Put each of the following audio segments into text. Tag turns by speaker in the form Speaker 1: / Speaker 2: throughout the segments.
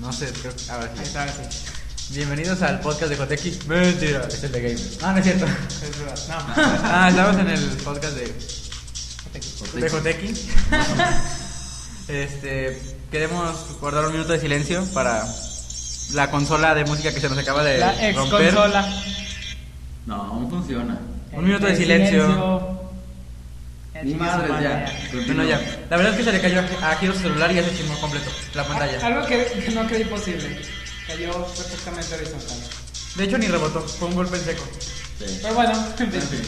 Speaker 1: No sé, creo que. A ver,
Speaker 2: Ahí
Speaker 1: sí.
Speaker 2: está, ahora sí.
Speaker 1: Bienvenidos al podcast de Joteki. Mentira.
Speaker 3: Es el de Gamer.
Speaker 1: Ah, no es cierto.
Speaker 2: Es verdad. No,
Speaker 1: Ah, estamos en el podcast de, de
Speaker 3: Cortez.
Speaker 1: Joteki. Este. Queremos guardar un minuto de silencio para la consola de música que se nos acaba de
Speaker 2: la ex
Speaker 1: Eh, romper.
Speaker 2: consola.
Speaker 3: No, aún funciona.
Speaker 1: Un minuto de silencio.
Speaker 3: Ni madres, ya.
Speaker 1: Bueno, ya. La verdad es que se le cayó a a Hiro su celular y ya se chingó completo la
Speaker 2: A-
Speaker 1: pantalla.
Speaker 2: Algo que que no creí posible. Cayó perfectamente horizontal.
Speaker 1: De hecho, ni rebotó, fue un golpe en seco.
Speaker 3: Sí.
Speaker 2: Pero bueno, en
Speaker 3: En
Speaker 2: fin.
Speaker 3: fin,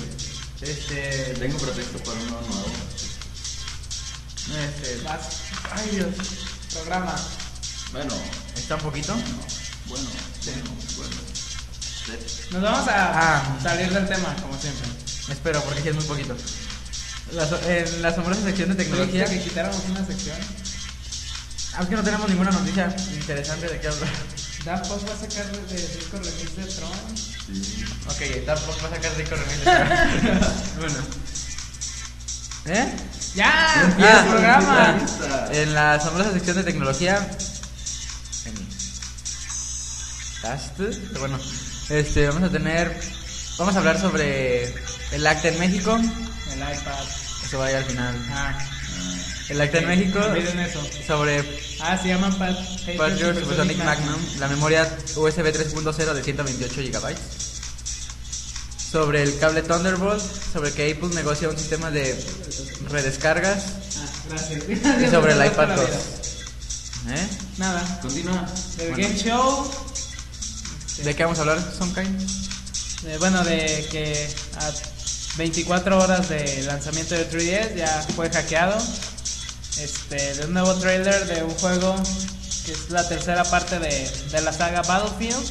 Speaker 1: Este.
Speaker 3: Tengo pretexto para uno nuevo.
Speaker 1: Este.
Speaker 2: Más
Speaker 1: Ay, Dios.
Speaker 2: programa.
Speaker 3: Bueno,
Speaker 1: ¿Está un poquito?
Speaker 3: bueno, bueno, bueno. Sí.
Speaker 2: Nos vamos a
Speaker 1: Ah.
Speaker 2: salir del tema, como siempre.
Speaker 1: Espero, porque sí es muy poquito. La so- en la asombrosa sección de tecnología.
Speaker 2: Tecnología que quitáramos una sección.
Speaker 1: Ah, es que no tenemos ninguna noticia interesante de qué hablar.
Speaker 2: Daft Punk va a sacar de de disco remix de Tron.
Speaker 3: Sí.
Speaker 1: Ok, tampoco va a sacar rico remix. bueno. ¿Eh?
Speaker 2: ¡Ya!
Speaker 1: Ah,
Speaker 2: ¡Empieza el programa!
Speaker 3: lista.
Speaker 1: En la asombrosa sección de tecnología. en- ¿Tast? Pero Bueno, este, vamos a tener. Vamos a hablar sobre el acta en México.
Speaker 2: El iPad.
Speaker 1: Eso va a ir al final.
Speaker 2: Ah.
Speaker 3: Ah,
Speaker 1: El acta en México
Speaker 2: Miren eso.
Speaker 1: sobre
Speaker 2: Ah, se llama Pat.
Speaker 1: Patriot Supersonic Magnum, la memoria USB 3.0 de 128 GB. Sobre el cable Thunderbolt, sobre que Apple negocia un sistema de redescargas.
Speaker 2: Ah, gracias.
Speaker 1: Y
Speaker 2: Gracias
Speaker 1: sobre
Speaker 2: por
Speaker 1: el iPad
Speaker 2: la
Speaker 1: 2.
Speaker 2: vida.
Speaker 1: ¿Eh?
Speaker 2: Nada.
Speaker 3: Continúa.
Speaker 2: Del
Speaker 1: Bueno.
Speaker 2: Game Show.
Speaker 1: ¿De qué vamos a hablar, Sonkai?
Speaker 2: Eh, bueno, de que a 24 horas de lanzamiento de 3DS ya fue hackeado. Este, de un nuevo trailer de un juego que es la tercera parte de, de la saga Battlefield.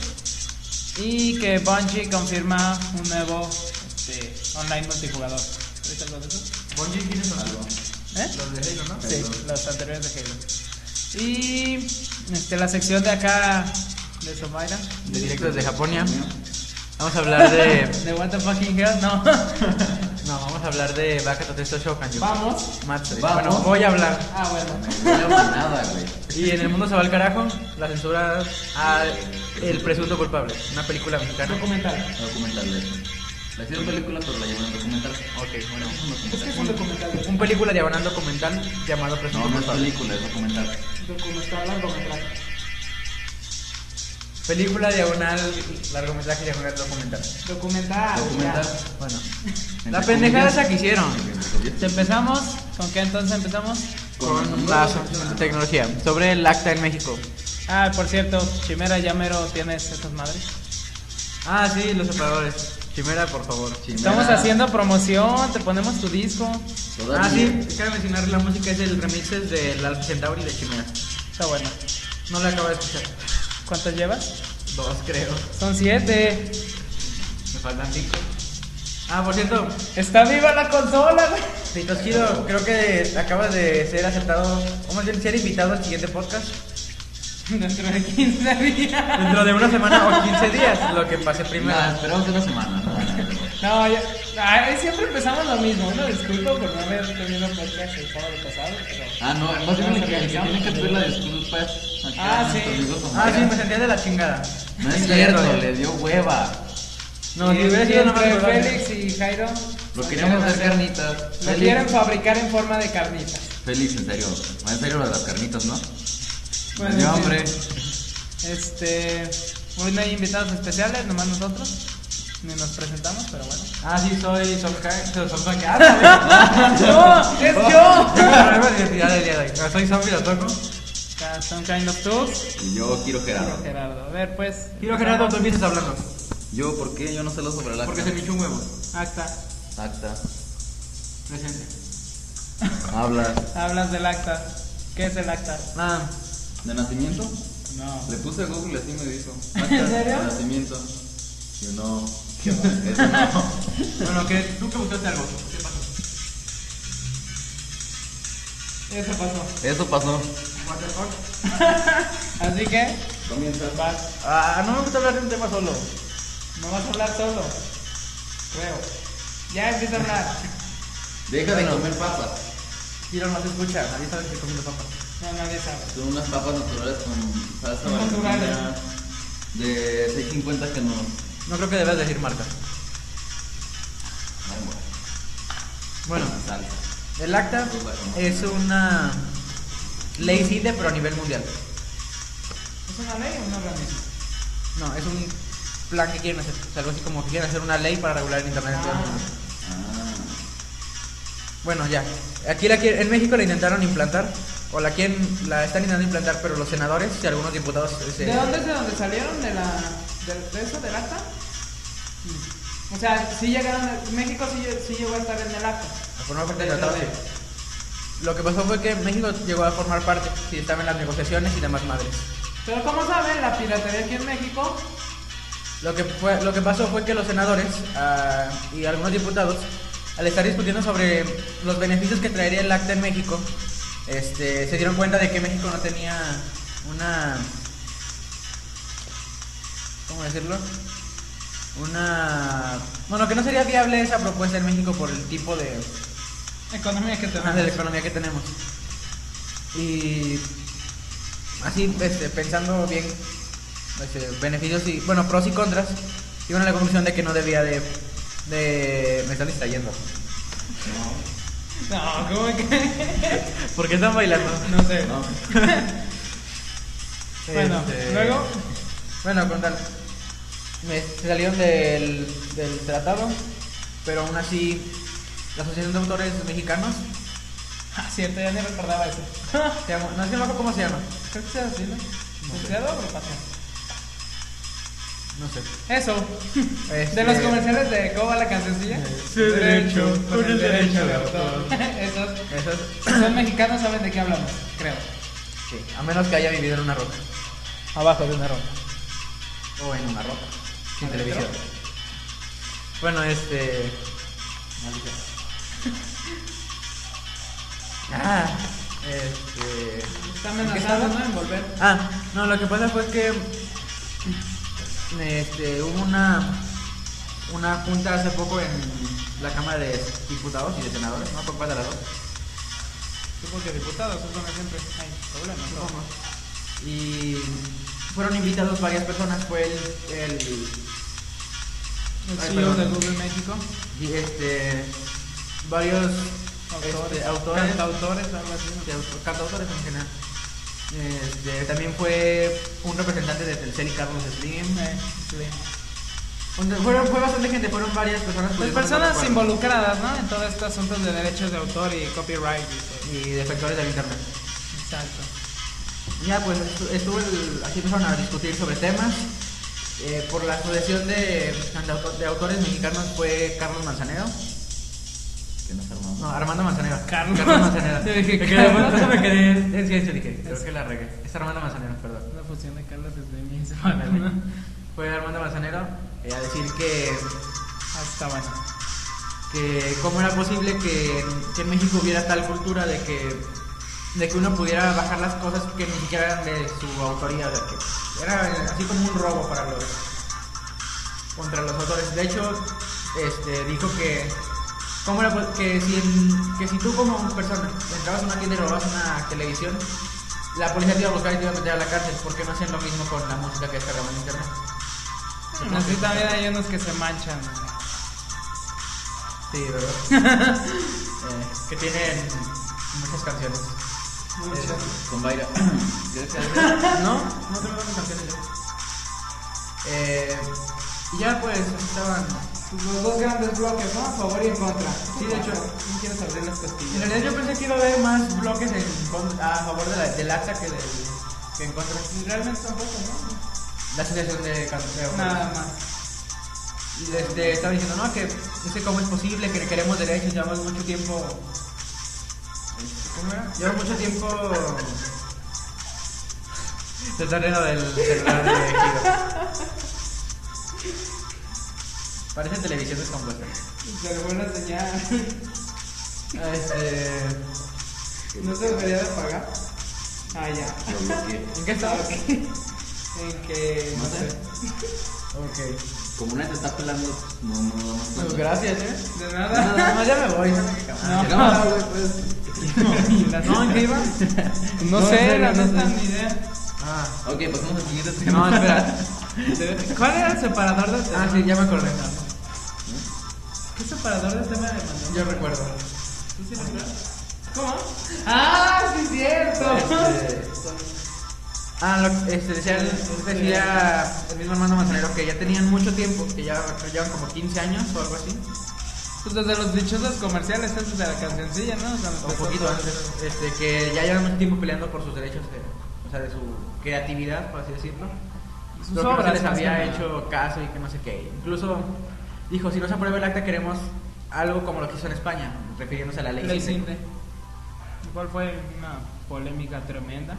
Speaker 2: Y que Bungie confirma un nuevo este, online multijugador. ¿Viste algo de eso?
Speaker 1: Bungie tiene
Speaker 3: Algo.
Speaker 2: ¿Eh?
Speaker 1: Los de Halo, ¿no?
Speaker 2: Sí,
Speaker 3: Halo.
Speaker 2: los anteriores de Halo. Y este, la sección de acá de Somaira.
Speaker 1: De directos de Japonia. Vamos a hablar de.
Speaker 2: De What the fucking hell, no.
Speaker 1: No, vamos a hablar de Baka Totesto Shokan. yo.
Speaker 2: Vamos.
Speaker 1: Matsuri.
Speaker 3: Vamos.
Speaker 1: eh, Bueno, voy a hablar.
Speaker 2: Ah, bueno.
Speaker 3: No hago nada, güey.
Speaker 1: Y en el mundo se va al carajo la censura a El Presunto Culpable, una película mexicana.
Speaker 2: Documental.
Speaker 3: Documental de eso. La hicieron película, pero la llamaron documental.
Speaker 1: Ok, bueno.
Speaker 3: Es un
Speaker 2: Es que
Speaker 3: documental.
Speaker 2: es un documental.
Speaker 1: Un película diagonal documental llamado Presunto
Speaker 3: No, no es
Speaker 1: Culpable.
Speaker 3: película, es documental.
Speaker 2: Documental, largometraje.
Speaker 1: Película diagonal, largometraje diagonal documental.
Speaker 2: Documental.
Speaker 3: Documental.
Speaker 2: ya.
Speaker 1: Bueno.
Speaker 3: Entre
Speaker 1: La pendejada
Speaker 3: comillas.
Speaker 1: esa que hicieron.
Speaker 3: Entre comillas.
Speaker 1: Ah,
Speaker 2: Te Empezamos. ¿Con qué entonces empezamos?
Speaker 1: Con la tecnología. Sobre el acta en México.
Speaker 2: Ah, por cierto, Chimera, ya mero tienes estas madres.
Speaker 1: Ah, sí, los separadores. Chimera, por favor.
Speaker 3: Chimera.
Speaker 2: Estamos haciendo promoción, te ponemos tu disco.
Speaker 3: Todavía.
Speaker 1: Ah, sí, cabe mencionar la música es el remix del Alpha Centauri de Chimera.
Speaker 2: Está bueno.
Speaker 1: No la acabo de escuchar.
Speaker 2: ¿Cuántas llevas?
Speaker 1: Dos, creo.
Speaker 2: Son siete.
Speaker 1: Me faltan cinco. Ah, por cierto,
Speaker 2: Está viva la consola, güey.
Speaker 1: Titoshiro, pues, creo que acabas de ser aceptado, o más bien ser invitado al siguiente podcast.
Speaker 2: Dentro de 15 días.
Speaker 1: Dentro de una semana o 15 días, lo que pase primero.
Speaker 3: Nada, Ah, esperamos una semana. ¿no?
Speaker 2: No, ya. Ay, siempre empezamos lo mismo. Una disculpa por no haber tenido podcast el sábado pasado, pero.
Speaker 3: Ah, no, más bien el que, el que tiene que pedir la disculpa es acá
Speaker 2: Ah, sí.
Speaker 3: nuestro amigo Tomás.
Speaker 1: Ah, sí, me sentía de la chingada.
Speaker 3: No es
Speaker 1: Sí,
Speaker 3: cierto,
Speaker 1: cierto.
Speaker 3: le dio hueva.
Speaker 1: No,
Speaker 2: Y
Speaker 1: si hubiera sido
Speaker 2: entre
Speaker 1: nomás
Speaker 2: Félix y Jairo.
Speaker 3: Lo
Speaker 2: lo
Speaker 3: queríamos
Speaker 2: quieren
Speaker 3: hacer
Speaker 2: hacer-
Speaker 3: carnitas.
Speaker 2: Lo quieren fabricar en forma de carnitas.
Speaker 3: Félix, en serio. Va en serio lo de las carnitas, ¿no?
Speaker 2: Bueno,
Speaker 3: Me dio
Speaker 2: sí.
Speaker 3: hambre.
Speaker 2: Este. Hoy no hay invitados especiales, nomás nosotros. Ni nos presentamos, pero bueno.
Speaker 1: Ah, sí, soy Sonkai. Soy Sonkai. Ah,
Speaker 2: ¡No! ¡Es yo!
Speaker 1: Tengo problemas de identidad del día de hoy. No, Soy zombie, lo toco.
Speaker 2: Acá Son kind of tools.
Speaker 3: Y yo quiero Gerardo.
Speaker 2: Gerardo, a ver, pues.
Speaker 1: Quiero Gerardo, tú empiezas hablando.
Speaker 3: Yo, ¿por qué? Yo no sé lo sobre la
Speaker 1: Porque se me echó un huevo.
Speaker 2: Acta.
Speaker 3: Acta.
Speaker 1: Presente.
Speaker 3: Habla.
Speaker 2: Hablas del acta. ¿Qué es el acta?
Speaker 1: Nada.
Speaker 3: ¿De nacimiento?
Speaker 2: No.
Speaker 3: Le puse a Google así me dijo.
Speaker 2: ¿En
Speaker 3: Acta
Speaker 2: serio?
Speaker 3: De nacimiento. Yo no. Eso no.
Speaker 1: Bueno, que tú preguntaste algo. ¿Qué pasó?
Speaker 2: Eso pasó.
Speaker 3: Eso pasó.
Speaker 1: What the fuck?
Speaker 2: Así que,
Speaker 3: Comienza.
Speaker 2: vas.
Speaker 1: Ah, no me gusta hablar de un tema solo.
Speaker 2: No vas a hablar solo. Creo. Ya empieza a hablar.
Speaker 3: Deja de comer papas.
Speaker 1: Kiro no se escucha, nadie sabe que estoy comiendo papas.
Speaker 2: No, nadie sabe.
Speaker 3: Son unas papas naturales con salsa
Speaker 2: Son naturales.
Speaker 3: valentina de 6.50 que no. Ay,
Speaker 1: No creo que debas decir marca.
Speaker 3: bueno,
Speaker 1: Bueno,
Speaker 3: con salsa.
Speaker 1: el lacta es una ley CIDE, pero a nivel mundial.
Speaker 2: ¿Es una ley o un organismo?
Speaker 1: No, es un plan que quieren hacer. O sea, algo así como que quieren hacer una ley para regular el internet. en todo el mundo.
Speaker 3: Ah,
Speaker 1: Bueno, ya. Aquí la quiere- en México la intentaron implantar, o la quieren, la están intentando implantar, pero los senadores y algunos diputados. eh, se-
Speaker 2: ¿De dónde es de donde salieron? ¿De, la, de, de eso, del acta? O sea, sí llegaron, México sí, lle- sí llegó a estar en el acta.
Speaker 1: a formar parte del
Speaker 2: Dentro
Speaker 1: tratado,
Speaker 2: de-
Speaker 1: sí. Lo que pasó fue que México llegó a formar parte y estaba en las negociaciones y demás madres.
Speaker 2: Pero como saben, la piratería aquí en México,
Speaker 1: Lo que, fue, lo que pasó fue que los senadores ah, y algunos diputados, al estar discutiendo sobre los beneficios que traería el acta en México, este, se dieron cuenta de que México no tenía una... ¿Cómo decirlo? Una... Bueno, que no sería viable esa propuesta en México por el tipo de,
Speaker 2: economía que
Speaker 1: Ajá, de la
Speaker 2: tenemos.
Speaker 1: economía que tenemos. Y así, este, pensando bien, este, beneficios y, bueno, pros y contras, llegan a la conclusión de que no debía de... de me están distrayendo.
Speaker 2: No, ¿cómo que?
Speaker 1: ¿Por qué están bailando?
Speaker 2: No Este. sé.
Speaker 3: no,
Speaker 2: Bueno,
Speaker 1: Este,
Speaker 2: luego.
Speaker 1: Bueno, con tal. Me salieron del, del tratado, pero aún así, la Asociación de Autores Mexicanos,
Speaker 2: Ah, cierto, ya ni recordaba eso.
Speaker 1: se llama- no es que no me acuerdo cómo se llama,
Speaker 2: Creo que sea así, ¿no? ¿Asociado o agrupación?
Speaker 1: no sé.
Speaker 2: Eso.
Speaker 1: Este-
Speaker 2: De los comerciales de ¿Cómo va la cancioncilla?
Speaker 1: Sí, derecho, con el derecho de autor.
Speaker 2: Esos.
Speaker 1: Eso es-
Speaker 2: Si son mexicanos, saben de qué hablamos, creo.
Speaker 1: Sí, a menos que haya vivido en una roca.
Speaker 2: Abajo de una ropa.
Speaker 1: O en una roca. Sin
Speaker 2: ¿Adentro?
Speaker 1: televisión. Bueno, este. maldita. Ah, este.
Speaker 2: Está amenazado, ¿no? En volver.
Speaker 1: Ah, no, lo que pasa fue que. Este, hubo una. Una junta hace poco en la Cámara de Diputados y de Senadores, ¿no? Por cuál de las dos.
Speaker 2: Supongo que diputados, eso no siempre hay problemas,
Speaker 1: Supongo. Y fueron invitados varias personas. Fue el- el
Speaker 2: El
Speaker 1: Ay,
Speaker 2: CEO de
Speaker 1: perdón.
Speaker 2: Google México.
Speaker 1: y este varios
Speaker 2: Autores. Pues
Speaker 1: este, autores
Speaker 2: Cantautores, algo así. ¿no?
Speaker 1: de auto- cantautores en general Este, también fue un representante de Telcel y Carlos Slim
Speaker 2: Eh, sí.
Speaker 1: Donde fueron fue bastante gente fueron varias personas
Speaker 2: Pues
Speaker 1: pudimos
Speaker 2: personas
Speaker 1: hablar con-
Speaker 2: involucradas, ¿no? En todos estos asuntos de derechos de autor y copyright y todo.
Speaker 1: y defectores del internet
Speaker 2: Exacto.
Speaker 1: ya pues estu- estuvo el- así empezaron a discutir sobre temas Eh, por la asociación de, cantauto- de autores mexicanos fue Carlos Manzanero
Speaker 3: que nos armamos.
Speaker 1: No, Armando Manzanero.
Speaker 2: Carlos.
Speaker 1: Manzanero.
Speaker 2: Yo dije,
Speaker 1: me
Speaker 2: Carlos.
Speaker 1: quedé, por eso me quedé en silencio, dije, creo que la regué. Es Armando Manzanero, perdón.
Speaker 2: Una fusión de Carlos desde mi
Speaker 1: Ándale. Fue Armando Manzanero eh, a decir que,
Speaker 2: Hasta Ah, bueno.
Speaker 1: que cómo era posible que, que en México hubiera tal cultura de que, de que uno pudiera bajar las cosas que ni siquiera eran de su autoría, de que era eh, así como un robo para los, contra los autores. De hecho, este, dijo que, ¿cómo era po- que, si en- que si tú como persona entrabas a una tienda y robabas una televisión, la policía te iba a buscar y te iba a meter a la cárcel porque no hacían lo mismo con la música que descargaban en internet.
Speaker 2: Aún Así también hay unos que se manchan.
Speaker 1: Sí, ¿verdad? Eh, que tienen muchas canciones.
Speaker 3: Con Baira. Creo que
Speaker 1: ¿No? No tengo tantas canciones yo. Eh, y ya pues estaban...
Speaker 2: Los dos grandes bloques, ¿no? A favor y en contra.
Speaker 1: Sí, de hecho.
Speaker 2: No quieres abrir las
Speaker 1: En
Speaker 2: costillas.
Speaker 1: realidad yo pensé que iba a haber más bloques en con- a favor de la, del acta que, del- que en contra.
Speaker 2: Realmente tampoco, ¿no?
Speaker 1: La asociación de canciones.
Speaker 2: Nada más.
Speaker 1: Y este, estaba diciendo, no, que es que cómo es posible que queremos derechos, llevamos mucho tiempo... ¿Cómo era? Llevamos mucho tiempo... Se está riendo del celular de Kiro. Parece televisión descompuesta.
Speaker 2: Se lo vuelvo a enseñar.
Speaker 1: Este,
Speaker 2: No se debería de pagar. Ah, ya.
Speaker 3: Lo bloqueé.
Speaker 1: ¿En qué estaba?
Speaker 2: en que.
Speaker 4: No sé.
Speaker 2: Ok.
Speaker 4: Como una te está pelando, no, no, no. no,
Speaker 1: Pues gracias, ¿eh?
Speaker 2: De
Speaker 1: No, nada
Speaker 2: nada.
Speaker 1: más ya me voy.
Speaker 2: No.
Speaker 4: Llegamos, güey, pues.
Speaker 2: No, ¿en qué iba? No,
Speaker 1: pues. No, en
Speaker 2: sé,
Speaker 1: serio,
Speaker 2: la
Speaker 1: no
Speaker 2: neta,
Speaker 1: sé.
Speaker 2: ni idea.
Speaker 1: Ah,
Speaker 4: Ok, pasamos al siguiente tema.
Speaker 1: no, espera.
Speaker 2: ¿Cuál era el separador del tema?
Speaker 1: Ah, sí, ya me acordé.
Speaker 2: ¿Qué separador del tema le mandó?
Speaker 1: Yo recuerdo.
Speaker 2: ¿Tú sí recuerdas? ¿Cómo? ¡Ah, sí, cierto!
Speaker 1: Este, Ah, lo, este, decía, el- decía el mismo hermano Manzanero que ya tenían mucho tiempo, que ya llevan como 15 años o algo así,
Speaker 2: Pues desde los dichosos comerciales antes de la cancioncilla, ¿no? O sea,
Speaker 1: o un poquito antes, este, que ya llevan mucho tiempo peleando por sus derechos, de- o sea, de su creatividad, por así decirlo.
Speaker 2: Sus
Speaker 1: Creo que no se
Speaker 2: obras,
Speaker 1: les
Speaker 2: más que
Speaker 1: había
Speaker 2: nada.
Speaker 1: hecho caso y que no sé qué. Incluso dijo, si no se aprueba el acta queremos algo como lo que hizo en España, refiriéndose a la ley.
Speaker 2: Ley
Speaker 1: Sinde.
Speaker 2: Cinde. Igual fue una polémica tremenda.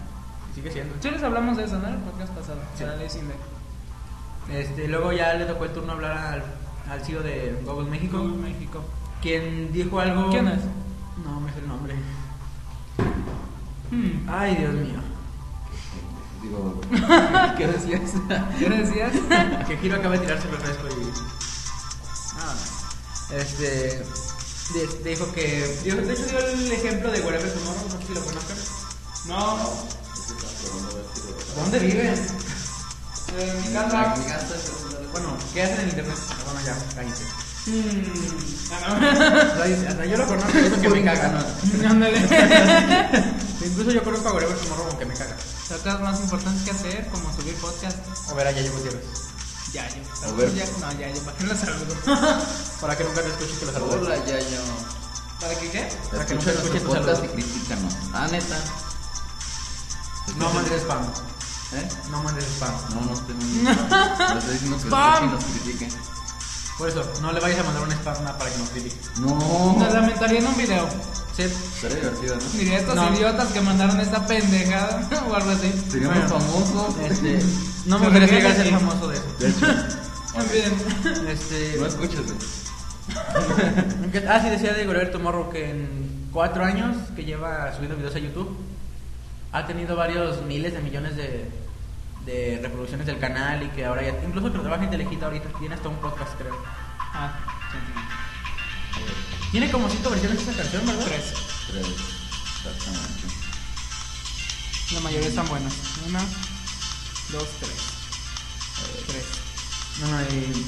Speaker 1: Sigue siendo.
Speaker 2: Sí les hablamos de eso, ¿no? El podcast pasado.
Speaker 1: Sí.
Speaker 2: de La ley Cinde.
Speaker 1: Este, luego ya le tocó el turno hablar al, al CEO de Google México,
Speaker 2: Google México.
Speaker 1: quien dijo algo...
Speaker 2: ¿Quién es?
Speaker 1: No, me sé el nombre.
Speaker 2: Hmm.
Speaker 1: Ay, Dios mío.
Speaker 3: Digo,
Speaker 4: ¿Qué decías?
Speaker 2: ¿Qué Ah, decías?
Speaker 1: que Giro acaba de tirarse el refresco y... Nada. Este... de- dijo que... dio- De hecho dio el ejemplo de Wherever Tomorrow, no sé si lo conozcan.
Speaker 2: no.
Speaker 1: ¿Dónde viven?
Speaker 2: Eh, mi
Speaker 4: Ah,
Speaker 2: casa.
Speaker 4: mi casa es-
Speaker 1: Bueno, ¿qué hacen en internet? Ah, Bueno, ya, cállate.
Speaker 2: Hmm.
Speaker 1: Hasta- hasta yo lo conozco, eso que me caga. ¿no?
Speaker 2: Ah, no. Ándale.
Speaker 1: Incluso yo conozco a Wherever Tomorrow como que me caga.
Speaker 2: Cosas más importantes que hacer, como subir podcast.
Speaker 1: A ver, allá llevo tierras.
Speaker 2: Ya, yo.
Speaker 3: A ver.
Speaker 2: Ya, no, ya, yo. ¿Para qué lo saludo?
Speaker 1: Para que nunca te escuches que lo saludes.
Speaker 4: Hola, Yayo.
Speaker 2: ¿Para qué qué?
Speaker 1: Para
Speaker 4: Escucha
Speaker 1: que nunca
Speaker 4: nuestro
Speaker 1: escuches tus
Speaker 4: podcast y
Speaker 1: saludos.
Speaker 4: critícanos. Ah, neta.
Speaker 1: No mandes spam.
Speaker 4: ¿Eh?
Speaker 1: No mandes spam.
Speaker 4: No, no estoy muy Lo estoy diciendo que lo escuchen y nos critiquen.
Speaker 1: Por eso, no le vayas a mandar un spam nada para que nos critique.
Speaker 4: No.
Speaker 2: Nos lamentaría en un video.
Speaker 1: Sí.
Speaker 4: Sería divertido, ¿no?
Speaker 2: Diría estos
Speaker 1: No.
Speaker 2: idiotas que mandaron esta pendejada o algo así.
Speaker 4: Seríamos
Speaker 1: Bueno.
Speaker 4: famosos.
Speaker 1: Este, no me
Speaker 2: Se
Speaker 1: gustaría que
Speaker 2: ríen
Speaker 1: llegas a
Speaker 2: así.
Speaker 1: ser famoso de eso.
Speaker 4: De hecho, eh,
Speaker 2: Bien.
Speaker 1: Este,
Speaker 4: no escuches, güey.
Speaker 1: aunque- ah, sí, decía de Glover Tomorrow que en cuatro años que lleva subiendo videos a YouTube, ha tenido varios miles de millones de, de reproducciones del canal y que ahora ya, incluso que lo trabaja en Telejita ahorita, tiene hasta un podcast, creo.
Speaker 2: Ah, sí.
Speaker 1: Tiene como cinco versiones de esa canción, ¿verdad? Tres.
Speaker 4: Tres. Exactamente.
Speaker 2: La mayoría están buenas. Una, dos, tres.
Speaker 1: Tres. No, no, y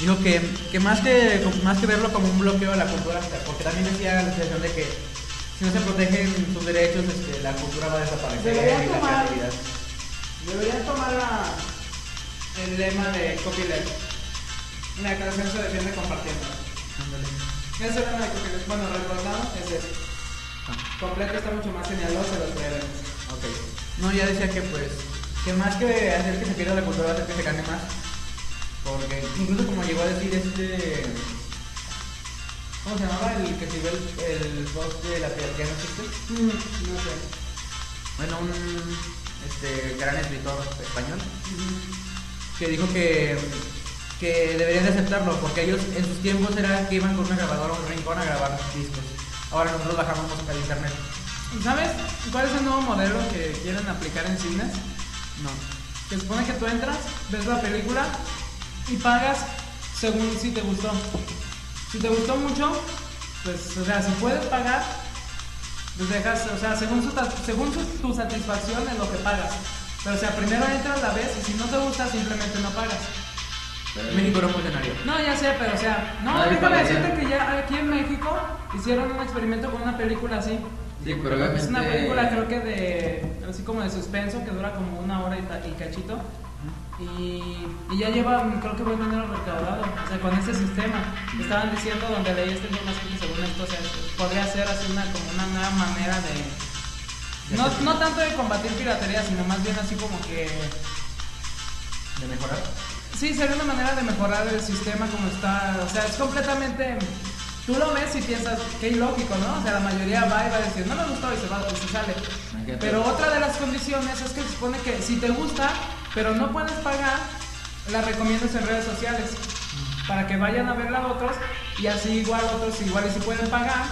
Speaker 1: dijo que, que más que más que verlo como un bloqueo a la cultura, porque también decía la sensación de que si no se protegen sus derechos, este, la cultura va a desaparecer
Speaker 2: Debería
Speaker 1: y la
Speaker 2: tomar-
Speaker 1: creatividad.
Speaker 2: Deberían tomar el lema de copyleft. La creación se defiende compartiendo.
Speaker 1: Ándale.
Speaker 2: Ese es el lema de copyleft. Bueno, recordado es este. Completo está mucho más señaloso de los primeros.
Speaker 1: Ok. No, ya decía que pues, que más que hacer que se pierda la cultura, va a hacer que se gane más. Porque incluso como llegó a decir este... ¿Cómo se llamaba? El que sirvió el, el boss de la piratería no existe.
Speaker 2: Mm, no sé.
Speaker 1: Bueno, un este, gran escritor español. que dijo que, que deberían de aceptarlo, porque ellos en sus tiempos era que iban con una grabadora a un rincón a grabar discos. Ahora nosotros bajamos música de internet.
Speaker 2: ¿Sabes cuál es el nuevo modelo que quieren aplicar en cines?
Speaker 1: No.
Speaker 2: Se supone que tú entras, ves la película y pagas según si te gustó. Si te gustó mucho, pues, o sea, si puedes pagar, pues dejas, o sea, según, su, ta- según su- tu satisfacción es lo que pagas. Pero, o sea, primero entras, la ves y si no te gusta, simplemente no pagas.
Speaker 4: Pero-
Speaker 1: México era un funcionario.
Speaker 2: No, ya sé, pero, o sea, no,
Speaker 4: Nadie
Speaker 2: déjame
Speaker 4: pagaría.
Speaker 2: decirte que ya aquí en México hicieron un experimento con una película así.
Speaker 4: Sí, pero este, obviamente.
Speaker 2: Es una
Speaker 1: Este,
Speaker 2: película creo que de así como de suspenso que dura como una hora y, ta- y cachito y, y ya lleva mm, creo que buen dinero recaudado, o sea con este sistema estaban diciendo donde leí este libro más que según esto o sea, podría ser así una como una nueva manera de no, no tanto de combatir piratería sino más bien así como que
Speaker 1: De mejorar.
Speaker 2: Sí, sería una manera de mejorar el sistema como está. O sea, es completamente. Tú lo ves y piensas, qué ilógico, ¿no? O sea, la mayoría va y va a decir, no me gustó y se va y se sale.
Speaker 4: Imagínate.
Speaker 2: Pero otra de las condiciones es que se supone que si te gusta, pero no puedes pagar, la recomiendas en redes sociales. Para que vayan a verla a otros y así igual otros igual y si pueden pagar,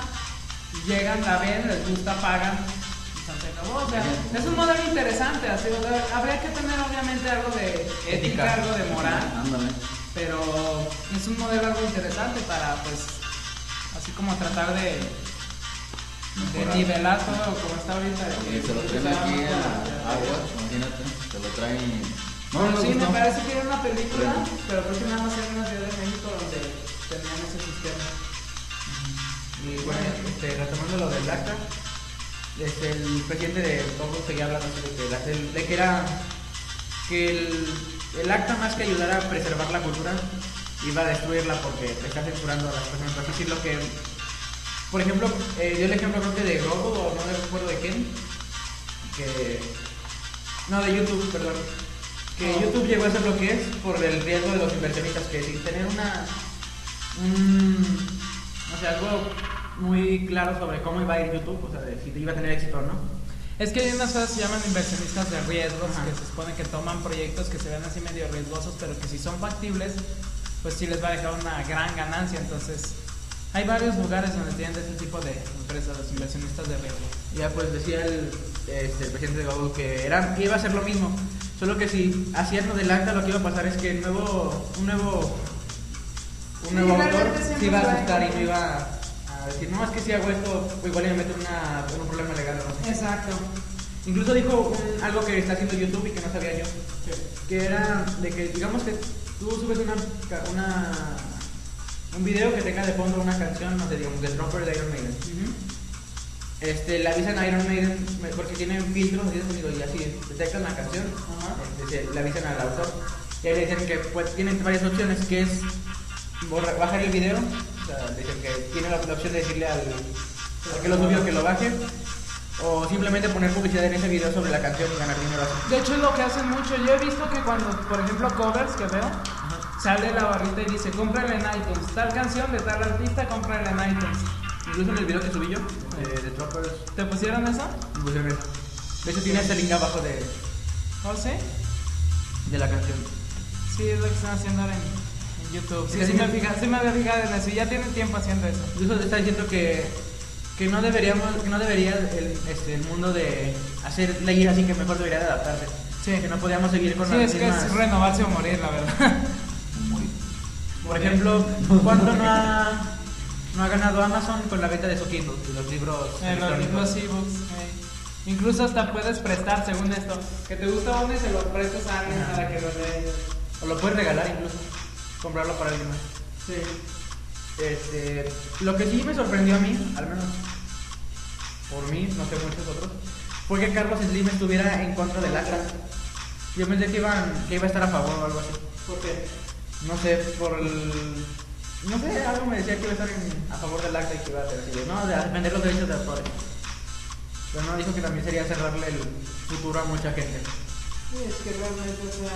Speaker 2: llegan, la ven, les gusta, pagan. y son felices. nuevo. O sea, es un modelo interesante, así, o sea, habría que tener obviamente algo de ética,
Speaker 1: Ética.
Speaker 2: algo de moral,
Speaker 4: Ándale.
Speaker 2: pero es un modelo algo interesante para, pues, así como tratar de, de
Speaker 4: Mejorar.
Speaker 2: nivelar todo como está ahorita. de que
Speaker 4: Y Eh, se lo traen
Speaker 2: sea
Speaker 4: aquí
Speaker 2: una-
Speaker 4: a agua, imagínate. Se lo traen.
Speaker 2: Bueno, sí, me
Speaker 4: gustó.
Speaker 2: parece que era una película,
Speaker 4: Bueno.
Speaker 2: pero creo que nada más era en una ciudad de México donde tenían ese sistema.
Speaker 1: Y bueno, este, retomando lo del DACA, este, el presidente de Congo seguía hablando así de que, la- el- de que era que el, el acta más que ayudar a preservar la cultura iba a destruirla porque está censurando a las personas. Por decir lo que, por ejemplo, eh, dio el ejemplo creo que de Goku o no recuerdo de quién, que no de YouTube, perdón, que
Speaker 2: Oh.
Speaker 1: YouTube llegó a ser lo que es por el riesgo de los inversionistas que sin tener una un, o sea, algo muy claro sobre cómo iba a ir YouTube, o sea, de si iba a tener éxito o no.
Speaker 2: Es que hay unas cosas que se llaman inversionistas de riesgos,
Speaker 1: Ajá.
Speaker 2: que se supone que toman proyectos que se ven así medio riesgosos, pero que si son factibles, pues sí les va a dejar una gran ganancia. Entonces, hay varios lugares donde tienen de ese tipo de empresas, los inversionistas de riesgo.
Speaker 1: Ya pues decía el, este, el presidente de Google que, era, que iba a ser lo mismo, solo que si hacían lo del acta lo que iba a pasar es que el nuevo, un nuevo, un
Speaker 2: Sí,
Speaker 1: nuevo autor
Speaker 2: realmente siempre
Speaker 1: se iba a
Speaker 2: lo hay.
Speaker 1: asustar y no iba a decir, no, es que si hago esto, pues, igual me meto en, una- en un problema legal o no sé".
Speaker 2: Exacto.
Speaker 1: Incluso dijo un- algo que está haciendo YouTube y que no sabía yo. que era de que digamos que tú subes una, ca- una un video que tenga de fondo una canción, no sé, digamos de Trumper de Iron Maiden. Este, le avisan a Iron Maiden me- porque tienen filtros de sonido y así detectan la canción,
Speaker 2: Ajá.
Speaker 1: este, se- le avisan al autor y ahí le dicen que pues, tienen varias opciones que es borra- bajar el video, o sea, le dicen que tiene la, la opción de decirle al, al que lo subió que lo baje o simplemente poner publicidad en ese video sobre la canción y ganar dinero así.
Speaker 2: De hecho, es lo que hacen mucho. Yo he visto que cuando, por ejemplo, covers que veo, sale la barrita y dice, cómprala en iTunes. Tal canción de tal artista, cómprala en iTunes.
Speaker 1: Incluso en el video que subí yo, eh, de Troppers,
Speaker 2: ¿Te pusieron eso?
Speaker 1: pusieron eso. De hecho, tiene este link abajo de,
Speaker 2: ¿O sí?
Speaker 1: de la canción.
Speaker 2: Sí, es lo que están haciendo ahora en, en YouTube. Sí,
Speaker 1: Sí,
Speaker 2: sí,
Speaker 1: sí.
Speaker 2: me fija, sí me había fijado en eso. y Ya tienen tiempo haciendo eso.
Speaker 1: Incluso está diciendo que, que no deberíamos, que no debería el, este, el mundo de hacer leyes así que mejor debería de adaptarse.
Speaker 2: Sí.
Speaker 1: Que no podíamos seguir con
Speaker 2: Sí,
Speaker 1: las
Speaker 2: es que es
Speaker 1: mismas-
Speaker 2: renovarse o morir, la verdad.
Speaker 1: Por ejemplo, ¿cuánto no ha, no ha ganado Amazon con la venta de su Kindle y los libros
Speaker 2: En Eh, los
Speaker 1: electrónicos?
Speaker 2: libros ebooks. eh. Incluso hasta puedes prestar, según esto. Que te gusta uno y se lo prestas a alguien
Speaker 1: Ajá.
Speaker 2: para que lo lea.
Speaker 1: O lo puedes regalar incluso, comprarlo para alguien más.
Speaker 2: Sí.
Speaker 1: Este, lo que sí me sorprendió a mí, al menos por mí, no sé muchos otros, fue que Carlos Slim estuviera en contra del acta. Yo pensé que, iban, que iba a estar a favor o algo así.
Speaker 2: ¿Por qué?
Speaker 1: No sé, por el... No sé, algo me decía que iba a estar en- a favor del acta y que iba a ser así de, No, de defender los derechos de autores. Pero no, dijo que también sería cerrarle el futuro a mucha gente.
Speaker 5: Sí, es que realmente, o sea,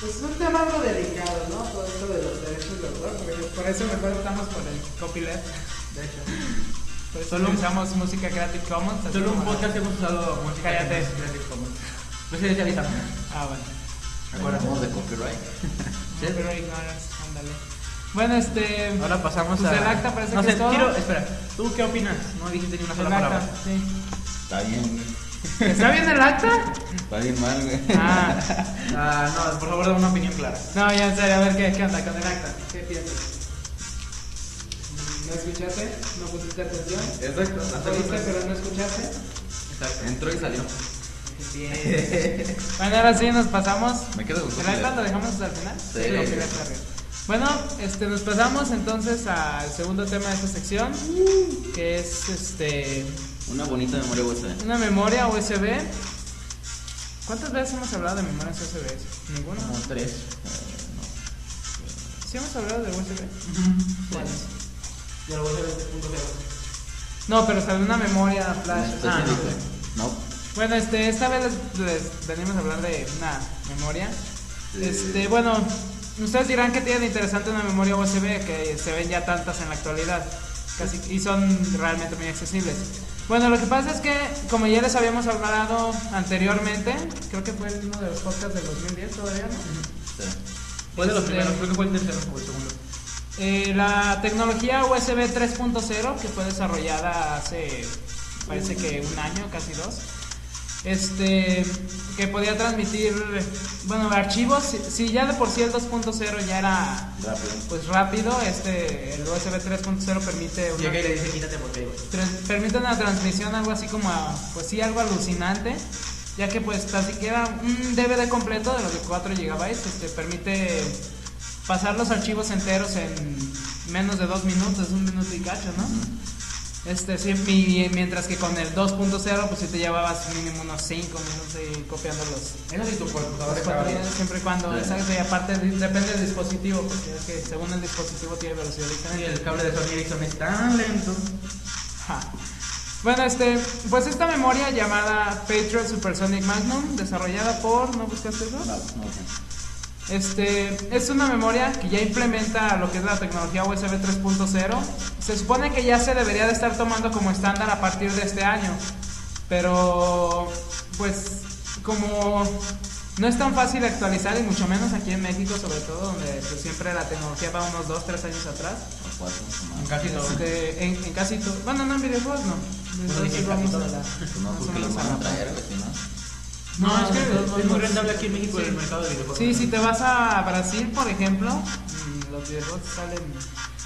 Speaker 5: pues es un tema algo delicado, ¿no? Todo esto de los derechos de autor, porque yo-
Speaker 2: Por eso mejor estamos por el copyleft.
Speaker 1: De hecho,
Speaker 2: Por eso
Speaker 1: Solo un-
Speaker 2: usamos música Creative Commons. así
Speaker 1: solo un
Speaker 2: como la-
Speaker 1: podcast hemos usado música.
Speaker 2: Cállate.
Speaker 1: Presidencializamos.
Speaker 2: Ah, bueno.
Speaker 4: Acordamos de copyright.
Speaker 1: ¿Sí?
Speaker 2: Pero ignoras, ándale. Bueno, este.
Speaker 1: Ahora pasamos
Speaker 2: Pues
Speaker 1: a.
Speaker 2: el acta parece
Speaker 1: no
Speaker 2: que
Speaker 1: sé,
Speaker 2: es todo.
Speaker 1: quiero- espera. ¿Tú qué opinas? No dijiste ni una sola
Speaker 2: el acta,
Speaker 1: palabra.
Speaker 2: sí.
Speaker 4: Está bien, güey.
Speaker 2: ¿Está bien el acta?
Speaker 4: Está bien mal, güey.
Speaker 2: Ah.
Speaker 1: Ah, no, por favor, da una opinión clara.
Speaker 2: No, ya en serio, a ver qué, qué onda con el acta. ¿Qué piensas?
Speaker 5: ¿No escuchaste? ¿No pusiste atención?
Speaker 4: Exacto. hasta
Speaker 5: Oíste,
Speaker 4: ahorita.
Speaker 5: pero no escuchaste.
Speaker 4: Entró y salió.
Speaker 1: Bien.
Speaker 2: Bueno, ahora sí nos pasamos.
Speaker 4: Me quedo con
Speaker 2: ¿El acta lo
Speaker 4: copyright.
Speaker 2: dejamos hasta el final?
Speaker 4: Sí.
Speaker 2: lo que iba a estar bien. Bueno, este, nos pasamos entonces al segundo tema de esta sección, que es este
Speaker 4: Una bonita memoria ¿eh? USB.
Speaker 2: una memoria USB. ¿Cuántas veces hemos hablado de memorias USB? Ninguna.
Speaker 4: Como tres.
Speaker 2: Sí hemos hablado de USB. ¿Cuáles?
Speaker 1: Yo lo voy a hacer desde el punto de
Speaker 2: No, pero salió una memoria flash.
Speaker 4: No.
Speaker 2: Ah, no.
Speaker 4: específica. No.
Speaker 2: Bueno, este, esta vez les, les venimos a hablar de una memoria.
Speaker 4: Sí.
Speaker 2: Este, bueno, ustedes dirán que tiene de interesante una memoria USB que se ven ya tantas en la actualidad casi, y son realmente muy accesibles. Bueno, lo que pasa es que, como ya les habíamos hablado anteriormente, creo que fue en uno de los podcasts del 2010 todavía, ¿no?
Speaker 4: Sí.
Speaker 1: Fue de los
Speaker 2: Este-
Speaker 1: primeros, creo que fue el tercero o el segundo.
Speaker 2: Eh, la tecnología USB 3.0 que fue desarrollada hace parece que un año, casi dos. Este, que podía transmitir, bueno, archivos, si, si ya de por sí el 2.0 ya era
Speaker 3: Rápido.
Speaker 2: pues rápido, este, el USB 3.0 permite una
Speaker 6: Llega y le dice, quítate por qué, güey.
Speaker 2: trans- permite una transmisión algo así como, a- pues sí, algo alucinante, ya que pues tan siquiera un DVD completo de los de 4 GB este, permite pasar los archivos enteros en menos de 2 minutos, un minuto y cacho, ¿no? Este, sí, mi- mientras que con el 2.0 pues sí te llevabas mínimo unos 5 minutos ahí copiando los,
Speaker 6: Eso sí, tu computadora
Speaker 2: los
Speaker 6: estaba bien.
Speaker 2: contenidos, siempre y cuando, exacto, y aparte de- depende del dispositivo, porque es que según el dispositivo tiene velocidad
Speaker 6: Y
Speaker 2: diferente.
Speaker 6: el cable de Sony Ericsson es tan lento.
Speaker 2: Ja. Bueno, este, pues esta memoria llamada Patriot Supersonic Magnum, desarrollada por, ¿no buscaste eso?
Speaker 3: No, no, ok.
Speaker 2: Este, es una memoria que ya implementa lo que es la tecnología USB 3.0. Se supone que ya se debería de estar tomando como estándar a partir de este año, pero pues como no es tan fácil actualizar y mucho menos aquí en México sobre todo, donde pues, siempre la tecnología va unos 2, 3 años atrás.
Speaker 3: O cuatro, o más.
Speaker 6: Casi todo.
Speaker 2: Este, en, en casi todo. Bueno, no en videojuegos, no.
Speaker 6: Bueno, dije Pues
Speaker 2: Entonces
Speaker 6: en
Speaker 2: vamos
Speaker 6: casi
Speaker 2: a
Speaker 6: todas.
Speaker 2: la.
Speaker 3: Pues no,
Speaker 2: más o
Speaker 3: porque lo
Speaker 2: menos a
Speaker 3: van
Speaker 2: la
Speaker 3: a traer, pues, si no.
Speaker 6: No, es que
Speaker 2: no,
Speaker 6: es
Speaker 2: no,
Speaker 6: muy rentable aquí en México
Speaker 2: sí.
Speaker 6: el mercado de videojuegos.
Speaker 2: Sí, si te vas a Brasil, por ejemplo, mm, los videojuegos salen.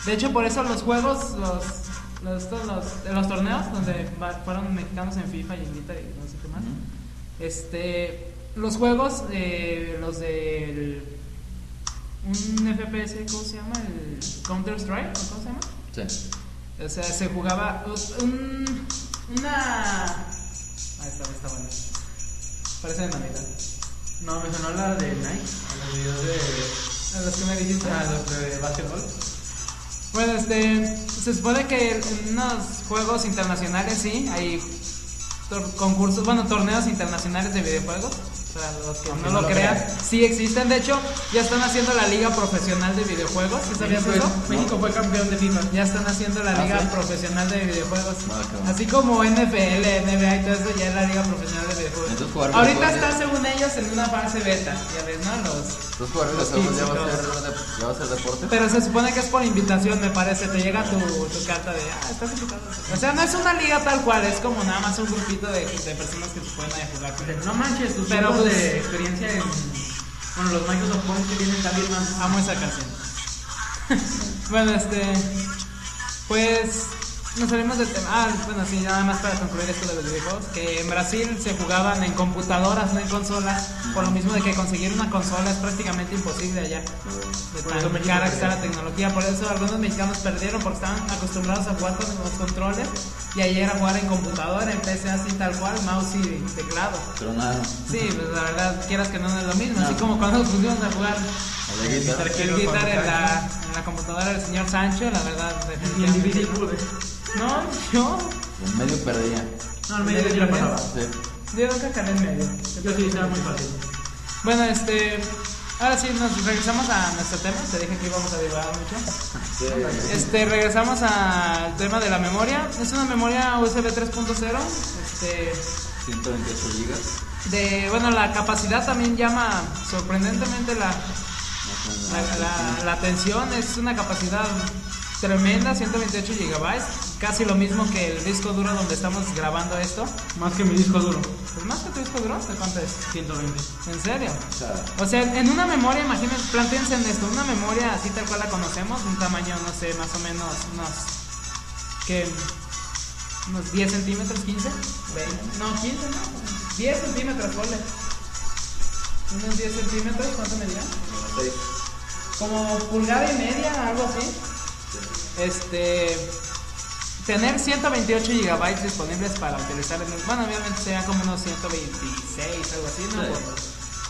Speaker 2: De hecho, por eso los juegos, los, los, estos, los, de los torneos donde va- fueron mexicanos en FIFA y en Vita y no sé qué más. Este, los juegos, eh, los del. Un FPS, ¿cómo se llama? El Counter Strike, ¿o ¿cómo se llama?
Speaker 3: Sí.
Speaker 2: O sea, se jugaba pues, un, una... Ahí está, está bueno. Parece de Navidad.
Speaker 6: No, me sonó la de Nike. Los videos de.
Speaker 2: A los que me dijiste.
Speaker 6: Ah, los de básquetbol.
Speaker 2: Bueno, este, se supone que en unos juegos internacionales sí, hay tor- concursos, bueno, torneos internacionales de videojuegos. Para los que
Speaker 6: Aunque
Speaker 2: no
Speaker 6: no
Speaker 2: lo
Speaker 6: lo
Speaker 2: crean,
Speaker 6: crean.
Speaker 2: sí existen. De hecho, ya están haciendo la liga profesional de videojuegos. ¿Sí sabías
Speaker 6: México,
Speaker 2: eso?
Speaker 6: es- México fue campeón de FIFA.
Speaker 2: Ya están haciendo la
Speaker 3: Ah,
Speaker 2: liga
Speaker 3: ¿sí?
Speaker 2: profesional de videojuegos.
Speaker 3: Ah, qué bueno.
Speaker 2: Así como NFL, NBA y todo eso, ya es la liga profesional de videojuegos.
Speaker 3: Entonces, jugar
Speaker 2: Ahorita
Speaker 3: videojuegos
Speaker 2: está,
Speaker 3: ya-
Speaker 2: según ellos, en una fase beta. Ya ves, ¿no? Los...
Speaker 3: Entonces, jugar
Speaker 2: Los
Speaker 3: videojuegos ya va a
Speaker 2: kids y
Speaker 3: ser de- ya va a ser deporte.
Speaker 2: Pero se supone que es por invitación, me parece. Te llega tu, tu carta de, ah, estás invitado. O sea, no es una liga tal cual, es como nada más un grupito de, de personas que se pueden ahí jugar.
Speaker 6: Pero No manches, tus
Speaker 2: Pero,
Speaker 6: Pero
Speaker 2: pues,
Speaker 6: de experiencia en. Bueno, los Microsoft Points que vienen también más.
Speaker 2: Amo esa canción. bueno, este. Pues. Nos salimos del tema. Ah, bueno, sí, nada más para concluir esto de los videojuegos. Que en Brasil se jugaban en computadoras, no en consolas. Por lo mismo de que conseguir una consola es prácticamente imposible allá. De
Speaker 6: Por eso
Speaker 2: tan
Speaker 6: México
Speaker 2: cara que está
Speaker 6: perdió.
Speaker 2: la tecnología. Por eso algunos mexicanos perdieron porque estaban acostumbrados a jugar con los controles. Y ahí era jugar en computadora, en PC así tal cual, mouse y teclado.
Speaker 3: Pero nada.
Speaker 2: Sí, pues la verdad, quieras que no, no es lo mismo. Así
Speaker 3: No.
Speaker 2: como cuando nos pusimos a jugar
Speaker 3: a la guitarra.
Speaker 2: el guitar en la, en la computadora del señor Sancho, la verdad, definitivamente. No, yo.
Speaker 3: En medio perdía.
Speaker 6: No, al medio de la pasaba.
Speaker 3: Sí.
Speaker 2: Yo nunca calé en medio.
Speaker 6: Yo sí, estaba muy fácil.
Speaker 2: Bueno, este. Ahora sí, nos regresamos a nuestro tema. Te dije que íbamos a derivar mucho.
Speaker 3: Sí.
Speaker 2: Este, regresamos al tema de la memoria. Es una memoria USB 3.0. Este.
Speaker 3: 128 gigas.
Speaker 2: De, bueno, la capacidad también llama sorprendentemente la, la, la- la atención es una capacidad tremenda, 128 gigabytes, casi lo mismo que el disco duro donde estamos grabando esto.
Speaker 6: Más que mi disco duro.
Speaker 2: Pues más que tu disco duro, ¿de cuánto es?
Speaker 6: 120.
Speaker 2: ¿En serio?
Speaker 3: O sea,
Speaker 2: O sea, en una memoria, imagínense, plantéense en esto, una memoria así tal cual la conocemos, un tamaño, no sé, más o menos unos, que unos 10 centímetros, 15, 20, no, 15, no, 10 centímetros, ponle. Unos 10 centímetros, ¿cuánto medía?
Speaker 3: seis.
Speaker 2: Como pulgada y media, algo así. Este, tener 128 gigabytes disponibles para utilizar en el, bueno, obviamente serían como unos 126, algo así, ¿no? Por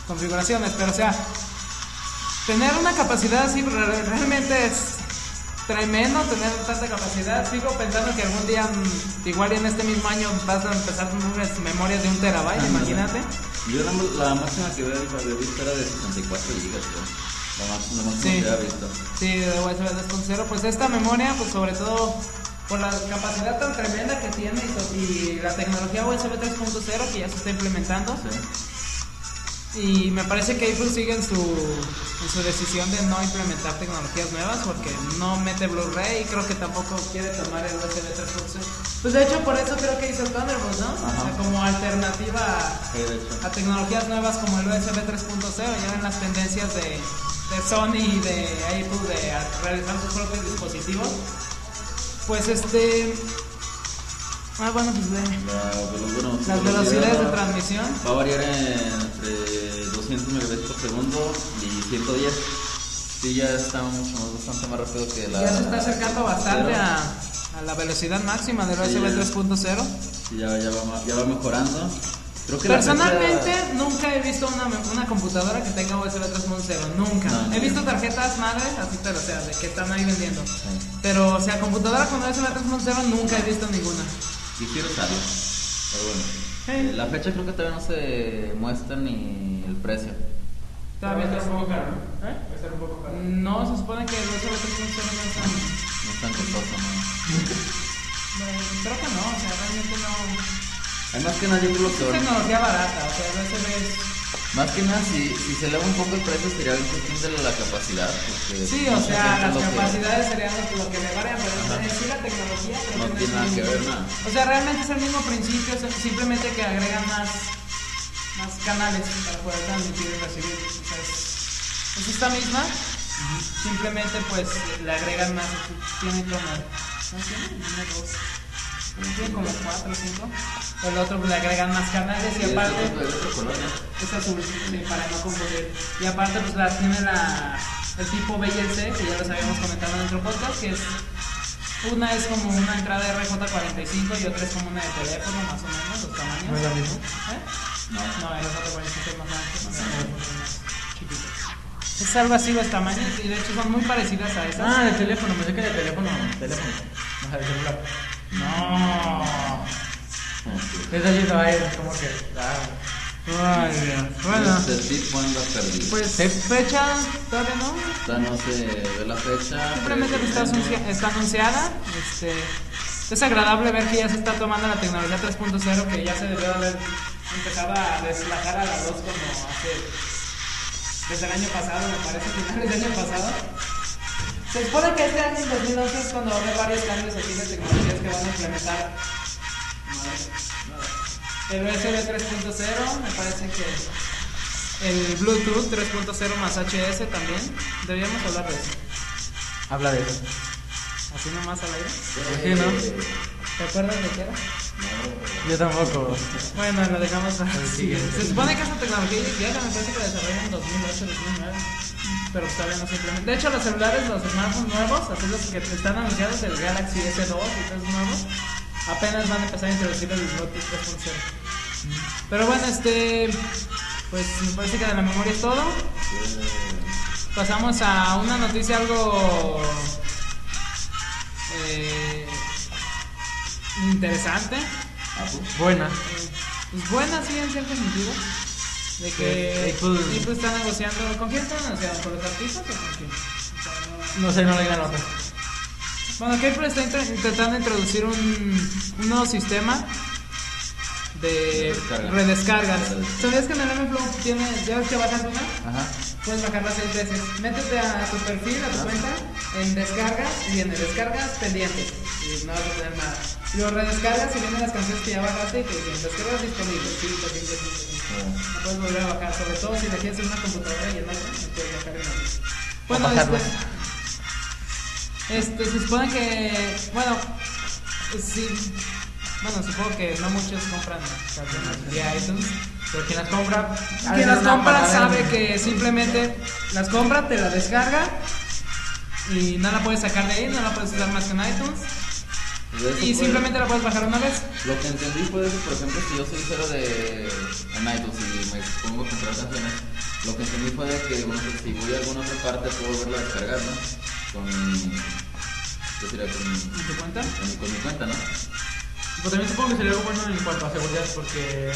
Speaker 2: configuraciones, pero o sea, tener una capacidad así re- realmente es tremendo tener tanta capacidad. Sigo pensando que algún día, mm, igual y en este mismo año, vas a empezar con unas memorias de un terabyte,
Speaker 3: Ah,
Speaker 2: imagínate.
Speaker 3: Yo la, la máxima que había había visto era de 64 gigas, creo. La más- la máxima
Speaker 2: Sí.
Speaker 3: que había visto.
Speaker 2: Sí, de USB 2.0, pues esta memoria, pues sobre todo por la capacidad tan tremenda que tiene y, so- y la tecnología USB 3.0 que ya se está implementando,
Speaker 3: Sí.
Speaker 2: Y me parece que Apple sigue en su, en su decisión de no implementar tecnologías nuevas porque no mete Blu-ray y creo que tampoco quiere tomar el USB 3.0. Pues de hecho por eso creo que hizo el Thunderbolt, ¿no? O sea,
Speaker 3: Ajá.
Speaker 2: como alternativa a-
Speaker 3: Sí, de hecho.
Speaker 2: a tecnologías nuevas como el USB 3.0, ya ven las tendencias de, de Sony y de Apple de a- realizar sus propios dispositivos. Pues este... Ah, bueno, pues de...
Speaker 3: La- bueno,
Speaker 2: Las
Speaker 3: velocidad
Speaker 2: velocidades de
Speaker 3: va-
Speaker 2: transmisión.
Speaker 3: Va a variar entre 200 megabits por segundo y 110. Sí, ya está mucho más, bastante más rápido que la.
Speaker 2: Ya se está acercando bastante
Speaker 3: cero.
Speaker 2: a, a la velocidad máxima del
Speaker 3: Sí.
Speaker 2: USB 3.0.
Speaker 3: Sí, ya, ya, va, ma- ya va mejorando. Creo que la fecha-
Speaker 2: Personalmente nunca he visto una, una computadora que tenga USB 3.0, nunca.
Speaker 3: No,
Speaker 2: he
Speaker 3: no.
Speaker 2: visto tarjetas madres, así pero o sea, de que están ahí vendiendo.
Speaker 3: Sí.
Speaker 2: Pero o sea, computadora con USB 3.0 nunca he visto ninguna.
Speaker 3: Quisiera usarlo. Pero bueno.
Speaker 2: Sí.
Speaker 3: Eh, la fecha creo que todavía no se muestra ni el precio.
Speaker 2: Todavía no.
Speaker 6: poco caro, ¿no?
Speaker 2: ¿Eh?
Speaker 6: Va a estar un poco caro.
Speaker 2: No, se supone que el USB 3.0 no es tan-
Speaker 3: No es tan costoso, ¿no?
Speaker 2: no, Creo que no, o sea, realmente no.
Speaker 3: Además que nada, yo creo que
Speaker 2: Es
Speaker 3: ahorita-
Speaker 2: tecnología barata, o sea, el USB es...
Speaker 3: Más que nada, si, si se eleva un poco el precio, sería en cuestión de la capacidad. Porque
Speaker 2: Sí,
Speaker 3: no
Speaker 2: o
Speaker 3: sé
Speaker 2: sea,
Speaker 3: qué es
Speaker 2: las
Speaker 3: lo que-
Speaker 2: capacidades serían lo, lo que me varían, pero en sí la tecnología creo
Speaker 3: No
Speaker 2: es
Speaker 3: tiene nada que
Speaker 2: muy-
Speaker 3: ver, nada.
Speaker 2: O sea, realmente es el mismo principio, o sea, simplemente que agregan más, más canales para poder transmitir y recibir. O sea, es, es esta misma, simplemente pues le agregan más, tiene como, ¿no tiene? Una, dos, tiene como cuatro o cinco. El otro pues, le agregan más canales
Speaker 3: Sí,
Speaker 2: y
Speaker 3: es
Speaker 2: aparte...
Speaker 3: otro- es otro color, ¿no?
Speaker 2: Es azul, sí, para no confundir. Y aparte, pues la tiene la, el tipo BLC, que ya los habíamos comentado en otro podcast, que es. Una es como una entrada RJ45 y otra es como una de teléfono, más o menos, los tamaños.
Speaker 1: ¿No es la misma?
Speaker 2: ¿Eh?
Speaker 3: No.
Speaker 2: No, RJ45 es más ancho, más chiquito. Es algo así los tamaños y de hecho son muy parecidas a esas.
Speaker 6: Ah, de teléfono, me que de teléfono. Teléfono. Ajá, de celular.
Speaker 2: No.
Speaker 6: Esa sí no es como que. Ah,
Speaker 2: Ay, Dios. Bueno,
Speaker 3: Este Steve Juan la perdió.
Speaker 2: pues fecha todavía no.
Speaker 3: Esta no se ve la fecha.
Speaker 2: Simplemente
Speaker 3: pero-
Speaker 2: está, anuncia- está anunciada. Este, es agradable ver que ya se está tomando la tecnología 3.0, que ya se debió haber empezado a deslajar a la 2 como hace. desde el año pasado, me parece, finales del año pasado. Se supone que este año, en 2011, es cuando va a haber varios cambios aquí de tecnologías que van a implementar. El USB 3.0, me parece que. El Bluetooth 3.0 más HS también. Deberíamos hablar de eso.
Speaker 1: Habla de eso.
Speaker 2: Así nomás al aire.
Speaker 1: Sí, ¿no?
Speaker 2: ¿Te acuerdas de qué era?
Speaker 1: Yo tampoco.
Speaker 2: Bueno, lo dejamos a...
Speaker 1: siguiente.
Speaker 2: Se supone que esa tecnología ya me parece que la desarrollan en 2008, 2009. Pero todavía no se implementa. De hecho, los celulares, los smartphones nuevos, así los que están anunciados, el Galaxy S2 y todos nuevos, apenas van a empezar a introducir el Bluetooth 3.0. Pero bueno, este. Pues me parece que de la memoria es todo. Pasamos a una noticia algo eh, interesante.
Speaker 3: Ah, pues.
Speaker 1: Buena.
Speaker 2: Eh, Pues buena, sí, en cierto sentido. De que
Speaker 1: Sí, Apple-
Speaker 2: Apple está negociando. ¿Con quién está negociando? ¿Con los artistas o con quién? O sea, no-
Speaker 1: No sé, no le ganó.
Speaker 2: Bueno, que Apple está intra- intentando introducir un, un nuevo sistema de
Speaker 3: Descarga.
Speaker 2: redescargas.
Speaker 3: Redescarga.
Speaker 2: ¿Sabías que en el M Flow tiene, ya ves que bajas una?
Speaker 3: Ajá.
Speaker 2: Puedes bajarla seis veces. Métete a tu perfil, a tu cuenta, en descargas y en el descargas pendientes. Y no vas a tener nada. Y lo redescargas y vienen las canciones que ya bajaste y te dicen descargas disponibles. Sí, pues, sí, sí, sí, sí. No puedes volver a bajar, sobre todo si la tienes en una computadora y en otra, no puedes bajar en otra. Bueno,
Speaker 1: bajarlas.
Speaker 2: este, se supone que, bueno, sí, bueno, supongo que no muchos compran canciones de iTunes.
Speaker 6: Pero quien las compra. ha de
Speaker 2: Quien
Speaker 6: ser
Speaker 2: las
Speaker 6: una
Speaker 2: compra
Speaker 6: patadera.
Speaker 2: sabe que simplemente las compra, te la descarga y no la puedes sacar de ahí, no la puedes usar más que en iTunes
Speaker 3: Pues de eso
Speaker 2: y
Speaker 3: fue-
Speaker 2: simplemente la puedes bajar una vez.
Speaker 3: Lo que entendí fue eso, por ejemplo, si yo soy cero de en iTunes y me pongo a comprar canciones, lo que entendí fue de que bueno, pues, si voy a alguna otra parte puedo volverla a descargar, ¿no? Con, ¿qué sería? Con,
Speaker 2: ¿Y tu cuenta?
Speaker 3: con- con mi cuenta, ¿no?
Speaker 6: Pero Pues también supongo que sería algo bueno en cuanto a seguridad, porque.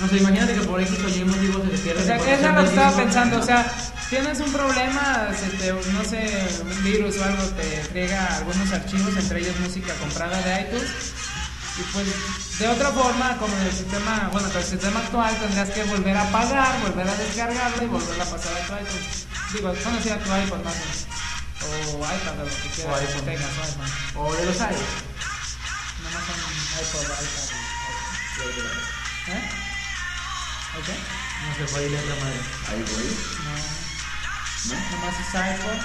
Speaker 6: No sé, imagínate que por X o Y motivo se le pierde.
Speaker 2: O sea,
Speaker 6: la
Speaker 2: que eso
Speaker 6: información
Speaker 2: lo
Speaker 6: del
Speaker 2: estaba
Speaker 6: disco.
Speaker 2: pensando, o sea, tienes un problema, se te- no sé, un virus o algo te friega algunos archivos, entre ellos música comprada de iTunes. Y pues de otra forma, como en el sistema, bueno, con el sistema actual tendrías que volver a pagar, volver a descargarlo y volver a pasar a tu iPhone. Digo, bueno, sí, a tu iPhone más o menos. O iPad, o lo que quieras que
Speaker 6: iPhone.
Speaker 2: tengas, o iPhone.
Speaker 6: O de los hay.
Speaker 2: Nomás son iPod, iPad. y iPhone. ¿Eh? ¿Ok?
Speaker 6: No sé, por ahí letra madre.
Speaker 3: Ahí voy.
Speaker 2: No. Nomás es iPod,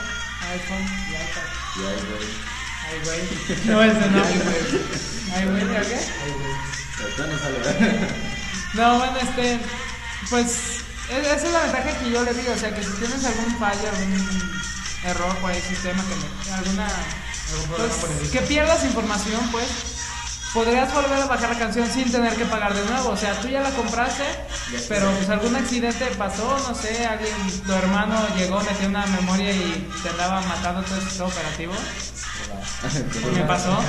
Speaker 2: iPhone y iPad.
Speaker 3: Y ahí voy.
Speaker 2: Ay, güey. No, eso no. Ay, güey, ¿o qué?
Speaker 3: Ahorita no sale, ¿verdad?
Speaker 2: No, bueno, este, pues e- esa es la ventaja que yo le digo, o sea, que si tienes algún fallo, algún error por ahí, sistema, que me- alguna...
Speaker 6: problema por el
Speaker 2: Pues, que pierdas información, pues, podrías volver a bajar la canción sin tener que pagar de nuevo, o sea, tú ya la compraste, pero pues algún accidente pasó, no sé, alguien, tu hermano llegó, metió una memoria y te andaba matando todo esto operativo, me pasó.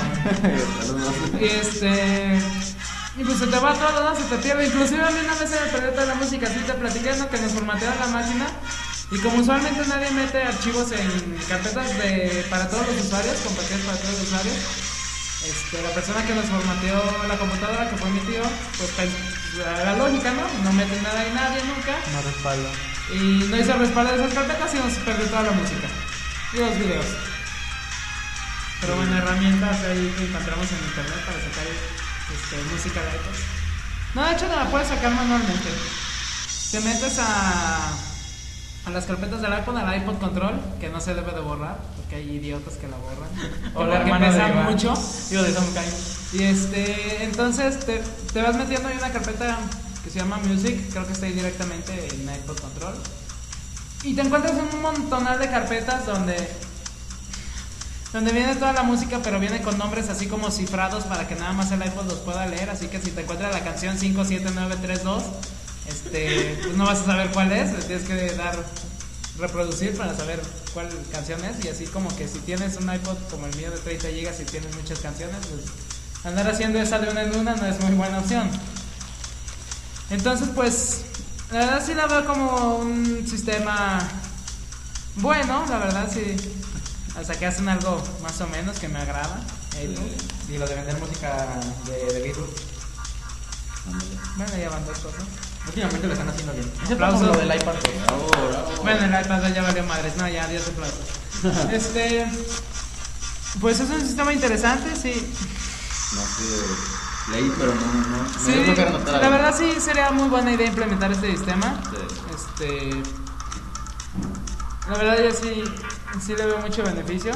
Speaker 2: Y este. Y pues se te va todo, ¿no? Se te pierde. Inclusive a mí una vez se me perdió toda la música, así te platicé, ¿no? Que nos formatearon la máquina. Y como usualmente nadie mete archivos en carpetas de, para todos los usuarios, compartidas para todos los usuarios, este, la persona que nos formateó la computadora, que fue mi tío, pues pens- la, la lógica, ¿no? No mete nada y nadie nunca.
Speaker 6: No respaldo.
Speaker 2: Y no hizo el respaldo de esas carpetas y nos perdió toda la música. Y los videos. Pero bueno, herramientas ahí que encontramos en internet para sacar este, música de iPod. No, de hecho no la puedes sacar manualmente. Te metes a, a las carpetas del iPod, al iPod Control, que no se debe de borrar, porque hay idiotas que la borran.
Speaker 6: O
Speaker 2: O
Speaker 6: la
Speaker 2: la
Speaker 6: hermana de Iván.
Speaker 2: mucho.
Speaker 6: Digo, de Tom Kane.
Speaker 2: Y este, entonces te, te vas metiendo en una carpeta que se llama Music, creo que está ahí directamente en iPod Control. Y te encuentras un montonal de carpetas donde donde viene toda la música, pero viene con nombres así como cifrados para que nada más el iPod los pueda leer, así que si te encuentras la canción 57932, este, pues no vas a saber cuál es, le tienes que dar reproducir para saber cuál canción es y así como que si tienes un iPod como el mío de 30 GB y tienes muchas canciones, pues andar haciendo esa de una en una no es muy buena opción. Entonces, pues, la verdad sí la veo como un sistema bueno, la verdad sí. Hasta que hacen algo más o menos que me agrada. Ahí, pues.
Speaker 1: Y lo de vender música de, de Beatles.
Speaker 2: Bueno, ya van dos cosas.
Speaker 1: Últimamente lo están haciendo bien.
Speaker 2: Aplausos.
Speaker 1: Aplausos. Lo del iPad Pro.
Speaker 3: Bravo, bravo.
Speaker 2: Bueno, el iPad ya valió madres. No, ya, adiós aplausos. este. Pues es un sistema interesante, sí.
Speaker 3: No sé, leí, pero no, no. no
Speaker 2: Sí,
Speaker 3: tengo que anotar
Speaker 2: la
Speaker 3: algo.
Speaker 2: verdad sí sería muy buena idea implementar este sistema.
Speaker 3: Sí.
Speaker 2: Este. La verdad, yo sí, sí le veo mucho beneficio.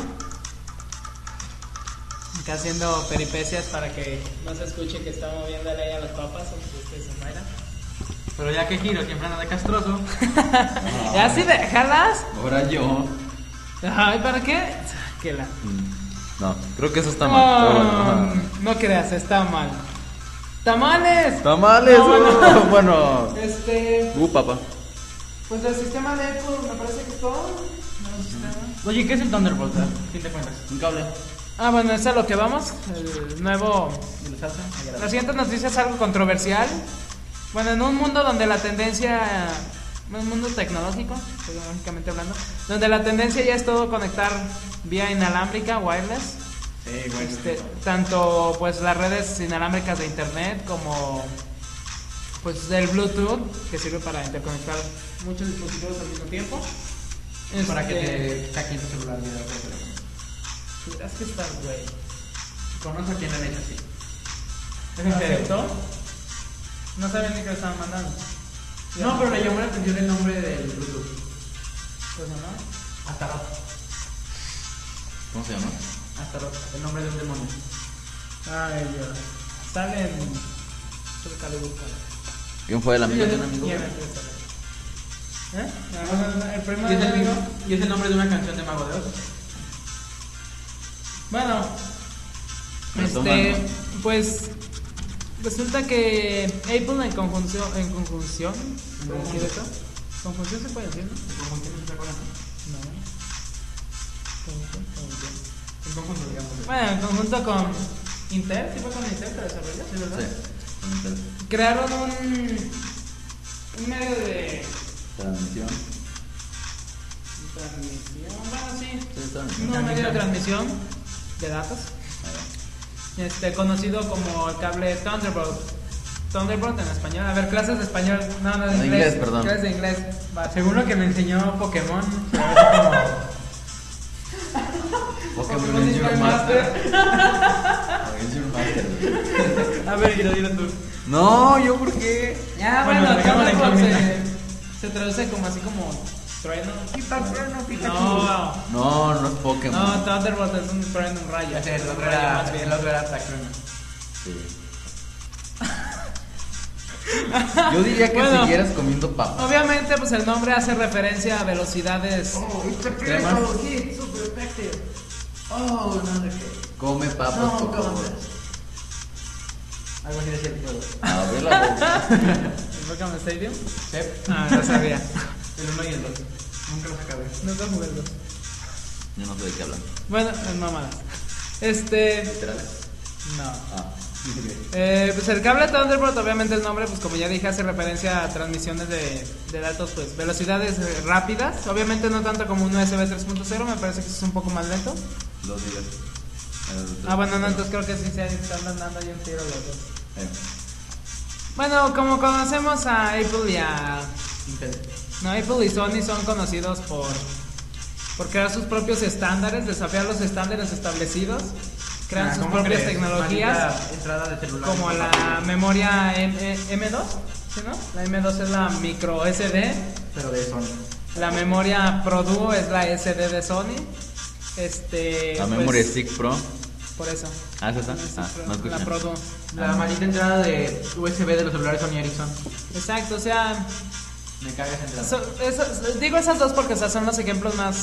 Speaker 2: Acá haciendo peripecias para que no se escuche que está moviéndole ahí a las papas o que usted se muera.
Speaker 6: Pero ya que giro, siempre anda de castroso.
Speaker 2: Ya sí, déjalas.
Speaker 3: Ahora yo.
Speaker 2: Ay, ¿para qué? Que la-
Speaker 4: No, creo que eso está mal. pero bueno,
Speaker 2: Oh,
Speaker 4: ajá.
Speaker 2: no creas, está mal. ¡Tamales!
Speaker 4: Tamales,
Speaker 2: No, bueno.
Speaker 4: uh, bueno.
Speaker 2: Este.
Speaker 4: Uh, papá.
Speaker 2: Pues el sistema de Apple me parece que es todo. No, sistema.
Speaker 6: Oye, ¿qué es el Thunderbolt? A fin de cuentas. Un cable.
Speaker 2: Ah, bueno, es a lo que vamos. El nuevo.
Speaker 6: ¿Y los hace? Agradable.
Speaker 2: La siguiente noticia es algo controversial. Bueno, en un mundo donde la tendencia. Un mundo tecnológico, tecnológicamente hablando. Donde la tendencia ya es todo conectar vía inalámbrica, wireless. Este, tanto pues las redes inalámbricas de internet como pues el Bluetooth que sirve para interconectar muchos dispositivos al mismo tiempo.
Speaker 6: Para que
Speaker 2: Este,
Speaker 6: te saquen tu celular de la otra.
Speaker 2: tendrás que estar, güey.
Speaker 6: Conozco a quien le han hecho así.
Speaker 2: ¿Aceptó? No sabía ni que lo estaban mandando.
Speaker 6: No, pero le llamó la atención el nombre del Bluetooth.
Speaker 2: Pues no.
Speaker 6: Astaroth.
Speaker 3: ¿Cómo se llama?
Speaker 6: Astaroth. El nombre de un demonio.
Speaker 2: Ay, Dios. Sale en. Creo que lo busco.
Speaker 4: ¿Quién fue el amigo?
Speaker 6: es un amigo.
Speaker 2: Y en el ¿Eh? No, no, no, El primo
Speaker 6: Y es,
Speaker 2: de
Speaker 6: el,
Speaker 2: amigo.
Speaker 6: y es el nombre de una canción de Mago de Oz.
Speaker 2: Bueno.
Speaker 3: Retomando.
Speaker 2: Este. Pues. Resulta que Apple en conjunción. En conjunción. ¿puedo decir eso? ¿Conjunción se puede decir? no?
Speaker 6: El conjunto no se acuerda, ¿no?
Speaker 2: No. Conjunción, conjunción.
Speaker 6: El conjunto, digamos.
Speaker 2: Bueno, en conjunto con Intel, sí fue con Intel que desarrolló, sí, ¿verdad?
Speaker 3: Sí. con el tel-
Speaker 2: Crearon un, un medio de
Speaker 3: Transmisión.
Speaker 2: transmisión, bueno, sí,
Speaker 3: Sí, transmisión.
Speaker 2: un medio de transmisión de datos. este, conocido como el cable Thunderbolt. Thunderbolt en español. A ver, clases de español. No, no, de
Speaker 3: En
Speaker 2: inglés.
Speaker 3: inglés, perdón.
Speaker 2: Clases de inglés. Va, según lo que me enseñó Pokémon.
Speaker 3: Pokémon is your master. Is your master, güey.
Speaker 2: A ver, dilo, dilo tú.
Speaker 1: No, yo por qué.
Speaker 2: Ya,
Speaker 6: Bueno,
Speaker 2: bueno,
Speaker 6: dejamos la
Speaker 2: Thunderbolt
Speaker 6: incógnita.
Speaker 2: se, se traduce como así como trueno.
Speaker 1: No.
Speaker 2: No,
Speaker 3: No, no es Pokémon.
Speaker 2: no, Thunderbolt es un trueno, un rayo.
Speaker 1: Ya sé, el otro
Speaker 2: Un rayo
Speaker 1: era,
Speaker 2: más bien.
Speaker 1: el otro era Tacruna.
Speaker 3: Sí. Yo diría que
Speaker 2: Bueno.
Speaker 3: siguieras comiendo papas.
Speaker 2: Obviamente, pues el nombre hace referencia a velocidades.
Speaker 5: Oh, Critical hit, super effective. Oh, no le creo.
Speaker 3: Come papas,
Speaker 5: No,
Speaker 3: por favor.
Speaker 5: come. Algo así decía el juego.
Speaker 3: Abre la boca.
Speaker 2: ¿El Beckham Stadium? Sí. Ah, no sabía.
Speaker 6: El uno y el dos. Nunca los acabé.
Speaker 2: No te acuerdo.
Speaker 3: Yo no sé de qué hablan.
Speaker 2: Bueno, es mamadas. Este.
Speaker 3: Literal.
Speaker 2: No.
Speaker 3: Ah.
Speaker 2: Eh, pues el cable Thunderbolt, obviamente el nombre, pues como ya dije, hace referencia a transmisiones de, de datos, pues velocidades eh, rápidas. Obviamente no tanto como un USB 3.0, me parece que eso es un poco más lento.
Speaker 3: Dos días.
Speaker 2: Ah, bueno, no, entonces creo que sí se están mandando ahí un tiro los dos.
Speaker 3: Eh,
Speaker 2: Bueno, como conocemos a Apple y a. No, Apple y Sony son conocidos por, por crear sus propios estándares, desafiar los estándares establecidos, crean
Speaker 6: Ah,
Speaker 2: sus
Speaker 6: ¿cómo
Speaker 2: propias
Speaker 6: crees?
Speaker 2: tecnologías,
Speaker 6: Maldita Entrada de celular.
Speaker 2: como la memoria M- M2, ¿sí, no? La M2 es la micro SD,
Speaker 6: Pero de Sony.
Speaker 2: la memoria Pro Duo es la SD de Sony. Este,
Speaker 3: La
Speaker 2: pues,
Speaker 3: memory stick pro.
Speaker 2: Por eso.
Speaker 3: Ah, ¿es esa? Ah, no
Speaker 2: la
Speaker 3: escuché. Ah.
Speaker 2: Pro Duo.
Speaker 6: La maldita entrada de USB de los celulares Sony Ericsson.
Speaker 2: Exacto, o sea,
Speaker 6: Me cagas entrada.
Speaker 2: So- esas- digo esas dos porque o sea, son los ejemplos más,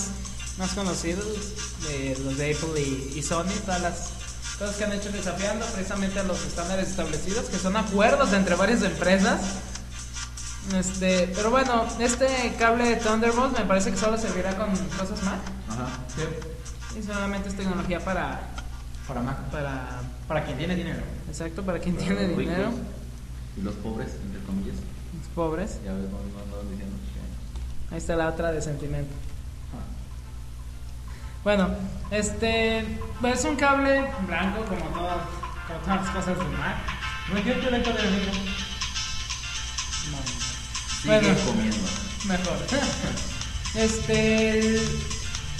Speaker 2: más conocidos de los de Apple y, y Sony, todas las cosas que han hecho desafiando precisamente a los estándares establecidos, que son acuerdos entre varias empresas. Este, pero bueno, este cable de Thunderbolt me parece que solo servirá con cosas Mac
Speaker 3: Ajá.
Speaker 6: Sí.
Speaker 2: y solamente es tecnología para,
Speaker 6: Para Mac.
Speaker 2: para,
Speaker 6: Para quien tiene dinero.
Speaker 2: exacto, para quien tiene
Speaker 3: Los
Speaker 2: dinero,
Speaker 3: ricos Y los pobres, entre comillas.
Speaker 2: los pobres.
Speaker 3: Ya ves, no no andaban diciendo.
Speaker 2: Ahí está la otra de sentimiento. Bueno, este es un cable blanco como, todo- como todas las cosas de Mac.
Speaker 6: No quiero tu lector de la micro.
Speaker 2: No,
Speaker 3: Sigue
Speaker 2: Bueno.
Speaker 3: comiendo.
Speaker 2: mejor. Este, el-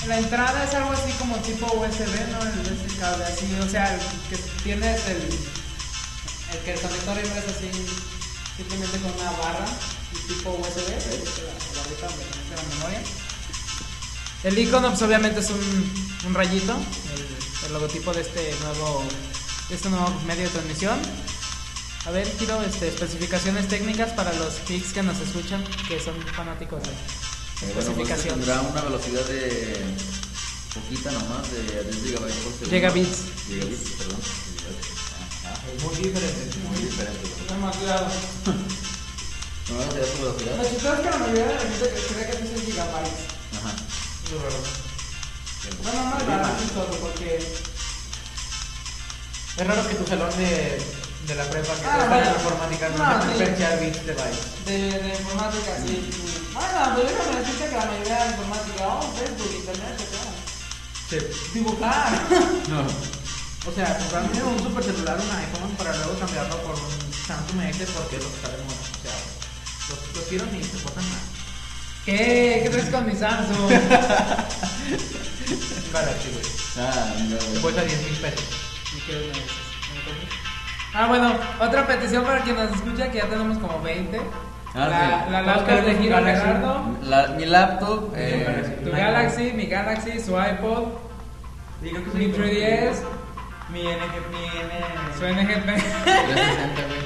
Speaker 2: la entrada es algo así como tipo USB, ¿no? El, este cable así, o sea, el que tienes el, el que el conector es así, simplemente con una barra y tipo USB, que la la barrita donde conecta la memoria. El icono, pues obviamente es un, un rayito, el, el logotipo de este nuevo, de este nuevo medio de transmisión. A ver, quiero este, especificaciones técnicas para los geeks que nos escuchan, que son fanáticos de
Speaker 3: Eh, bueno, pues,
Speaker 2: especificación.
Speaker 3: tendrá una velocidad de poquita nomás, de 10 gigabytes por segundo.
Speaker 2: Gigabits.
Speaker 3: Gigabits, perdón. Gigabits. Ajá.
Speaker 6: Muy diferente.
Speaker 3: Muy diferente.
Speaker 2: Demasiado.
Speaker 3: ¿No vas a hacer tu
Speaker 5: Lo
Speaker 3: velocidad?
Speaker 5: chistoso es que la mayoría de la gente que cree que eso es gigabytes.
Speaker 3: Ajá.
Speaker 5: No, no, no, es barato todo porque.
Speaker 6: Es raro que tu salón de, de la prepa que
Speaker 5: Ah,
Speaker 6: ah,
Speaker 5: bueno.
Speaker 6: la informática no
Speaker 5: Ah,
Speaker 6: te
Speaker 5: sí.
Speaker 6: percha bits de bytes.
Speaker 5: De, de informática, sí. sí. Ah, no, pero yo me resulta que la mayoría de la informática, oh, Facebook, internet, etc.
Speaker 6: Sí. ah,
Speaker 5: Dibujar.
Speaker 3: No.
Speaker 6: O sea, comprarme un super celular, un iPhone, para luego cambiarlo por un Samsung S porque es lo que está de moda. O sea, los, los quiero ni se portan mal.
Speaker 2: ¿Qué? ¿Qué traes con mi Samsung?
Speaker 6: Un Galaxy, güey.
Speaker 3: Ah, mira,
Speaker 6: Te
Speaker 3: güey.
Speaker 6: cuesta 10 mil pesos.
Speaker 2: Y quiero una de esas. ¿Me compras? Ah, bueno, otra petición para quien nos escucha, que ya tenemos como 20.
Speaker 3: Ah,
Speaker 2: la
Speaker 3: sí.
Speaker 2: la laptop de Giro
Speaker 6: Galaxy.
Speaker 2: Gerardo,
Speaker 3: La- mi laptop, eh,
Speaker 2: tu Galaxy, mi Galaxy, su iPod,
Speaker 6: Digo que
Speaker 2: mi 3DS,
Speaker 6: Mi NG, mi N.
Speaker 2: su NGP.
Speaker 3: 360, güey.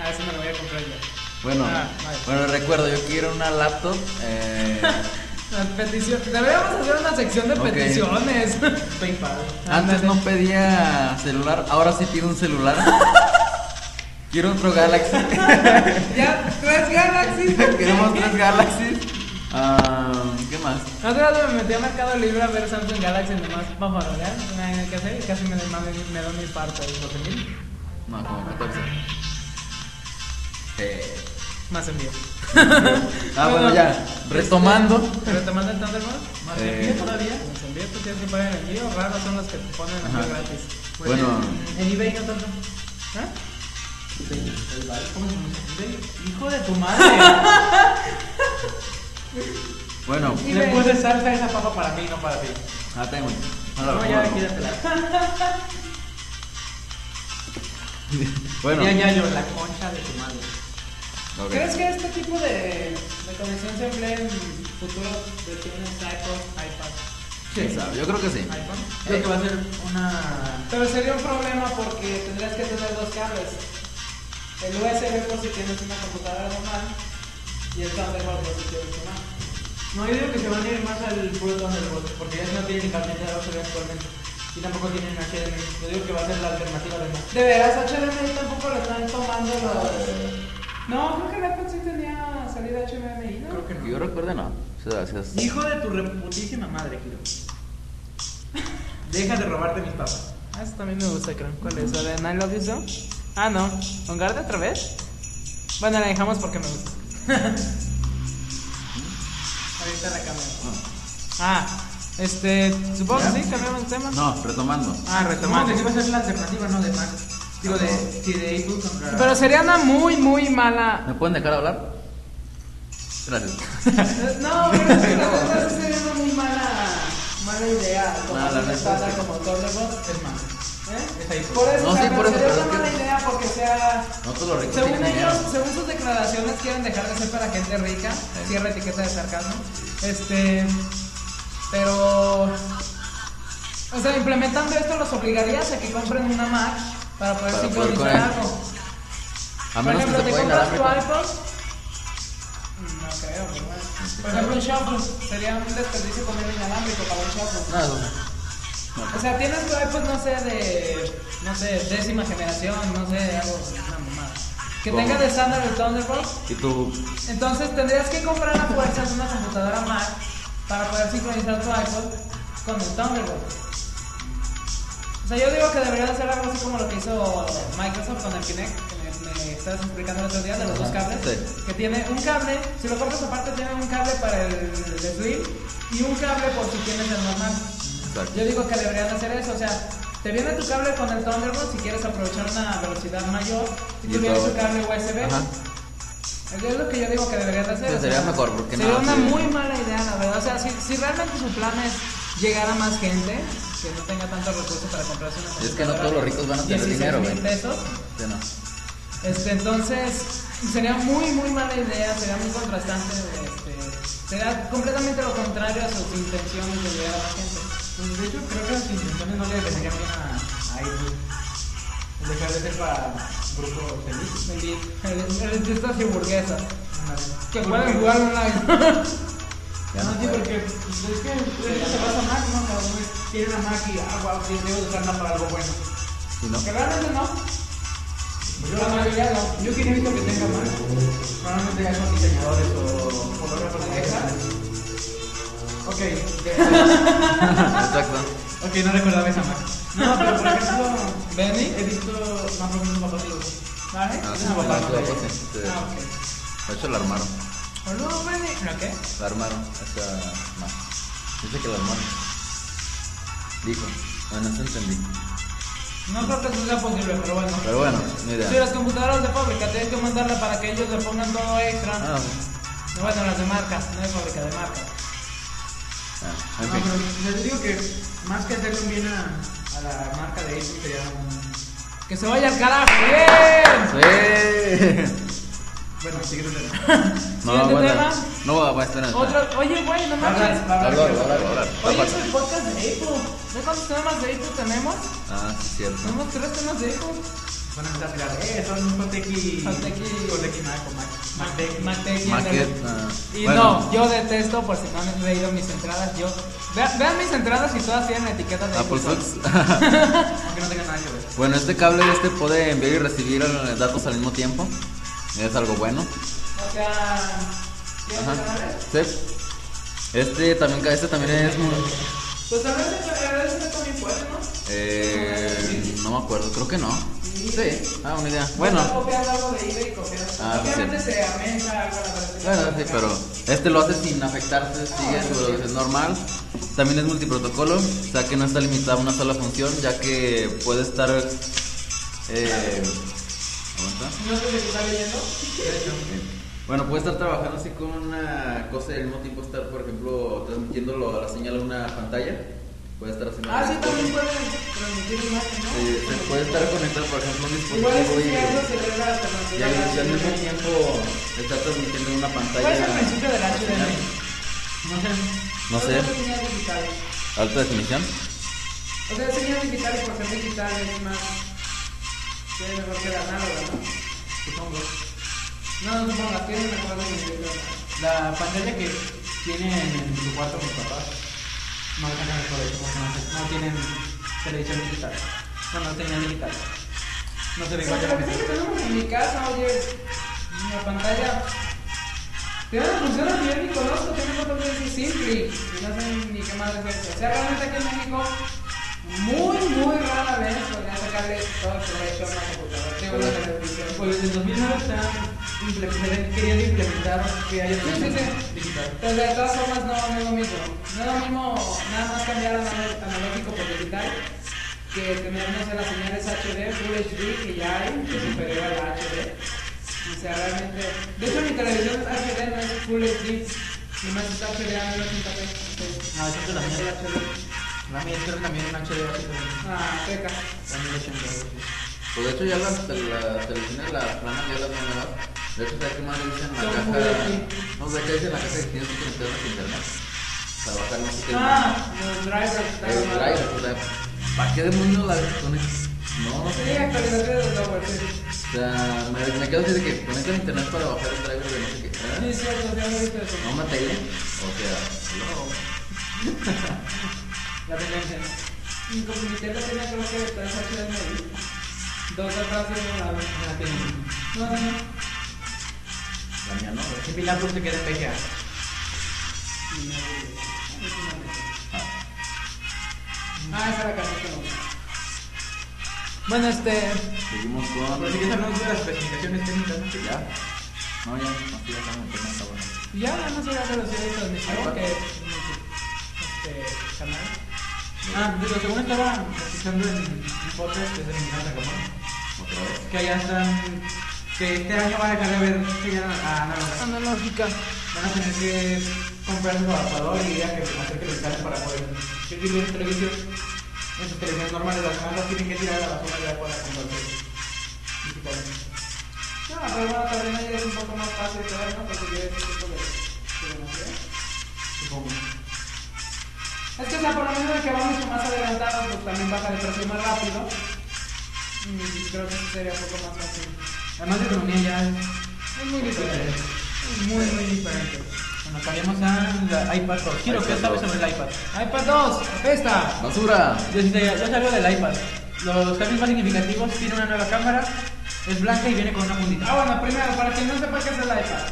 Speaker 2: Ah, eso me lo voy a comprar yo.
Speaker 3: Bueno,
Speaker 2: Ah, vale.
Speaker 3: bueno, recuerdo, yo quiero una laptop. Eh,
Speaker 2: Las peticiones. Deberíamos hacer una sección de
Speaker 3: Ok.
Speaker 2: peticiones.
Speaker 6: PayPal.
Speaker 3: antes no pedía celular, ahora sí pido un celular. Quiero otro Galaxy.
Speaker 2: ya, tres Galaxy.
Speaker 3: Queremos tres Galaxies. Ah, ¿Qué más?
Speaker 2: La otra vez me metí a Mercado Libre a ver Samsung Galaxy nomás para farolear, no tenía nada que hacer y casi me, me, me doy mi parte. ¿Por
Speaker 3: No, como 14. Eh,
Speaker 2: Más envío.
Speaker 3: Ah, bueno, ya. Retomando.
Speaker 2: Retomando el Thunderbolt, más
Speaker 3: Eh.
Speaker 2: envío todavía. Más envío, pues, tú tienes que pagar el envío. Raros son los que te ponen
Speaker 3: Ajá.
Speaker 2: envío gratis.
Speaker 1: Pues
Speaker 3: Bueno.
Speaker 1: en, en eBay no tanto.
Speaker 2: ¿Ah?
Speaker 1: ¿Cómo se llama? eBay. Hijo de tu madre.
Speaker 3: Bueno.
Speaker 2: Le puse salsa a esa papa para mí, no para ti.
Speaker 3: Ah, tengo.
Speaker 1: no, ya quídatela.
Speaker 3: Bueno.
Speaker 1: Ya, ya, yo, la concha de tu madre.
Speaker 3: ok.
Speaker 2: ¿Crees que este tipo de, de conexión se emplea en futuro versiones iPod, iPad,
Speaker 3: ¿Quién sabe? Yo creo que sí.
Speaker 2: iPhone?
Speaker 1: Creo
Speaker 3: Eh.
Speaker 1: que va a ser una.
Speaker 2: Pero sería un problema porque tendrías que tener dos cables. El USB por si tienes una computadora normal y el Thunderbolt por si tienes una.
Speaker 1: No, yo digo que se van a ir más al Pro Thunderbolt, porque ya no tienen ni cable de USB actualmente. Y tampoco tienen HDMI. Yo digo que va a ser la alternativa de más.
Speaker 2: De veras, HDMI tampoco lo están tomando los... No, creo que el iPad sí tenía salida HDMI, ¿no?
Speaker 1: Creo que no.
Speaker 3: Yo recuerdo, no. O sea, o sea,
Speaker 1: Hijo de tu reputísima madre, Giro. Deja de robarte mis papas.
Speaker 2: Ah, eso también me gusta, creo. ¿Cuál es? ¿La de I Love You So? Ah, no. ¿Con Garda otra vez? Bueno, la dejamos porque me gusta. Ahorita la cambiamos. Ah, este. Supongo
Speaker 3: ¿Ya?
Speaker 2: que sí, cambiamos el tema.
Speaker 3: No, retomando.
Speaker 2: Ah, retomando.
Speaker 1: que va a ser la alternativa, no de Mac. Digo, de, si de Apple contra.
Speaker 2: Pero sería una muy, muy mala.
Speaker 3: ¿Me pueden dejar hablar? Gracias.
Speaker 2: No, pero es que la verdad sí sería una muy mala. Mala idea. Como
Speaker 3: No, la neta es
Speaker 2: trata
Speaker 3: que-
Speaker 2: como Thunderbolt.
Speaker 1: Es Mac.
Speaker 2: ¿Eh?
Speaker 1: Es Apple.
Speaker 2: Por eso,
Speaker 3: No,
Speaker 2: o sea,
Speaker 3: sí, por eso,
Speaker 2: sería
Speaker 3: pero
Speaker 2: una
Speaker 3: es que-
Speaker 2: mala idea porque sea.
Speaker 3: Nosotros los ricos
Speaker 2: Según
Speaker 3: tienen
Speaker 2: ellos,
Speaker 3: dinero.
Speaker 2: según sus declaraciones, quieren dejar de ser para gente rica. Cierra etiqueta de sarcasmo. Este. Pero. O sea, implementando esto, los obligarías a que compren una Mac para poder
Speaker 3: Para poder
Speaker 2: sincronizar
Speaker 3: con-
Speaker 2: algo.
Speaker 3: A
Speaker 2: Por
Speaker 3: menos que
Speaker 2: ejemplo,
Speaker 3: se
Speaker 2: ¿te
Speaker 3: pueda
Speaker 2: compras tu
Speaker 3: inalámbrico.
Speaker 2: iPod? No creo, pero bueno. Por ejemplo, un shuffle. Sería un desperdicio poner inalámbrico para un shuffle.
Speaker 3: No, no. Ah.
Speaker 2: O sea, tienes tu iPod, no sé, de. No sé, décima generación, no sé, algo. Una mamada. Que
Speaker 3: ¿Cómo?
Speaker 2: tenga de estándar el Thunderbolt.
Speaker 3: Y tú,
Speaker 2: Entonces tendrías que comprar a fuerzas una computadora Mac para poder sincronizar tu iPod con el Thunderbolt. O sea, yo digo que debería hacer algo así como lo que hizo Microsoft con el Kinect, que me, me estabas explicando el otro día, de los dos cables.
Speaker 3: sí.
Speaker 2: Que tiene un cable, si lo compras aparte, tiene un cable para el, el Slim y un cable por si tienes el normal.
Speaker 3: exacto.
Speaker 2: Yo digo que deberían hacer eso, o sea, te viene tu cable con el Thunderbolt si quieres aprovechar una velocidad mayor y
Speaker 3: Y
Speaker 2: tú vienes
Speaker 3: todo.
Speaker 2: tu cable USB.
Speaker 3: Ajá.
Speaker 2: Es lo que yo digo que deberían de hacer.
Speaker 3: Pues
Speaker 2: o sea,
Speaker 3: sería mejor, porque
Speaker 2: Sería
Speaker 3: no,
Speaker 2: una
Speaker 3: sí.
Speaker 2: muy mala idea, la verdad. O sea, si, si realmente su plan es llegar a más gente que no tenga tantos recursos para comprarse una
Speaker 3: Y es que no todos los ricos van a tener
Speaker 2: 16
Speaker 3: dinero,
Speaker 2: mil
Speaker 3: güey.
Speaker 2: pesos.
Speaker 3: Sí, no.
Speaker 2: Este, entonces, sería muy, muy mala idea, sería muy contrastante. Este, sería completamente lo contrario a sus intenciones de llegar a más gente.
Speaker 1: Pues, de hecho, creo que las intenciones no le vendrían bien a, a Apple. El dejar de ser para grupos felices.
Speaker 2: El, el, el, estas hamburguesas que
Speaker 1: Porque-
Speaker 2: pueden jugar online. Ah,
Speaker 3: Ya
Speaker 1: no,
Speaker 3: no
Speaker 1: sí,
Speaker 3: puede.
Speaker 1: porque pues, es que es que se basa Mac, ¿no? Cada uno tiene una Mac y ah, wow, sí, debo de usarla para algo bueno.
Speaker 3: Si no,
Speaker 2: que realmente no.
Speaker 1: Pues Yo, la mayoría no. Yo quería visto que tenga Mac. Normalmente ya son diseñadores o fotógrafos de Texas. Ok, de-
Speaker 3: exacto.
Speaker 1: ok, no recordaba esa Mac. No, pero por ejemplo,
Speaker 2: Benny.
Speaker 1: he visto más o menos papá digo.
Speaker 2: ¿Vale?
Speaker 3: No, sí,
Speaker 1: Ah,
Speaker 3: no,
Speaker 1: bueno,
Speaker 3: no,
Speaker 1: ok.
Speaker 3: sí, sí.
Speaker 1: Ah, ok. Pues
Speaker 3: De hecho, la armaron.
Speaker 2: Boludo, Benny. ¿Pero qué?
Speaker 3: La armaron. Esa. Mac. Dice que la armaron. Dijo. Bueno, eso entendí.
Speaker 2: No creo que eso sea posible, pero bueno.
Speaker 3: Pero bueno, ni idea.
Speaker 2: Si las computadoras de fábrica tienes que mandarla para que ellos le pongan todo extra.
Speaker 3: Ah, bueno.
Speaker 2: Bueno, las de marca, no de fábrica, de marca.
Speaker 3: Ah,
Speaker 1: No,
Speaker 3: en
Speaker 1: pero
Speaker 3: fin.
Speaker 1: les digo que más que hacerle un bien a, a la marca de Apple sería un...
Speaker 2: Que se vaya al carajo, bien.
Speaker 3: Sí.
Speaker 1: Bueno, sí, creo que
Speaker 3: No,
Speaker 2: Siguiente
Speaker 3: bueno.
Speaker 2: tema.
Speaker 3: No, va a estar en
Speaker 2: Otro, oye, güey, no manches.
Speaker 3: Hablar, hablar, hablar.
Speaker 2: Oye, es el podcast de Apple. ¿Sabes cuántos temas de Apple tenemos?
Speaker 3: Ah, sí, cierto.
Speaker 2: Tenemos tres temas de Apple.
Speaker 1: Bueno, está claro. Eh, son un Cotequi...
Speaker 2: Cotequi-
Speaker 1: Cotequi Mac o Mac. Mac Tech.
Speaker 2: Matec y
Speaker 3: Market.
Speaker 2: Internet.
Speaker 3: ah,
Speaker 2: Y
Speaker 3: bueno.
Speaker 2: no, yo detesto por si no han leído mis entradas. Yo Vea- vean mis entradas y todas tienen etiquetas de
Speaker 3: Apple
Speaker 2: Apple.
Speaker 3: Foods.
Speaker 1: Aunque no tenga nada que ver.
Speaker 3: bueno, este cable este puede enviar y recibir eh, datos al mismo tiempo. Es algo bueno.
Speaker 2: O sea, ¿tienes
Speaker 3: Ajá.
Speaker 2: canales?
Speaker 3: Sí. Este también, este también es muy.
Speaker 2: Pues a veces, a veces también puede, ¿no?
Speaker 3: Eh, no me acuerdo, creo que no. Sí, ah, una idea.
Speaker 1: Bueno.
Speaker 2: copias algo de eBay y copias.
Speaker 3: Ah, sí.
Speaker 2: Obviamente se aumenta algo la versión.
Speaker 3: Bueno, sí, pero este lo hace sin afectarse, sigue su velocidad normal. También es multiprotocolo, o sea que no está limitada a una sola función, ya que puede estar. Eh, ¿aguanta?
Speaker 2: ¿No sé si está leyendo?
Speaker 3: Bueno, puede estar trabajando así con una cosa y al mismo tiempo estar, por ejemplo, transmitiéndolo a la señal a una pantalla. Puede estar haciendo.
Speaker 2: Ah, sí,
Speaker 3: varias
Speaker 2: también
Speaker 3: cosas.
Speaker 2: pueden transmitir imagen, ¿no?
Speaker 3: Eh, se puede estar conectado, por ejemplo, a un
Speaker 2: Igual es
Speaker 3: dispositivo
Speaker 2: que eso
Speaker 3: y,
Speaker 2: se ve la
Speaker 3: y
Speaker 2: alternativa.
Speaker 3: al, y al mismo tiempo está transmitiendo en una pantalla.
Speaker 2: ¿Cuál es el principio del HDMI?
Speaker 3: No sé,
Speaker 2: Son dos líneas digitales.
Speaker 3: alta definición.
Speaker 2: O sea, señal digital y por ser digital es más. Tiene mejor que la análoga, ¿no? Supongo. No, no supongo, tiene mejor que la análoga.
Speaker 1: La pantalla que tienen en su cuarto mis papás no tienen no, tienen televisión digital. Bueno, no tenían digital. No se ve
Speaker 2: Pero
Speaker 1: igual que
Speaker 2: la
Speaker 1: la
Speaker 2: que
Speaker 1: mía.
Speaker 2: tenemos en mi casa, oye, la pantalla. Tiene una función que yo ni conozco, tiene un botón que dice simple y no sé ni qué más es esto. O sea, realmente aquí en México, muy, muy rara vez podría sacarle todo el provecho a una computadora. Tengo una televisión. Pues,
Speaker 1: Pues en 2009 están implementando- querían implementar que haya
Speaker 2: Sí, sí,
Speaker 1: televisión
Speaker 2: sí.
Speaker 1: digital.
Speaker 2: Pero Pues de todas formas, no, no es lo mismo. No es lo mismo nada más cambiar a anal- analógico por digital que tener, no sé, las señales HD, Full HD que ya hay, que es superior a la HD. O sea, realmente. De hecho, mi televisión es HD, no es Full HD. Mi más está HD a 1080p. entonces,
Speaker 1: Ah, yo te la
Speaker 2: es
Speaker 1: mía.
Speaker 2: HD.
Speaker 1: La mía creo que también un HD va a ser también.
Speaker 2: Ah, peca.
Speaker 1: También 82.
Speaker 3: Pues de hecho ya las tel- las televisiones, las planas ya las van a dar. De hecho, ¿sabes qué más le dicen en la
Speaker 2: Son
Speaker 3: caja?
Speaker 2: muy aquí.
Speaker 3: No sé qué dicen en la caja que tienes que conectar a internet. Para bajar no sé qué.
Speaker 2: Ah, los drivers.
Speaker 3: más. El drive, o sea, ¿para qué demonios la conectas? No, no
Speaker 2: Sí,
Speaker 3: sé.
Speaker 2: actualización de los drivers. sí.
Speaker 3: O sea, me, me quedo así de que conecta a internet para bajar el driver de no sé qué.
Speaker 2: Sí,
Speaker 3: ¿Eh?
Speaker 2: es cierto, ya lo viste eso.
Speaker 3: No me atele. O sea, no.
Speaker 1: La tendencia.
Speaker 2: Mi comunitario tenía creo que tres HDMI. Dos atrás y uno al lado.
Speaker 1: La tienen.
Speaker 2: No, no, no.
Speaker 3: La mía no,
Speaker 1: ¿Qué pilar tú te quieres pejear?
Speaker 2: Ah, esa era la canción que no.
Speaker 1: Bueno, este.
Speaker 3: Seguimos con.
Speaker 1: Pero si quieres hablamos de las especificaciones técnicas. ¿no?
Speaker 3: Ya. No, ya. Aquí ya estamos en tema, está bueno.
Speaker 1: Y ya nada más era de los de transmisión que. Este. canal. Ah, de lo segundo estaba escuchando en un podcast que es de mi casa común.
Speaker 3: Otra vez.
Speaker 1: Que allá están. Que este año van a dejar de haber señal a- a analógica. Analógica. Van a tener que comprar su adaptador y ya que hacer que lo instalen para poder. Yo digo en televisión. En sus televisiones normales las cámaras tienen que tirar a la basura ya para convertirse. Digitales.
Speaker 2: No, pero bueno, también ahí es un poco más fácil de ver, ¿no? Porque yo ese tipo de. de
Speaker 1: ¿eh?
Speaker 2: democracia.
Speaker 1: Supongo.
Speaker 2: Es que, o sea, por lo menos el que va mucho más adelantado, pues también baja de precio más rápido. Y creo que eso sería un poco más fácil.
Speaker 1: Además de economía ya es.
Speaker 2: Es muy diferente.
Speaker 1: Muy, muy diferente. Bueno, cambiamos a iPad Pro. Quiero que
Speaker 3: iPad
Speaker 1: sabes
Speaker 3: dos.
Speaker 1: sobre el iPad. iPad 2, esta.
Speaker 3: ¡Basura!
Speaker 1: Yo, sí te- yo salgo del iPad. Los cambios más significativos tiene una nueva cámara, es blanca y viene con una
Speaker 2: Ah,
Speaker 1: puntita.
Speaker 2: bueno, primero, para quien no sepa qué es el iPad.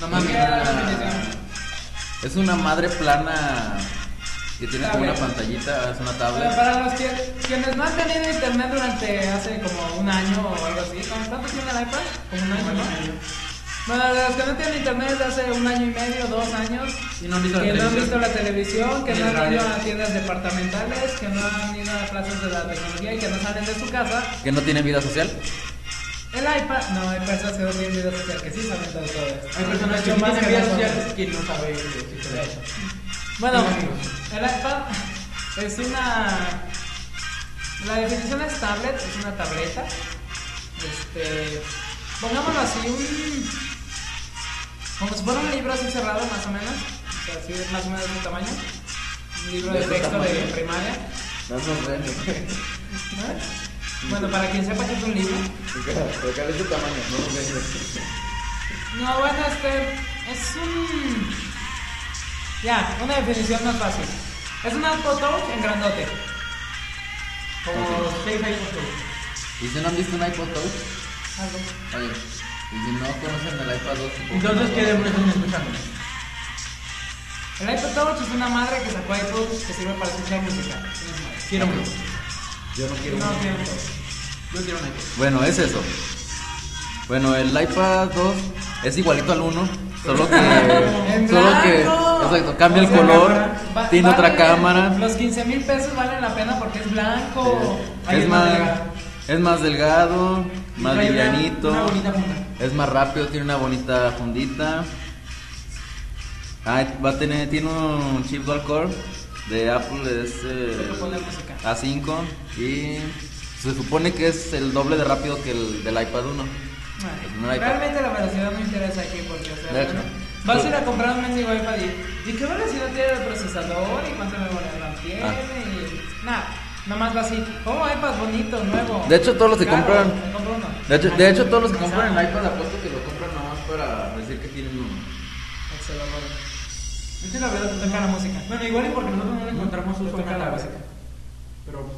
Speaker 1: No
Speaker 3: Es
Speaker 1: mames.
Speaker 2: ¿Qué era la
Speaker 3: una-
Speaker 2: definición?
Speaker 3: Es una madre plana que tiene como una
Speaker 2: Tablet.
Speaker 3: pantallita, es una
Speaker 2: Bueno,
Speaker 3: tablet.
Speaker 2: para los que, quienes no han tenido internet durante hace como un año o algo así, ¿cuánto cuánto tiene el iPad? Como un año, ¿no? Bueno, para los que no tienen internet desde hace un año y medio, dos años,
Speaker 1: Y no han visto la
Speaker 2: que no han
Speaker 1: televisión.
Speaker 2: visto la televisión, que
Speaker 1: Ni
Speaker 2: no
Speaker 1: el
Speaker 2: han ido
Speaker 1: radio.
Speaker 2: a tiendas departamentales, que no han ido a clases de la tecnología y que no salen de su casa,
Speaker 3: Que no tiene vida social.
Speaker 2: el iPad, no, hay personas que no tienen vida social, que sí saben todo esto.
Speaker 1: Hay personas que
Speaker 2: Mucho
Speaker 1: más en redes
Speaker 2: nosotros.
Speaker 1: sociales que no saben que existe la iPad.
Speaker 2: Bueno,
Speaker 1: Amigos.
Speaker 2: el iPad es una. La definición es tablet, es una tableta. Este. Pongámoslo así, un. Como si fuera un libro así cerrado, más o menos. O sea, así es más o menos de tamaño. Un libro de,
Speaker 3: De ese
Speaker 2: texto de
Speaker 3: tamaño.
Speaker 2: primaria.
Speaker 3: No nos ven.
Speaker 2: ¿no? Bueno, para quien sepa que es un libro.
Speaker 3: Acá es tu tamaño, no nos ven.
Speaker 2: No, bueno, este es un. Ya, una definición más fácil. Es un iPod Touch en grandote.
Speaker 1: Como seis iPod Pro.
Speaker 3: ¿Y si no han visto un iPod Touch?
Speaker 2: Algo.
Speaker 3: Oye, y si no conocen el iPod 2,
Speaker 1: Entonces, ¿qué demonios están escuchando?
Speaker 2: El iPod Touch es una madre que sacó iPod que sirve para escuchar música. Es una madre.
Speaker 1: Quiero uno.
Speaker 3: Yo no quiero
Speaker 2: No,
Speaker 3: uno.
Speaker 2: tiempo.
Speaker 1: Yo quiero un iPod.
Speaker 3: Bueno, es eso. Bueno, el iPad 2 es igualito al 1, solo que.
Speaker 2: Eh, En
Speaker 3: solo que.
Speaker 2: blanco.
Speaker 3: Exacto, cambia el
Speaker 2: O sea,
Speaker 3: color,
Speaker 2: va-
Speaker 3: tiene otra
Speaker 2: vale-
Speaker 3: cámara.
Speaker 2: Los 15 mil pesos valen la pena porque es blanco.
Speaker 3: Es,
Speaker 2: Ahí
Speaker 3: más,
Speaker 2: está.
Speaker 3: es más delgado, más
Speaker 1: Trae una-
Speaker 3: villanito.
Speaker 1: Una bonita punta.
Speaker 3: Es más rápido, tiene una bonita fundita. Ah, va a tener, tiene un chip dual core de Apple, es eh,
Speaker 1: Puedo poner música.
Speaker 3: A5 y se supone que es el doble de rápido que el del iPad 1. No hay-
Speaker 2: Realmente la velocidad no interesa aquí porque, o sea,
Speaker 3: De hecho.
Speaker 2: bueno, vas a ir a comprar un mendigo iPad y, ¿y qué velocidad tiene el procesador? ¿Y cuánta memoria tiene?
Speaker 3: Ah.
Speaker 2: Y nada, nomás va así, oh, iPad bonito, nuevo.
Speaker 3: De hecho, todos los que
Speaker 2: Caro,
Speaker 3: compran-
Speaker 2: me compro uno.
Speaker 3: De hecho, de hecho, todos los que compran el
Speaker 2: Exacto.
Speaker 3: iPad apuesto que lo compran nada más para decir que tienen uno.
Speaker 2: Se lo borro. Es que la verdad toca la música.
Speaker 1: Bueno, igual y porque nosotros no le encontramos uso
Speaker 2: Toca
Speaker 1: a
Speaker 2: la
Speaker 1: la
Speaker 2: música.
Speaker 1: Pero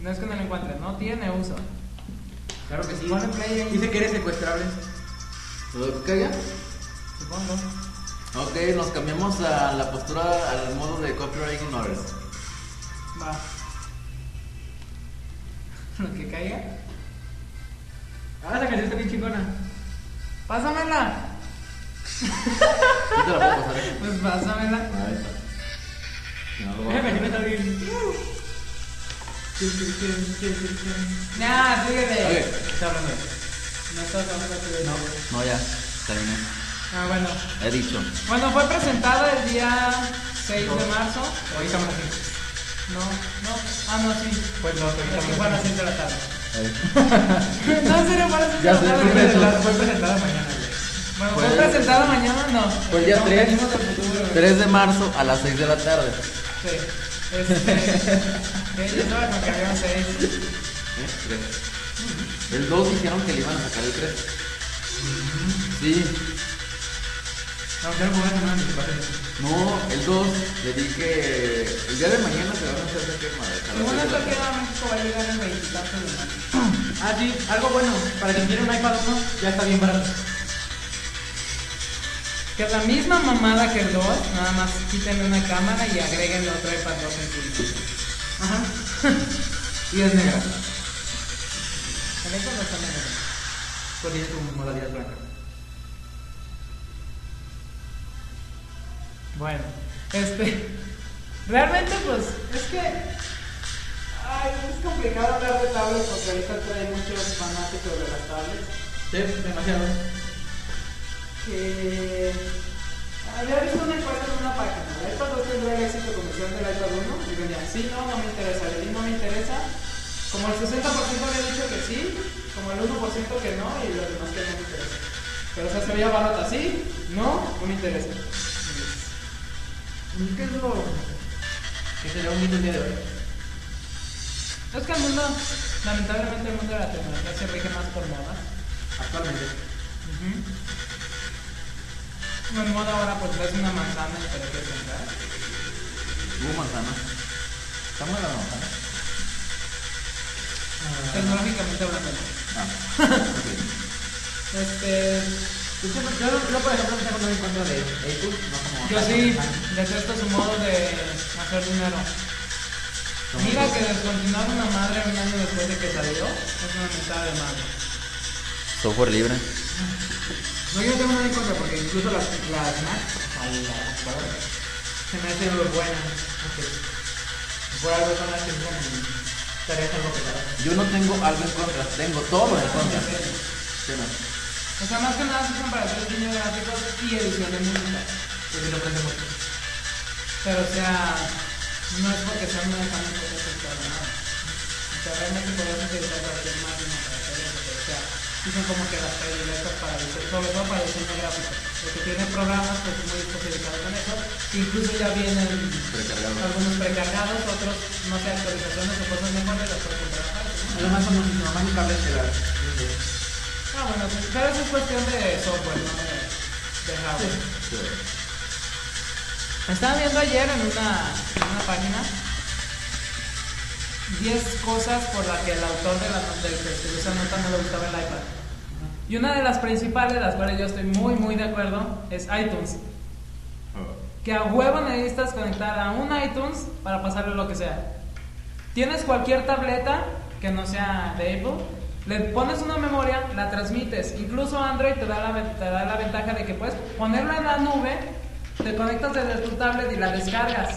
Speaker 2: No es que no lo encuentres, no tiene uso.
Speaker 1: claro que sí.
Speaker 2: Pon en play.
Speaker 1: Dice que eres secuestrable.
Speaker 3: ¿Lo que haya?
Speaker 2: Supongo.
Speaker 3: Ok, nos cambiamos a la postura al modo de copyright ignorance.
Speaker 2: Va. Lo que caiga.
Speaker 1: Ah, la canción está bien chingona.
Speaker 2: Pásamela.
Speaker 3: ¿Sí te la puedo pasar? eh?
Speaker 2: Pues pásamela.
Speaker 3: Ahí está. Si no, lo voy
Speaker 1: Esa
Speaker 3: a-
Speaker 1: canción está bien. Sí, sí, sí, sí, sí, sí.
Speaker 2: Ya, síguele.
Speaker 3: Ok.
Speaker 1: Está hablando.
Speaker 2: No estaba hablando tú de no.
Speaker 3: No, ya, terminé.
Speaker 2: Ah, bueno.
Speaker 3: He dicho.
Speaker 2: Bueno, fue presentada el día 6 de marzo.
Speaker 1: Hoy estamos aquí.
Speaker 2: No, no. Ah, no, sí.
Speaker 1: Pues no,
Speaker 2: Es que
Speaker 1: estamos
Speaker 2: fue a las
Speaker 1: aquí.
Speaker 2: 6 de la tarde.
Speaker 3: Eh,
Speaker 2: No, en serio, fue a las 6 de
Speaker 3: Ya
Speaker 2: la
Speaker 3: sé,
Speaker 2: tarde.
Speaker 3: fue
Speaker 2: Bueno,
Speaker 3: presentada-
Speaker 1: Fue presentada mañana, güey.
Speaker 2: fue
Speaker 3: fue-
Speaker 2: presentada mañana, no.
Speaker 3: Fue el día
Speaker 2: No,
Speaker 3: 3,
Speaker 2: venimos del futuro, güey.
Speaker 3: 3 de marzo a las 6 de la tarde. ¿eh?
Speaker 2: Sí. Este. eh, Yo estaba con que había un 6.
Speaker 3: ¿Eh? Tres. El 2 dijeron que le iban a sacar el 3. Sí,
Speaker 1: No, ya no puedo hacer nada de mi papel.
Speaker 3: no, el 2 le dije que el día de mañana se van a hacer la quema de a las
Speaker 2: Según
Speaker 3: seis de
Speaker 2: esto,
Speaker 3: la
Speaker 2: que
Speaker 3: tarde.
Speaker 2: a México va a llegar el 20 y tanto de marzo.
Speaker 1: Ah, sí, algo bueno. Para quien quiera un iPad 1, ya está bien barato.
Speaker 2: Que es la misma mamada que el 2, nada más quiten una cámara y agreguen otro iPad 2 encima.
Speaker 1: Ajá. Y es negra.
Speaker 2: El iPad 2 también es.
Speaker 1: Pues tiene su modalidad blanca.
Speaker 2: Bueno, este. Realmente, pues, es que. Ay, es complicado hablar de tablets porque ahorita hay muchos fanáticos de las tablets.
Speaker 1: Sí, demasiado.
Speaker 2: Que. Había visto una encuesta en una página. El iPad 2 tendrá el éxito comercial del iPad 1. Y venía, sí, no, no me interesa. Le di, no me interesa. Como el 60% había dicho que sí, como el 1% que no, y los demás que no me interesa. Pero, o sea, se veía barata, sí, no, no me interesa.
Speaker 1: ¿Y ¿Qué es lo que sería un lindo día de hoy?
Speaker 2: Es que el mundo, lamentablemente el mundo de la tecnología se rige más por moda.
Speaker 1: Actualmente.
Speaker 2: En moda ahora pues ves una manzana y te la quieres comprar.
Speaker 3: Hubo manzana. ¿Está buena la manzana?
Speaker 1: Ah.
Speaker 2: Tecnológicamente hablando. no.
Speaker 3: Ah, ok.
Speaker 2: Este,
Speaker 1: Yo, siempre- pues, yo, yo, por ejemplo, tengo nada en contra de Apple, no como.
Speaker 2: yo sí detesto su modo de hacer dinero. Mira que descontinuar una madre un año después de que salió es una mitad de madre.
Speaker 3: Software libre.
Speaker 1: No, yo no tengo nada en contra porque incluso las, las Mac, o sea, las computadoras, se me hacen muy buenas. porque Por algo son las que usan en tareas algo pesadas.
Speaker 3: Yo no tengo algo en contra, tengo todo en contra. Sí, no.
Speaker 2: O sea, más que nada se usan para hacer diseños gráficos y edición de música.
Speaker 1: Porque lo prende mucho.
Speaker 2: Pero o sea, no es porque sean una mecánica que se para nada. O sea, realmente podemos utilizar cualquier máquina para hacer eso, pero o sea, sí son como que las predilectas para diseño, sobre todo para diseño gráfico. Porque tienen programas que son muy especializados con eso, que incluso ya vienen
Speaker 3: Precargado.
Speaker 2: algunos precargados, otros, no sé, actualizaciones o cosas mejores, las puedes comprar aparte, ¿no?
Speaker 1: Además, son muchísimo más cables que las.
Speaker 2: Ah, bueno, pues, pero eso es cuestión de software, no de, de hardware.
Speaker 3: Sí.
Speaker 2: Estaba viendo ayer en una, en una página 10 cosas por las que el autor de la del que escribió esa nota no le gustaba el iPad. Y una de las principales, las cuales yo estoy muy, muy de acuerdo, es iTunes. Que a huevo necesitas conectar a un iTunes para pasarle lo que sea. Tienes cualquier tableta que no sea de Apple Le pones una memoria, la transmites. Incluso Android te da la, ven- te da la ventaja de que puedes ponerla en la nube, te conectas desde tu tablet y la descargas.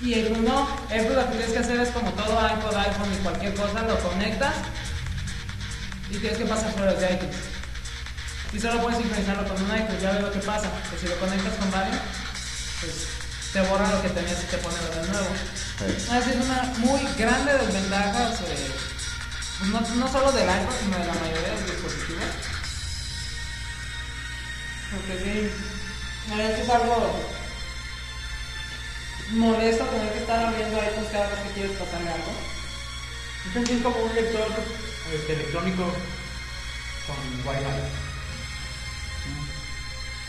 Speaker 2: Y iPhone no. iPhone lo que tienes que hacer es como todo iPod, iPhone y cualquier cosa, lo conectas y tienes que pasar por los de iTunes. Y solo puedes sincronizarlo con un iPhone, ya ve lo que pasa. Que si lo conectas con varios, pues te borra lo que tenías y te pone lo de nuevo. Ah, sí, es una muy grande desventaja, o sea, no, no solo del iPhone, sino de la mayoría de los dispositivos. Porque sí, la verdad es que es algo molesto tener que estar abriendo iTunes cada vez que quieres pasarle algo.
Speaker 1: Entonces es como un lector este, electrónico con Wi-Fi.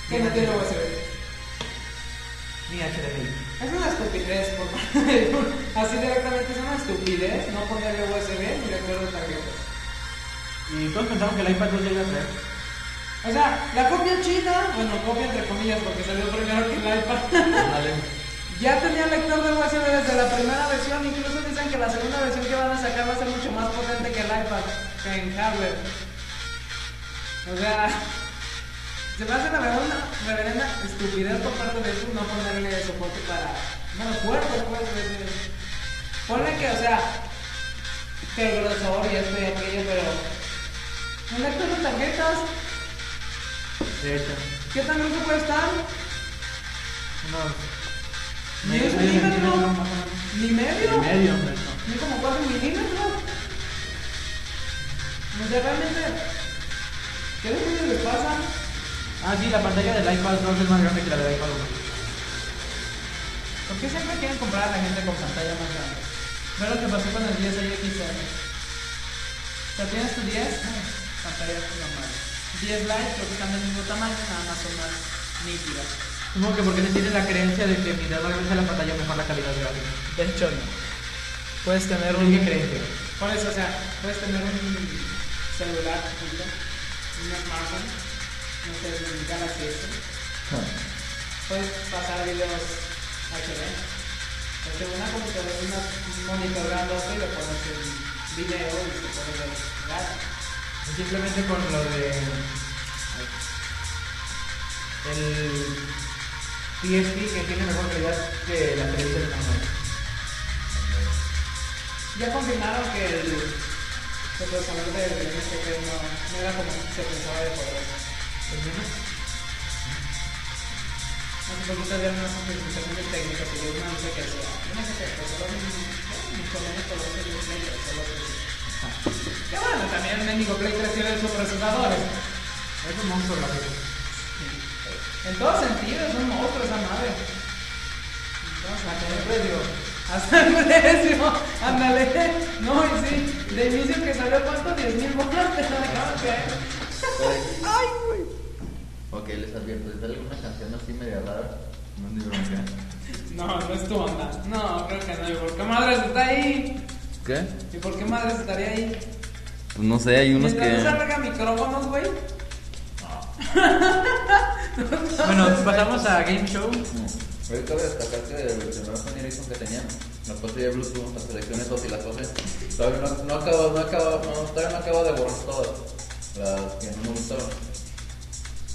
Speaker 2: Que no tiene USB.
Speaker 1: Ni HDMI.
Speaker 2: Es una estupidez, por favor. Así directamente es una estupidez no ponerle USB ni recuerdo tarjetas.
Speaker 1: Y todos pensamos que el iPad no llega a traer.
Speaker 2: O sea, la copia china, bueno, copia entre comillas porque salió primero que el iPad,
Speaker 3: Ándale.
Speaker 2: ya tenía lector de USB desde la primera versión, incluso dicen que la segunda versión que van a sacar va a ser mucho más potente que el iPad, que en hardware. O sea, se me hace la reverenda, reverenda estupidez por parte de Apple no ponerle soporte para... No, fuerte, pues, de- de- ponle que, o sea, que el grosor y esto y aquello, pero... Un lector de tarjetas...
Speaker 1: De hecho,
Speaker 2: ¿Qué tan grueso puede estar?
Speaker 1: unos.
Speaker 2: Ni un
Speaker 1: medio
Speaker 2: milímetro.
Speaker 1: más o menos.
Speaker 2: Ni medio.
Speaker 1: Y medio, de hecho.
Speaker 2: Ni como 4 milímetros. O sea, realmente. ¿Qué demonios les pasa?
Speaker 1: Ah, sí, la pantalla del iPad 2 es más grande que la del iPad 1.
Speaker 2: ¿Por qué siempre quieren comprar a la gente con pantalla más grande? Ve lo que pasó con el 10 XR. ¿eh? O sea, tienes tu 10, pantalla normal. 10 Lite, creo que están del mismo tamaño, nada más son más nítidas.
Speaker 1: Supongo que porque no tienen la creencia de que mientras más grande sea la pantalla, mejor la calidad gráfica.
Speaker 2: De hecho, no. Puedes tener
Speaker 1: ¿Qué creencia?
Speaker 2: Por eso, o sea, puedes tener un celular, por ejemplo, un smartphone, no sé, un Galaxy S. Puedes pasar videos HD. Porque una computadora una monitor grandote y le pones el video y se puede ver. ¿verdad?
Speaker 1: Simplemente con lo de. El PSP que tiene mejor calidad que la televisión normal.
Speaker 2: Ya confirmaron que el, el procesador del MSP no, no era como se pensaba de poderoso.
Speaker 1: ¿El mismo?
Speaker 2: Hace poquito dieron una certificación de técnicos y pues, yo no sé qué hacía. Yo no sé qué, pero solo un mucho menos por los que yo sé, yo solo que sí. Qué bueno, también el mendigo Play 3 tiene sus procesadores.
Speaker 1: Es un monstruo gráfico.
Speaker 2: En todos sentidos, son monstruos esa madre. Entonces, hasta el precio. Hasta el precio, ándale. No, y sí, de inicio que salió cuánto, 10 mil bolas, te lo dejaron caer. Ay, güey.
Speaker 3: Ok, les advierto, si sale alguna canción así media rara, no es ni bronca.
Speaker 2: No, no es tu onda. No, creo que no. ¿Y por qué madres está ahí?
Speaker 3: ¿Qué?
Speaker 2: ¿Y por qué madres estaría ahí?
Speaker 3: Pues no sé, hay unos
Speaker 2: Mientras no se
Speaker 3: que.
Speaker 2: arreglan micrófonos, güey.
Speaker 1: Bueno, pasamos a Game Show.
Speaker 3: Hoy cabe destacar que el primer Sony Ericsson que tenía, la cosa de Bluetooth, las selecciones OS y las OS, todavía no, no acabo, no acabo, no, todavía no acabo de borrar todas las que no me gustaron.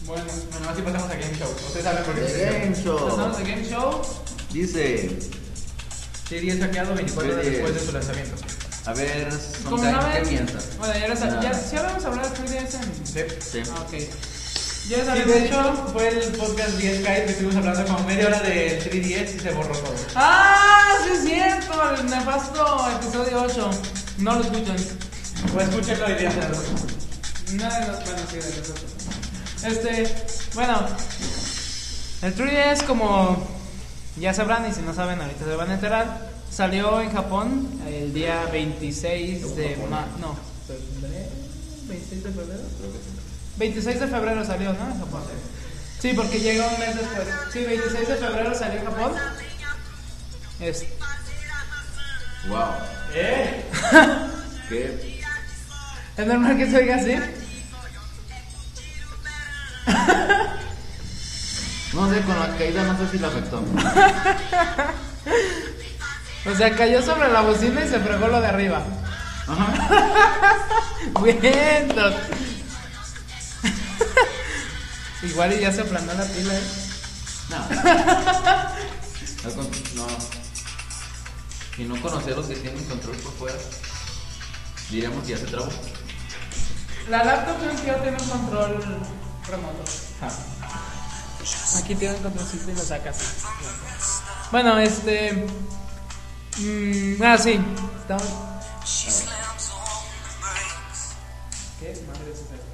Speaker 2: Bueno,
Speaker 1: Bueno, así pasamos a Game Show. Ustedes saben por qué.
Speaker 3: The Game
Speaker 2: pasamos
Speaker 3: Show
Speaker 2: al game show.
Speaker 3: dice,
Speaker 1: Sería saqueado 24 horas
Speaker 3: Sí.
Speaker 1: después de su lanzamiento.
Speaker 3: a ver,
Speaker 2: Como
Speaker 3: Sometime, ¿qué
Speaker 2: saben,
Speaker 3: piensas?
Speaker 2: bueno, ya, lo sab-
Speaker 3: Ah.
Speaker 2: ya, ya habíamos hablado de 3DS en.
Speaker 1: Sí.
Speaker 3: Sí.
Speaker 2: Ah, ok. Ya les
Speaker 1: Sí,
Speaker 2: habíamos
Speaker 1: de
Speaker 2: dicho.
Speaker 1: hecho, fue el podcast 10K que estuvimos hablando como media hora del 3DS y se borró todo.
Speaker 2: ¡Ah! Sí, es cierto, el nefasto episodio 8. No lo escuchan.
Speaker 1: Pues escúchenlo y díganlo.
Speaker 2: Nada de los buenos sí, de los otros. Este, bueno. El 3DS, como ya sabrán, y si no saben, ahorita se van a enterar. Salió en Japón el día 26 de ma No, febrero. 26 de febrero. 26 de febrero salió, ¿no? En Japón. Sí, porque llega un mes después. Sí, 26 de febrero salió en Japón. Es-
Speaker 3: Wow,
Speaker 1: ¿Eh?
Speaker 3: qué
Speaker 2: ¿Es normal que se oiga así?
Speaker 3: no sé, con la caída no sé si la afectó.
Speaker 2: O sea, cayó sobre la bocina y se fregó lo de arriba.
Speaker 7: Bien, Dot. Igual y ya se aplanó la pila, ¿eh?
Speaker 3: No. No con- No. Si no conocía los que tienen control por fuera, diríamos que ya se trabó.
Speaker 2: La laptop no quiero tener un control remoto.
Speaker 7: Aquí tienes controlcito y lo sacas. Bueno, este. mm, ah, sí. Estamos-
Speaker 2: ¿Qué madre es esa?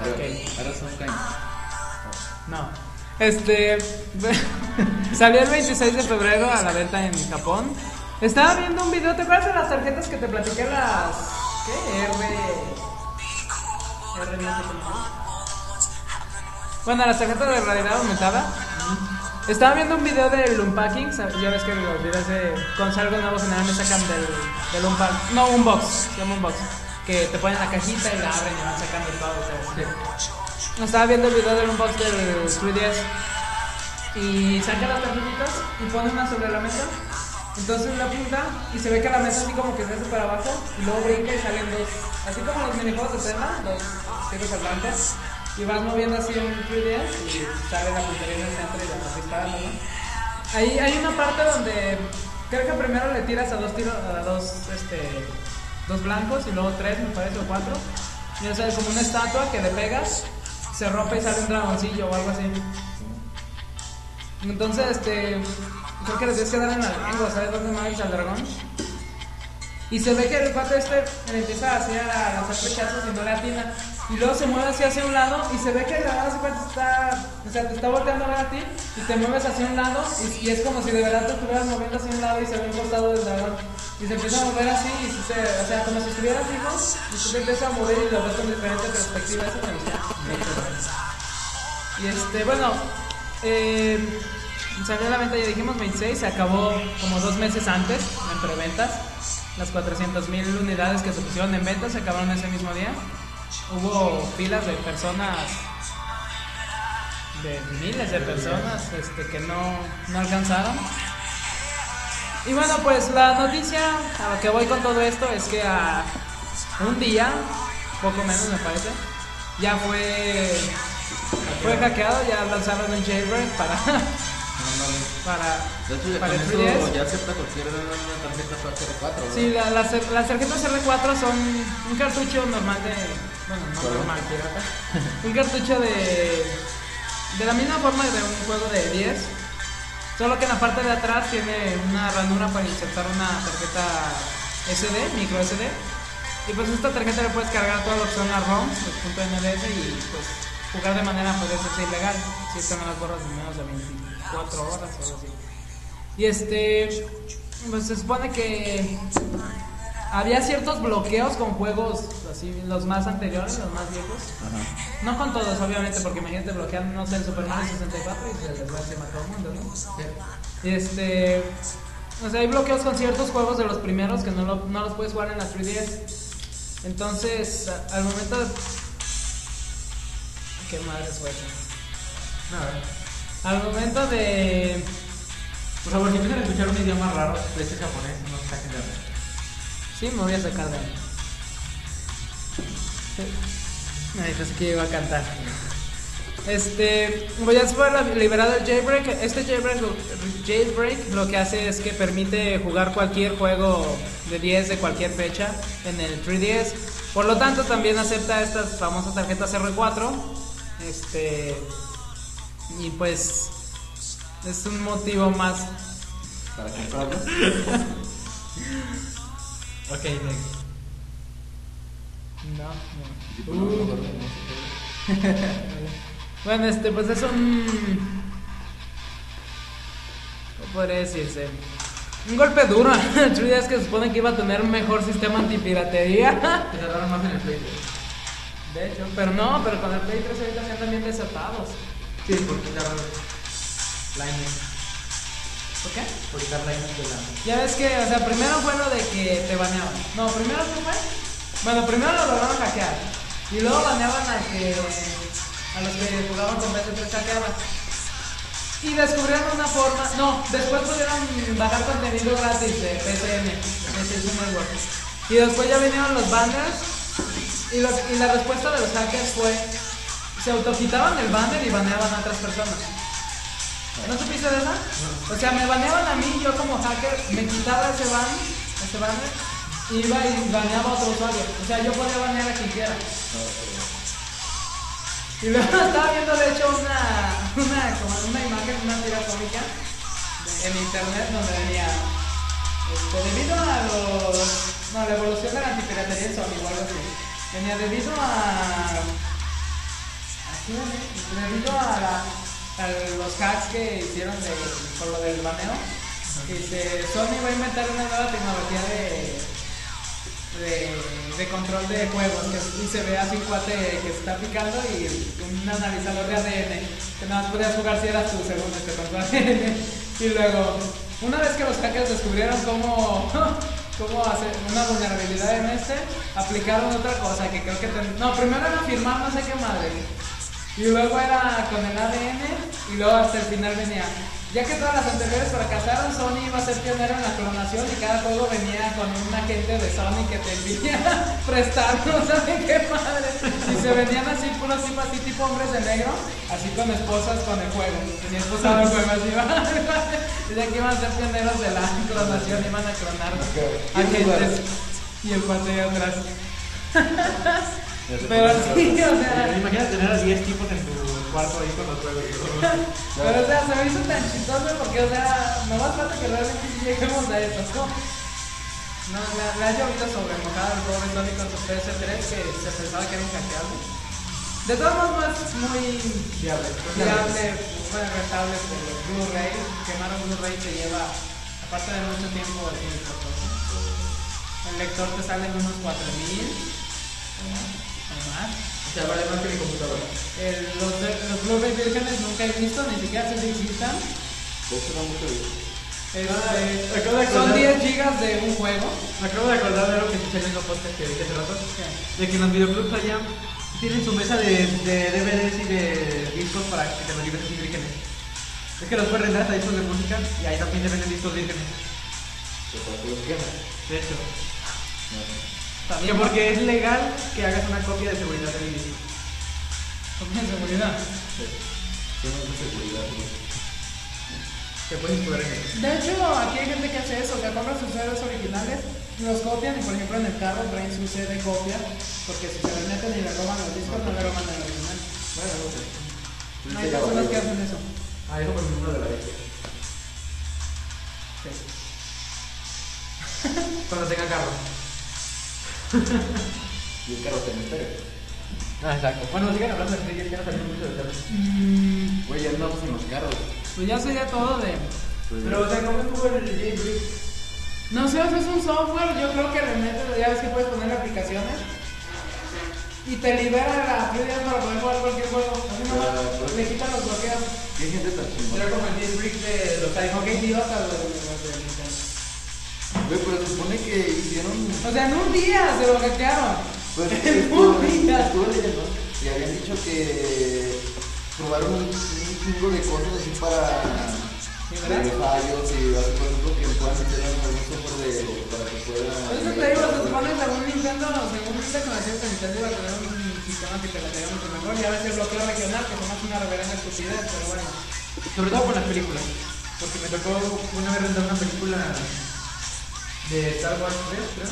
Speaker 3: Ahora-
Speaker 7: Ok.
Speaker 3: Ahora son cañas.
Speaker 7: No. Este. salió el 26 de febrero a la venta en Japón. Estaba viendo un video, ¿te acuerdas de las tarjetas que te platiqué las. ¿Qué? R. R no sé cómo se llama. Bueno, las tarjetas de realidad aumentada. Estaba viendo un video del unpacking. ¿sabes? Ya ves que los videos de. Con algo nuevo generalmente sacan del. del unpack. No, un box. Se llama un box. Que te ponen la cajita y la abren y van sacando todo. o sea, estaba viendo el video del unbox del 3DS y saca las tarjetitas y pone una sobre la mesa.
Speaker 2: Entonces la apunta y se ve que la mesa así como que se hace para abajo y luego brinca y salen dos. Así como los minijuegos de Zelda, los tiros hablantes. Y vas moviendo así en 3DS y sale la puntería en el centro y la vas disparando, ¿no? Ahí hay una parte donde creo que primero le tiras a dos tiros, a dos, este, dos blancos y luego tres, me parece, o cuatro. Y eso es como una estatua que le pegas, se rompe y sale un dragoncillo o algo así. Entonces, este, creo que le tienes que dar en la lengua, ¿sabes dónde más al dragón? Y se ve que el cuate este le empieza así a lanzar flechazos y no le atina. Y luego se mueve así hacia un lado y se ve que el dragón así te está, o sea, te está volteando a ver a ti y te mueves hacia un lado y, y es como si de verdad te estuvieras moviendo hacia un lado y se ve un costado del dragón. Y se empieza a mover así, y se, o sea, como si estuvieras fijo y tú te empiezas a mover y lo ves con diferente perspectiva. Eso me gusta. Y este, bueno, eh, salió a la venta, ya dijimos 26, se acabó como dos meses antes en preventas. Las 400.000 unidades que se pusieron en venta se acabaron ese mismo día. Hubo filas de personas, de miles de personas este, que no, no alcanzaron. Y bueno, pues la noticia a la que voy con todo esto es que a un día, poco menos me parece, ya fue fue hackeado, ya lanzaron un jailbreak para para
Speaker 3: De hecho,
Speaker 2: para
Speaker 3: con
Speaker 2: el
Speaker 3: esto
Speaker 2: 3DS.
Speaker 3: ya acepta cualquier tarjeta para hacer 4
Speaker 2: Sí, la- las, las tarjetas R4 son un cartucho normal de. Bueno, no normal, pirata. Un cartucho de. De la misma forma de un juego de 10. Solo que en la parte de atrás tiene una ranura para insertar una tarjeta SD, micro SD. Y pues esta tarjeta le puedes cargar todo lo que son las ROMs, los puntos NDS y pues jugar de manera pues eso es ilegal. Si están las borras en menos de 24 horas o algo así. Y este, pues se supone que había ciertos bloqueos con juegos así, los más anteriores, los más viejos. No con todos, obviamente, porque imagínate bloquear, no sé, el Super Mario 64 y se les va encima a todo el mundo, ¿no? Y este, o sea, hay bloqueos con ciertos juegos de los primeros que no, lo- no los puedes jugar en las 3DS. Entonces, a- al momento... Qué madre fue eso? Nada. Al momento de...
Speaker 1: Por favor, si empiezan a escuchar un idioma raro, de ese japonés, no saquen de la red.
Speaker 2: Sí, me voy a sacar de ahí. Ay, pensé que iba a cantar. Este, voy a fue la- liberado el jailbreak. Este jailbreak lo, jailbreak lo que hace es que permite jugar cualquier juego de 10 de cualquier fecha en el 3DS. Por lo tanto, también acepta estas famosas tarjetas R4. Este, y pues es un motivo más.
Speaker 3: para comprarlo.
Speaker 1: Ok, next.
Speaker 2: No, no.
Speaker 3: Y por lo menos
Speaker 1: Uh.
Speaker 3: lo guardo, ¿no?
Speaker 2: Bueno, este, pues es un. ¿Cómo podría decirse? Un golpe duro. Chudas que se supone que iba a tener un mejor sistema antipiratería.
Speaker 1: Te tardaron más en el Facebook.
Speaker 2: De hecho, pero no, pero con el Play 3 ahorita se andan bien desatados.
Speaker 1: Sí, por quitar Line.
Speaker 2: ¿Por qué?
Speaker 1: Por quitar Line de la.
Speaker 2: Ya ves que, o sea, primero fue lo de que te baneaban. No, primero qué fue. Bueno, primero lo lograron hackear. Y luego baneaban a que. a los que jugaban con PS3 hackeadas. Y descubrieron una forma. No, después pudieron bajar contenido gratis de PCM, de Cisco Network. Y después ya vinieron los banners. Y, lo- y la respuesta de los hackers fue: se autoquitaban el banner y baneaban a otras personas. ¿No supiste de esa? O sea, me baneaban a mí, yo como hacker, me quitaba ese ban, ese banner, iba y baneaba a otro usuario. O sea, yo podía banear a quien quiera. Y luego estaba viendo de hecho una, una, como una imagen, una tira cómica de- en internet donde venía este, debido a los. No, la evolución de la antipiratería en Sony o algo así. Venía debido a Sí, Debido a, la- a los hacks que hicieron de, por lo del baneo, este, Sony va a inventar una nueva tecnología de, de, de control de juegos. Que, es- y se ve así un cuate que se está picando y un analizador de ADN. Que nada más podías jugar si eras tú según este control. y luego, una vez que los hackers descubrieron cómo. cómo hacer una vulnerabilidad en este, aplicaron otra cosa que creo que... ten- No, primero era firmar no sé qué madre. Y luego era con el ADN y luego hasta el final venía. Ya que todas las anteriores fracasaron, Sony iba a ser pionero en la clonación y cada juego venía con un agente de Sony que te envía prestar, no sabe qué madre. Y se vendían así, puros tipo así, tipo hombres de negro, así con esposas con el juego. Y mi esposa no juego así, madre, madre. Y de aquí iban a ser pioneros de la clonación, iban a clonar agentes. Y el cuate de atrás. Pero sí, o sea.
Speaker 1: Eh,
Speaker 8: Imagina tener a 10 tipos en tu cuarto ahí con los juegos.
Speaker 2: Pero, o sea, se me hizo tan chistoso porque, o sea, no más falta que realmente sí lleguemos a eso. No, no la, la llovita sobre mojada el pobre Sony con su PS3 que se pensaba que era un hackeable. De todos modos, no es muy
Speaker 1: Fiable.
Speaker 2: fiable, muy rentable por el Blu-ray. Quemar un Blu-ray te lleva, aparte de mucho tiempo, es muy costoso. El lector te sale en unos 4000 o más.
Speaker 1: O sea, vale más que mi computadora.
Speaker 2: El- los los Blu-ray vírgenes nunca he visto, ni siquiera sé si existan. Este,
Speaker 1: Acabo de
Speaker 2: son
Speaker 1: acordar-
Speaker 2: 10 gigas de un juego.
Speaker 1: Me acabo de acordar de algo que escuché en el podcast que dije hace rato. De que en los videoclubs allá tienen su mesa de, de DVDs y de discos para que te los lleves así vírgenes. Es que los puedes rentar hasta discos de música y ahí también te venden discos vírgenes. De hecho. Que porque es legal que hagas una copia de seguridad del disco.
Speaker 2: Con seguridad.
Speaker 1: Te puedes jugar en él.
Speaker 2: De hecho, aquí hay gente que hace eso, que compra sus CDs originales, los copian y por ejemplo en el carro traen su CD copia, porque si se le meten y le roban los discos, no le roban el original.
Speaker 1: Bueno, no sé.
Speaker 2: No hay personas que hacen eso.
Speaker 1: Ah, eso por el número de la vez. Cuando tenga carro.
Speaker 3: Y el carro te misterio.
Speaker 1: Ah, exacto. Bueno, sigan hablando de que ya no salimos mucho de tema.
Speaker 2: Mm,
Speaker 3: Güey, ya andamos en los carros. Pues,
Speaker 2: pues ya sería todo de...
Speaker 1: Pero, o sea, ¿cómo estuvo el James Wick?
Speaker 2: No sé, o sea, es un software, yo creo que le metes, ya ves que puedes poner aplicaciones. Y te libera la fluidez para poder jugar cualquier juego. Así nomás le quitan los bloqueos.
Speaker 3: ¿Qué gente tan
Speaker 1: Era
Speaker 3: chingona?
Speaker 1: como el James Wick de los
Speaker 2: Dijo
Speaker 1: iPhones.
Speaker 2: que idiota, güey, los de Nintendo.
Speaker 3: Güey, pero se supone que hicieron.
Speaker 2: O sea, en un día se lo hackearon.
Speaker 3: Pues,
Speaker 2: en
Speaker 3: estuve,
Speaker 2: un día.
Speaker 3: estuve leyendo y habían dicho que probaron un, un chingo de cosas así para
Speaker 2: ¿Liberar?
Speaker 3: de fallos y así por ejemplo que puedan meter en algún software de, para que
Speaker 2: Por eso
Speaker 3: puedan.
Speaker 2: te digo, se supone según Nintendo, según esta conexión que Nintendo iba a tener un sistema que te la tenía mucho mejor. Ya ves el bloqueo regional, que nomás una reverenda estupidez, pero bueno.
Speaker 1: Sobre todo con las películas. Porque me tocó una vez rentar una película de Star Wars 3, creo.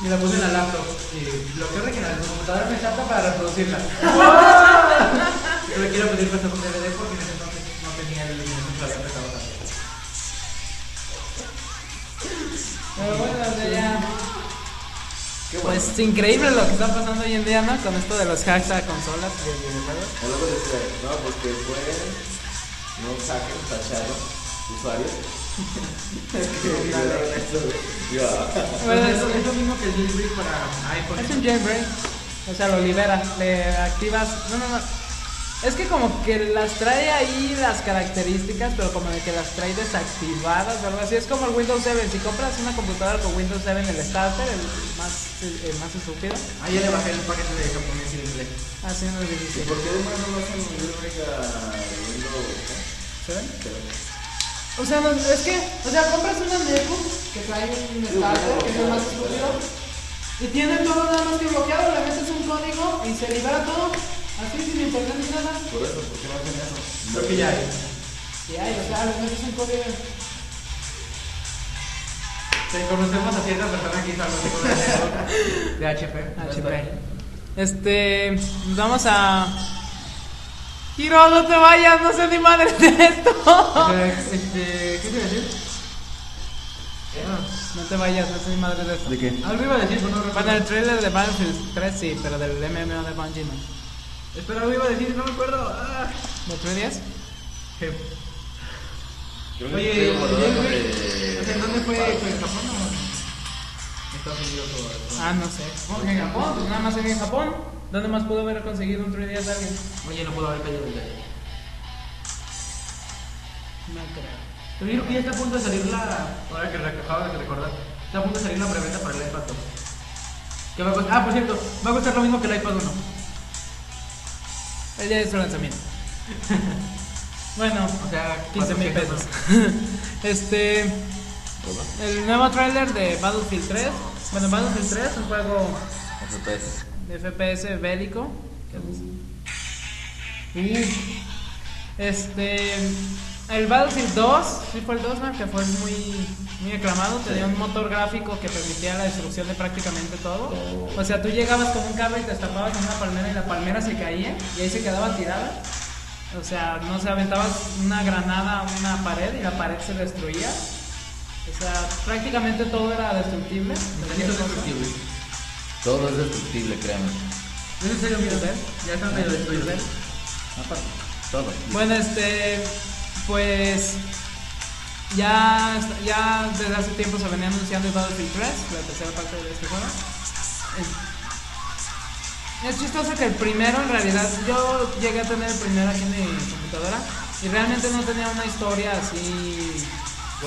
Speaker 1: Y la puse en la laptop. Y bloqueó regional. Mi computadora me salta para reproducirla. Yo le quiero pedir paso con DVD porque en ese entonces no tenía el dinero que había prestado también.
Speaker 2: Pero bueno, o sea, ya. Pues increíble lo que está pasando hoy en día, ¿no? Con esto de los hacks a consolas y videojuegos.
Speaker 3: O luego decía, no, pues que pueden, no saquen tachados usuarios. Yo, ah,
Speaker 2: Bueno,
Speaker 1: Pues eso
Speaker 2: es-
Speaker 1: es lo mismo que el jailbreak para iPhone.
Speaker 2: Es un jailbreak. O sea, lo liberas, le activas. No, no, no. Es que como que las trae ahí las características, pero como de que las trae desactivadas o algo así. Es como el Windows 7. Si compras una computadora con Windows 7, el starter, el más, el más estúpido,
Speaker 1: Ah, ya le bajé el paquete de japonés y de inglés.
Speaker 2: así no es
Speaker 3: ¿y
Speaker 2: difícil.
Speaker 3: por qué además no lo hacen un Windows?
Speaker 2: ¿Se ven?
Speaker 5: O sea, no- es que, o sea, compras una MacBook que trae un starter, que es el más exclusivo, y tiene todo nada más que bloqueado, le metes un código y se libera todo, así sin importar ni nada.
Speaker 3: Por eso, ¿por qué no hacen eso?
Speaker 1: Creo que ya hay.
Speaker 5: Y ahí, o sea, le metes un código.
Speaker 6: Te conocemos a cierta persona que hizo algo así con el- de HP.
Speaker 2: HP. Este, nos vamos a. Giro, no te vayas, no sé ni madre de esto.
Speaker 1: Ah,
Speaker 6: Eh, Este, ¿Qué te iba a decir?
Speaker 1: Ah,
Speaker 2: No te vayas, no sé ni madre de esto.
Speaker 3: ¿De qué?
Speaker 6: Algo iba a decir, pero no
Speaker 2: Bueno, el
Speaker 6: recuerdo.
Speaker 2: trailer de Battlefield 3 sí, pero del MMO de Bungie no.
Speaker 6: Espera, algo iba a decir, no me acuerdo. Ah.
Speaker 2: ¿De 3
Speaker 3: Creo
Speaker 6: Oye,
Speaker 3: que estoy guardado
Speaker 6: ¿y el
Speaker 3: con
Speaker 6: güey?
Speaker 3: el-
Speaker 6: O sea, ¿en ¿dónde fue? ¿Fue en Japón o Estados Unidos o
Speaker 2: Ah, no sé.
Speaker 6: Supongo que en Japón, pues nada más en
Speaker 2: ¿En Japón? ¿Dónde más pudo haber conseguido un 3 días alguien?
Speaker 6: Oye, no puedo haber caído el detalle.
Speaker 2: No creo.
Speaker 6: Te digo que ya está a punto de salir la. Ahora que recordaba que recordar. Está a punto de salir la preventa para el iPad 2. Que va a costar- Ah, por cierto, va a costar lo mismo que el iPad 1.
Speaker 2: El día de su lanzamiento. bueno,
Speaker 6: O sea,
Speaker 2: 15 mil
Speaker 6: 400
Speaker 2: pesos. este. El nuevo trailer de Battlefield 3. Bueno, Battlefield 3 es un juego
Speaker 3: FPS.
Speaker 2: de FPS bélico. Este. El Battlefield 2, sí fue el 2, ¿no? Que fue muy, muy aclamado. Tenía un motor gráfico que permitía la destrucción de prácticamente todo.
Speaker 6: Oh.
Speaker 2: O sea, tú llegabas con un cable y te estapabas con una palmera y la palmera se caía y ahí se quedaba tirada. O sea, no se aventabas una granada a una pared y la pared se destruía. O sea, prácticamente todo era destructible.
Speaker 6: Eso es destructible.
Speaker 3: Todo es destructible, créanme.
Speaker 6: ¿Es en serio, mira? Ya están medio
Speaker 2: Ah.
Speaker 6: destruidos.
Speaker 3: Aparte, todo.
Speaker 2: Bueno, este, pues ya, ya desde hace tiempo se venía anunciando el Battlefield 3, la tercera parte de este juego. Es, es chistoso que el primero, en realidad, yo llegué a tener el primero aquí en mi computadora y realmente no tenía una historia así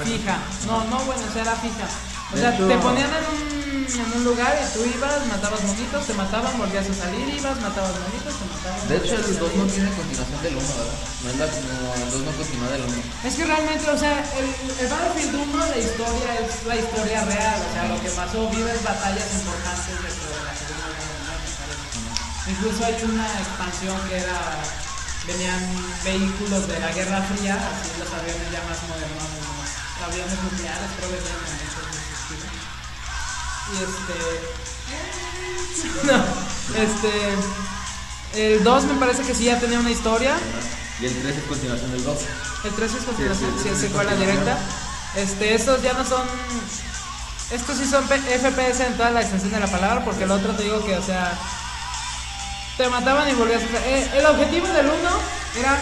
Speaker 2: fija. No, no, bueno, o sea, era fija. O
Speaker 3: De
Speaker 2: sea,
Speaker 3: hecho-
Speaker 2: te ponían en un, en un lugar y tú ibas, matabas monitos, te mataban, volvías a salir, ibas, matabas monitos, te mataban.
Speaker 3: De hecho,
Speaker 2: volvías a
Speaker 3: el 2
Speaker 2: salir.
Speaker 3: no tiene continuación del 1, ¿verdad? No es la, no, el 2 no continúa del 1.
Speaker 2: Es que realmente, o sea, el, el Battlefield 1, la historia es la historia real, o sea, lo que pasó, vives batallas importantes dentro de la Segunda Guerra Mundial, me parece. Incluso hay una expansión que era, venían vehículos de la Guerra Fría, así los aviones ya más modernos, los aviones nucleares, creo que venían en esos de ese estilo. Y este... No, este... El 2 me parece que sí ya tenía una historia.
Speaker 3: Y el 3 es continuación del 2.
Speaker 2: El 3 es continuación, si es secuela directa. Este, estos ya no son. Estos sí son P- FPS en toda la extensión de la palabra, porque el otro te digo que, o sea. Te mataban y volvías a. eh, el objetivo del 1 era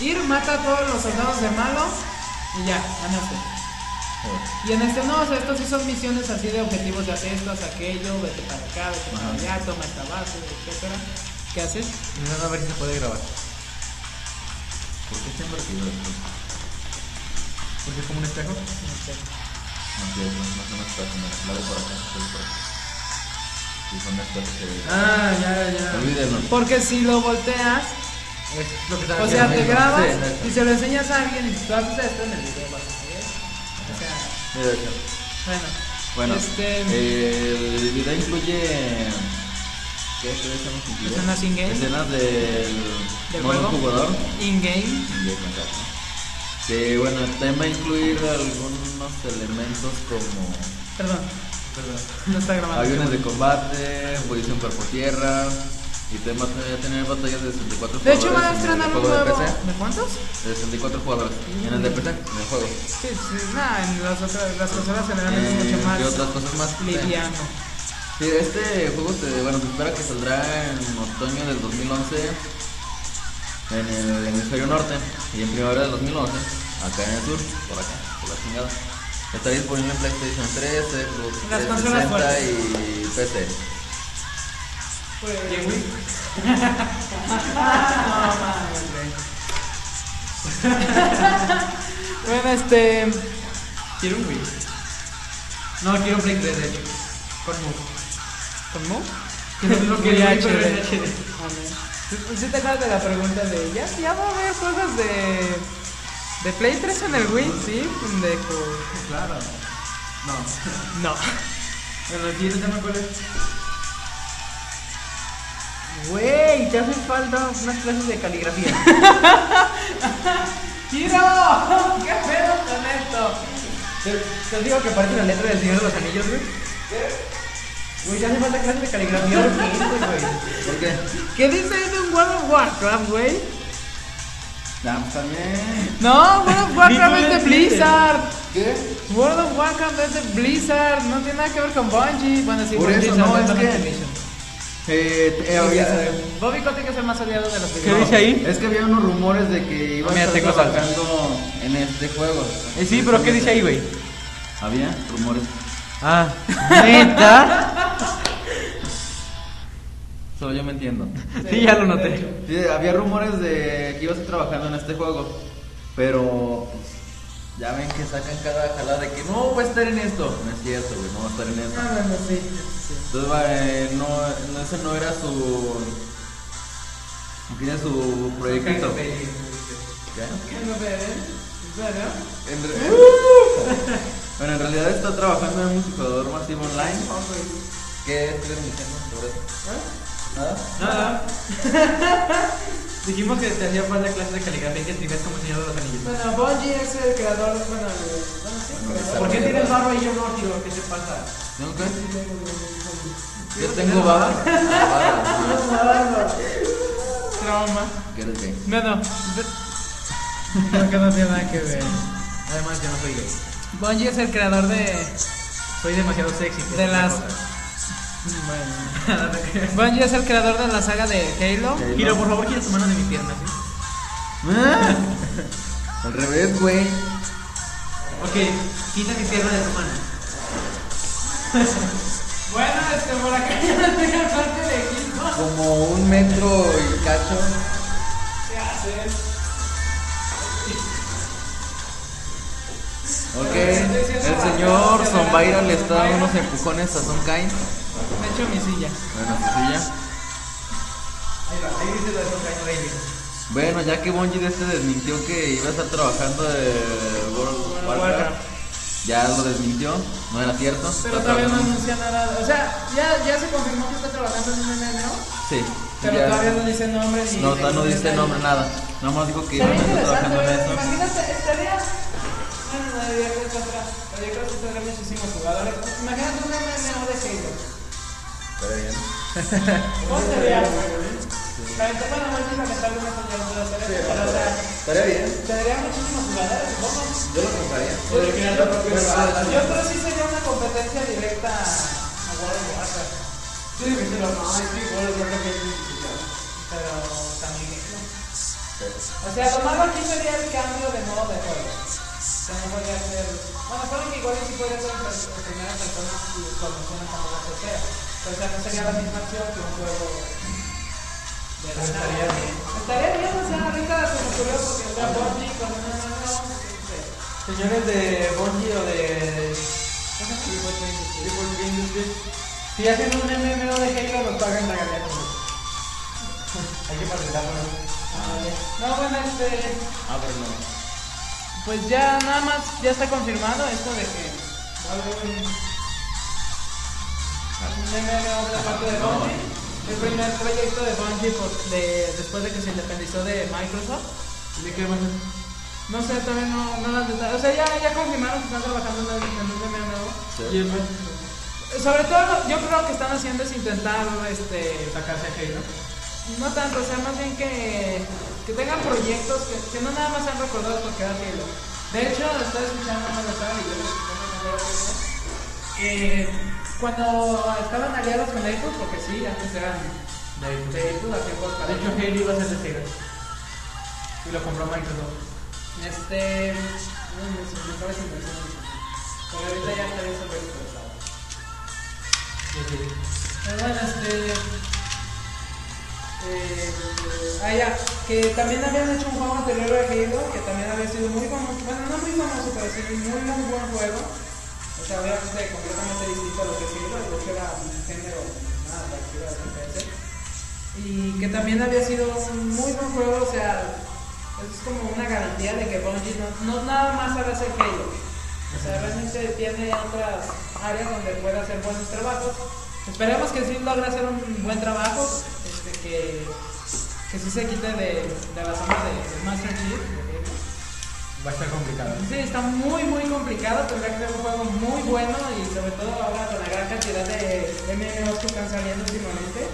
Speaker 2: ir, mata a todos los soldados de malo y ya, ganaste. Y en este no, o sea, estos sí son misiones así de objetivos de hacer esto, haz aquello, vete para acá, vete para allá, toma esta base, etcétera. ¿Qué haces?
Speaker 1: Intentando a ver si se puede grabar.
Speaker 3: ¿Por qué siempre que yo después?
Speaker 1: Porque es como un espejo.
Speaker 3: No quiero, no, no se me está como la hago por acá, la hago por acá. Y son las cosas que.
Speaker 6: Ah, ya, ya.
Speaker 3: Olvídenlo.
Speaker 2: Porque si lo volteas,
Speaker 1: Es lo que estaba
Speaker 2: O sea, te
Speaker 1: viendo.
Speaker 2: grabas
Speaker 1: Sí, exacto.
Speaker 2: y se lo enseñas a alguien y si tú haces esto en el video vas a salir. O sea,
Speaker 3: Mira, acá.
Speaker 2: bueno.
Speaker 3: Bueno, eh,
Speaker 2: Este-
Speaker 3: el video incluye. ¿Qué es eso? ¿No?
Speaker 2: Escenas in-game.
Speaker 3: Escenas del.
Speaker 2: ¿Del
Speaker 3: modo
Speaker 2: juego?
Speaker 3: jugador.
Speaker 2: In-game.
Speaker 3: Que bueno, también va a incluir algunos elementos como
Speaker 2: Perdón. No está grabando.
Speaker 3: aviones de combate, posición por por tierra y temas eh, va a tener batallas de 64
Speaker 2: De hecho, van a
Speaker 3: jugadores en el
Speaker 2: estrenar un
Speaker 3: juego de
Speaker 2: nuevo.
Speaker 3: PC,
Speaker 2: ¿De cuántos?
Speaker 3: de 64 jugadores en el de PC, en el juego.
Speaker 2: Sí, sí, nada, en las otras, las consolas generalmente es
Speaker 3: Eh,
Speaker 2: mucho más
Speaker 3: y otras cosas más.
Speaker 2: liviano.
Speaker 3: Sí, este juego se, bueno, se espera que saldrá en otoño del 2011 en el hemisferio norte y en primavera del 2011 acá en el sur, por acá, por la chingada. Está disponible en PlayStation 3, Xbox
Speaker 2: Las consolas
Speaker 3: 360 y PC.
Speaker 2: Bueno, este.
Speaker 6: Quiero un Wii. No, quiero un Play 3, de hecho. Con Move.
Speaker 2: ¿Con Mu?
Speaker 6: Que no es lo que
Speaker 2: Muy
Speaker 6: yo
Speaker 2: HD.
Speaker 6: pero es HD.
Speaker 2: ¿Sí- ¿Sí te acuerdas de la pregunta de ya, ya va a haber juegos de De Play 3 en el Wii, sí, pendejo.
Speaker 9: Claro. No.
Speaker 2: No.
Speaker 9: Bueno, el siguiente tema cuál es.
Speaker 1: Güey, te hacen falta unas clases de caligrafía.
Speaker 2: ¡Giro! ¿Qué pedo con esto?
Speaker 1: Te, te digo que parece la letra del Señor de los Anillos, güey. Güey, te hace falta clases de caligrafía urgente, güey.
Speaker 3: ¿Por qué?
Speaker 2: ¿Qué dice eso en World of Warcraft, güey?
Speaker 3: Ya, pues, también.
Speaker 2: No, World of Warcraft es de Blizzard.
Speaker 3: ¿Qué?
Speaker 2: World of Warcraft es de Blizzard. No tiene nada que ver con Bungie. Bueno, sí,
Speaker 3: Por
Speaker 2: con
Speaker 3: eso,
Speaker 2: Blizzard,
Speaker 3: no, es
Speaker 2: exactamente.
Speaker 3: que- Eh, eh, había-
Speaker 2: Bobby Kotick es el más odiado de los que
Speaker 10: ¿Qué dice ahí?
Speaker 3: Es que había unos rumores de que iba a
Speaker 10: Mira,
Speaker 3: estar
Speaker 10: tengo salsa.
Speaker 3: trabajando en este juego.
Speaker 10: Eh, sí, pero ¿qué dice ahí, güey?
Speaker 3: Había rumores.
Speaker 10: Ah, neta.
Speaker 3: Solo yo me entiendo.
Speaker 10: Sí, ya lo noté.
Speaker 3: Sí, había rumores de que iba a estar trabajando en este juego. Pero pues, ya ven que sacan cada jalada de que no va a estar en esto. No es cierto, güey, no va a estar en esto.
Speaker 1: Ah, bueno, sí.
Speaker 3: Entonces, va, eh, no, no, ese no era su. ¿Qué era su proyectito? ¿Ya?
Speaker 2: eh?
Speaker 3: En re- bueno, en realidad está trabajando en un multijugador masivo online. ¿Qué es mi sobre eso? ¿Nada?
Speaker 1: Nada. Dijimos que te hacía falta clases de caligrafía que escribías como el Señor de los Anillos.
Speaker 11: Bueno, Bungie es el creador, bueno, el- bueno, sí,
Speaker 3: Bueno,
Speaker 11: creador.
Speaker 1: ¿Por qué tienes barba y yo no, tío? ¿Qué te pasa?
Speaker 3: ¿Tengo qué? Yo tengo baba. Ah, baba.
Speaker 2: Trauma.
Speaker 3: ¿Qué eres gay?
Speaker 2: No, no. de- Creo que no tiene nada que ver.
Speaker 1: Además, yo no soy gay.
Speaker 2: Bungie es el creador de.
Speaker 1: Soy demasiado sexy. que
Speaker 2: De
Speaker 1: es
Speaker 2: las-
Speaker 1: otra cosa.
Speaker 2: Bueno. Bungie es el creador de la saga de Halo.
Speaker 3: ¿Qué?
Speaker 1: Giro, por favor, gira tu mano de mi pierna, ¿sí?
Speaker 3: Ah, Al revés, güey.
Speaker 1: Ok, quita mi pierna de tu mano.
Speaker 2: Bueno, este por acá ya no tengo parte de equipo.
Speaker 3: Como un metro y cacho.
Speaker 2: ¿Qué haces?
Speaker 3: Ok. El señor Zombaira le está dando unos empujones a Sonkai.
Speaker 2: Me echo mi silla.
Speaker 3: Bueno, pues sí, ya.
Speaker 1: Ahí va, ahí dice la de Sunshine Reyes.
Speaker 3: Bueno, ya que Bungie de este desmintió que iba a estar trabajando de World of Warcraft, ya lo desmintió, no era cierto.
Speaker 2: Pero
Speaker 3: Está
Speaker 2: todavía no
Speaker 3: trabajando.
Speaker 2: anuncia nada. O sea, ya, ya se confirmó que está trabajando en un MMO.
Speaker 3: Sí.
Speaker 2: Pero
Speaker 3: ya.
Speaker 2: todavía no dice nombre ni.
Speaker 3: No, no, no dice nombre, nada. Nada más dijo que iban a
Speaker 11: Estaría
Speaker 3: estar
Speaker 11: interesante,
Speaker 3: trabajando en
Speaker 11: ¿verdad?
Speaker 3: eso.
Speaker 11: imagínate, estaría... Bueno, no, yo creo que otra- yo creo que tendría muchísimos jugadores. Imagínate un MMO de Halo.
Speaker 3: Pero bien.
Speaker 11: ¿Cómo sería? La ventaja bueno, Bungie lamentablemente ya no puede hacer eso, pero, o sea,
Speaker 3: Estaría bien.
Speaker 11: tendría muchísimos jugadores, supongo.
Speaker 3: Yo lo compraría.
Speaker 2: Pues
Speaker 3: ah,
Speaker 11: Yo creo que sí sería una competencia directa a World of Warcraft. Sí, que se lo no, es que World of Warcraft es muy complicado. Pero también ¿no? O sea, lo malo aquí sería el cambio de modo de juego. Que no podría ser. Bueno, ponen que igual sí podría ser pers- en primera persona y con una cámara tercera. Pero o sea, no sería la misma acción que un juego. De la estaría bien. Estaría bien, o sea, ahorita se me ocurrió porque está Bungie con una mano. no sé.
Speaker 1: Señores de Bungie o de... Triple Game Industries, Si hacen un MMO de Halo, nos pagan la galera. Hay que participar,
Speaker 11: No, bueno, este.
Speaker 3: Ah, pero no.
Speaker 2: Pues ya nada más, ya está confirmado esto de que.
Speaker 11: MMO de parte de Bungie.
Speaker 2: El primer proyecto de Bungie por- de- después de que se independizó de Microsoft.
Speaker 1: ¿De qué más?
Speaker 2: No sé, todavía no, no las detalles. O sea, ya, ya confirmaron que están trabajando en un- en un MMO.
Speaker 1: ¿Y el
Speaker 2: Sobre todo, yo creo que están haciendo es intentar este,
Speaker 1: Sacarse a Halo.
Speaker 2: No tanto, o sea, más bien que, que tengan proyectos que, que no nada más sean recordados por quedar cielo. De hecho, estoy escuchando una de y yo lo escuché eh, cuando estaban aliados con Apple,
Speaker 11: Pues,
Speaker 2: porque sí, antes eran de Apple, hacían cosas para
Speaker 1: pues, De hecho, Halo
Speaker 2: ellos.
Speaker 1: iba a ser de Sega. Y lo compró Microsoft.
Speaker 2: Este. Uno de sus mejores inversiones. Pero ahorita ya está bien sobreexplotado. Pero bueno, este.
Speaker 11: Eh, ah, ya, que también habían hecho un juego anterior de Halo, que también había sido muy famoso, bueno, no muy famoso, pero sí muy, muy buen juego. O sea, obviamente completamente distinto a lo que es Halo, porque era un género, nada, parecido a los FPS. Y que también había sido un muy buen juego, o sea,
Speaker 2: Es como una garantía de que Bungie no, no nada más sabe hacer Halo. O sea, realmente tiene otras áreas donde puede hacer buenos trabajos. Esperemos que sí logre hacer un buen trabajo, este, que, que sí se quite de, de la zona de, de Master Chief.
Speaker 1: Va a estar complicado.
Speaker 2: Sí, está muy, muy complicado. Tendrá que ser un juego muy bueno y sobre todo ahora con la gran cantidad de MMOs que están saliendo últimamente.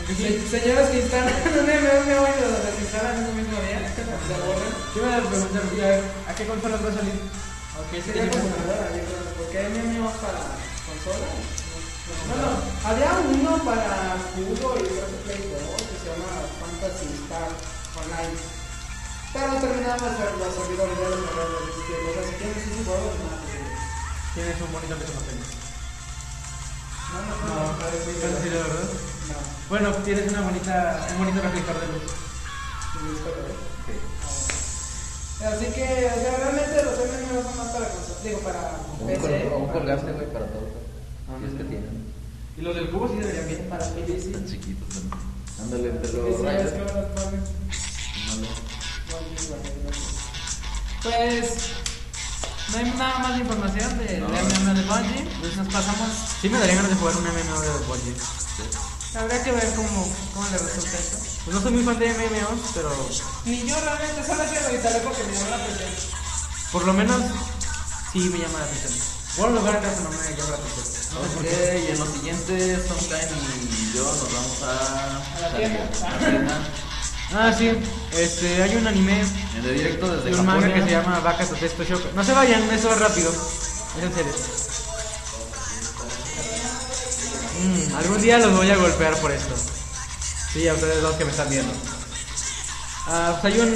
Speaker 2: Aunque sí, señores que instalan un MMO y los desinstalan en un mismo día, se borran.
Speaker 12: Yo me voy a preguntar, a ver, ¿a qué consolas va a salir?
Speaker 2: Ok, sería computadora, yo creo, porque hay MMOs para consola. Bueno, había uno para Cubo y otro Play 2 que se llama Fantasy Star Online. Pero terminamos los servidores de los servidores de tiempo. O sea, si tienes ese juego, no
Speaker 12: Tienes un bonito que se mantenga.
Speaker 2: No,
Speaker 12: No,
Speaker 2: no, no,
Speaker 12: ¿vas a
Speaker 2: parece
Speaker 12: decir la verdad?
Speaker 2: No,
Speaker 12: Bueno, tienes una bonita, un bonito reflector de luz.
Speaker 2: me gusta pero- Así que, o sea, realmente los MMOs son más para consola, digo, para
Speaker 3: Un
Speaker 2: PC.
Speaker 3: col- un
Speaker 2: para-
Speaker 3: colgante, güey, para todo.
Speaker 2: Ah,
Speaker 3: Y es que tienen.
Speaker 12: Y los del cubo sí deberían bien para mí.
Speaker 2: PC.
Speaker 3: Tan chiquitos. ¿no? Ándale, te
Speaker 2: Sí,
Speaker 3: lo
Speaker 2: sí,
Speaker 3: rayas.
Speaker 2: es que ahora ponen-
Speaker 3: Ándale.
Speaker 2: Pues no hay nada más de información de,
Speaker 3: No.
Speaker 2: de MMO de Bungie. Pues nos pasamos.
Speaker 1: Sí me daría ganas de jugar un MMO de Bungie.
Speaker 12: Pues
Speaker 2: Habrá que ver cómo, cómo le resulta esto.
Speaker 1: Pues no soy muy fan de MMOs, pero
Speaker 2: Ni yo realmente solo quiero evitarlo porque me llamó la atención.
Speaker 1: por lo menos sí me llama la atención. World of Warcraft no me llama la atención.
Speaker 3: Ok, y en los siguientes, Sunshine y yo nos vamos a.
Speaker 2: A la tienda.
Speaker 3: a la tienda.
Speaker 1: Ah, sí. Este, hay un anime
Speaker 3: En el directo
Speaker 1: y
Speaker 3: desde
Speaker 1: un manga
Speaker 3: Japón.
Speaker 1: que se llama Vaca to Testo Shock. No se vayan, eso es rápido. Es en serio. Mm, algún día los voy a golpear por esto. Sí, a ustedes dos que me están viendo. Ah, pues hay un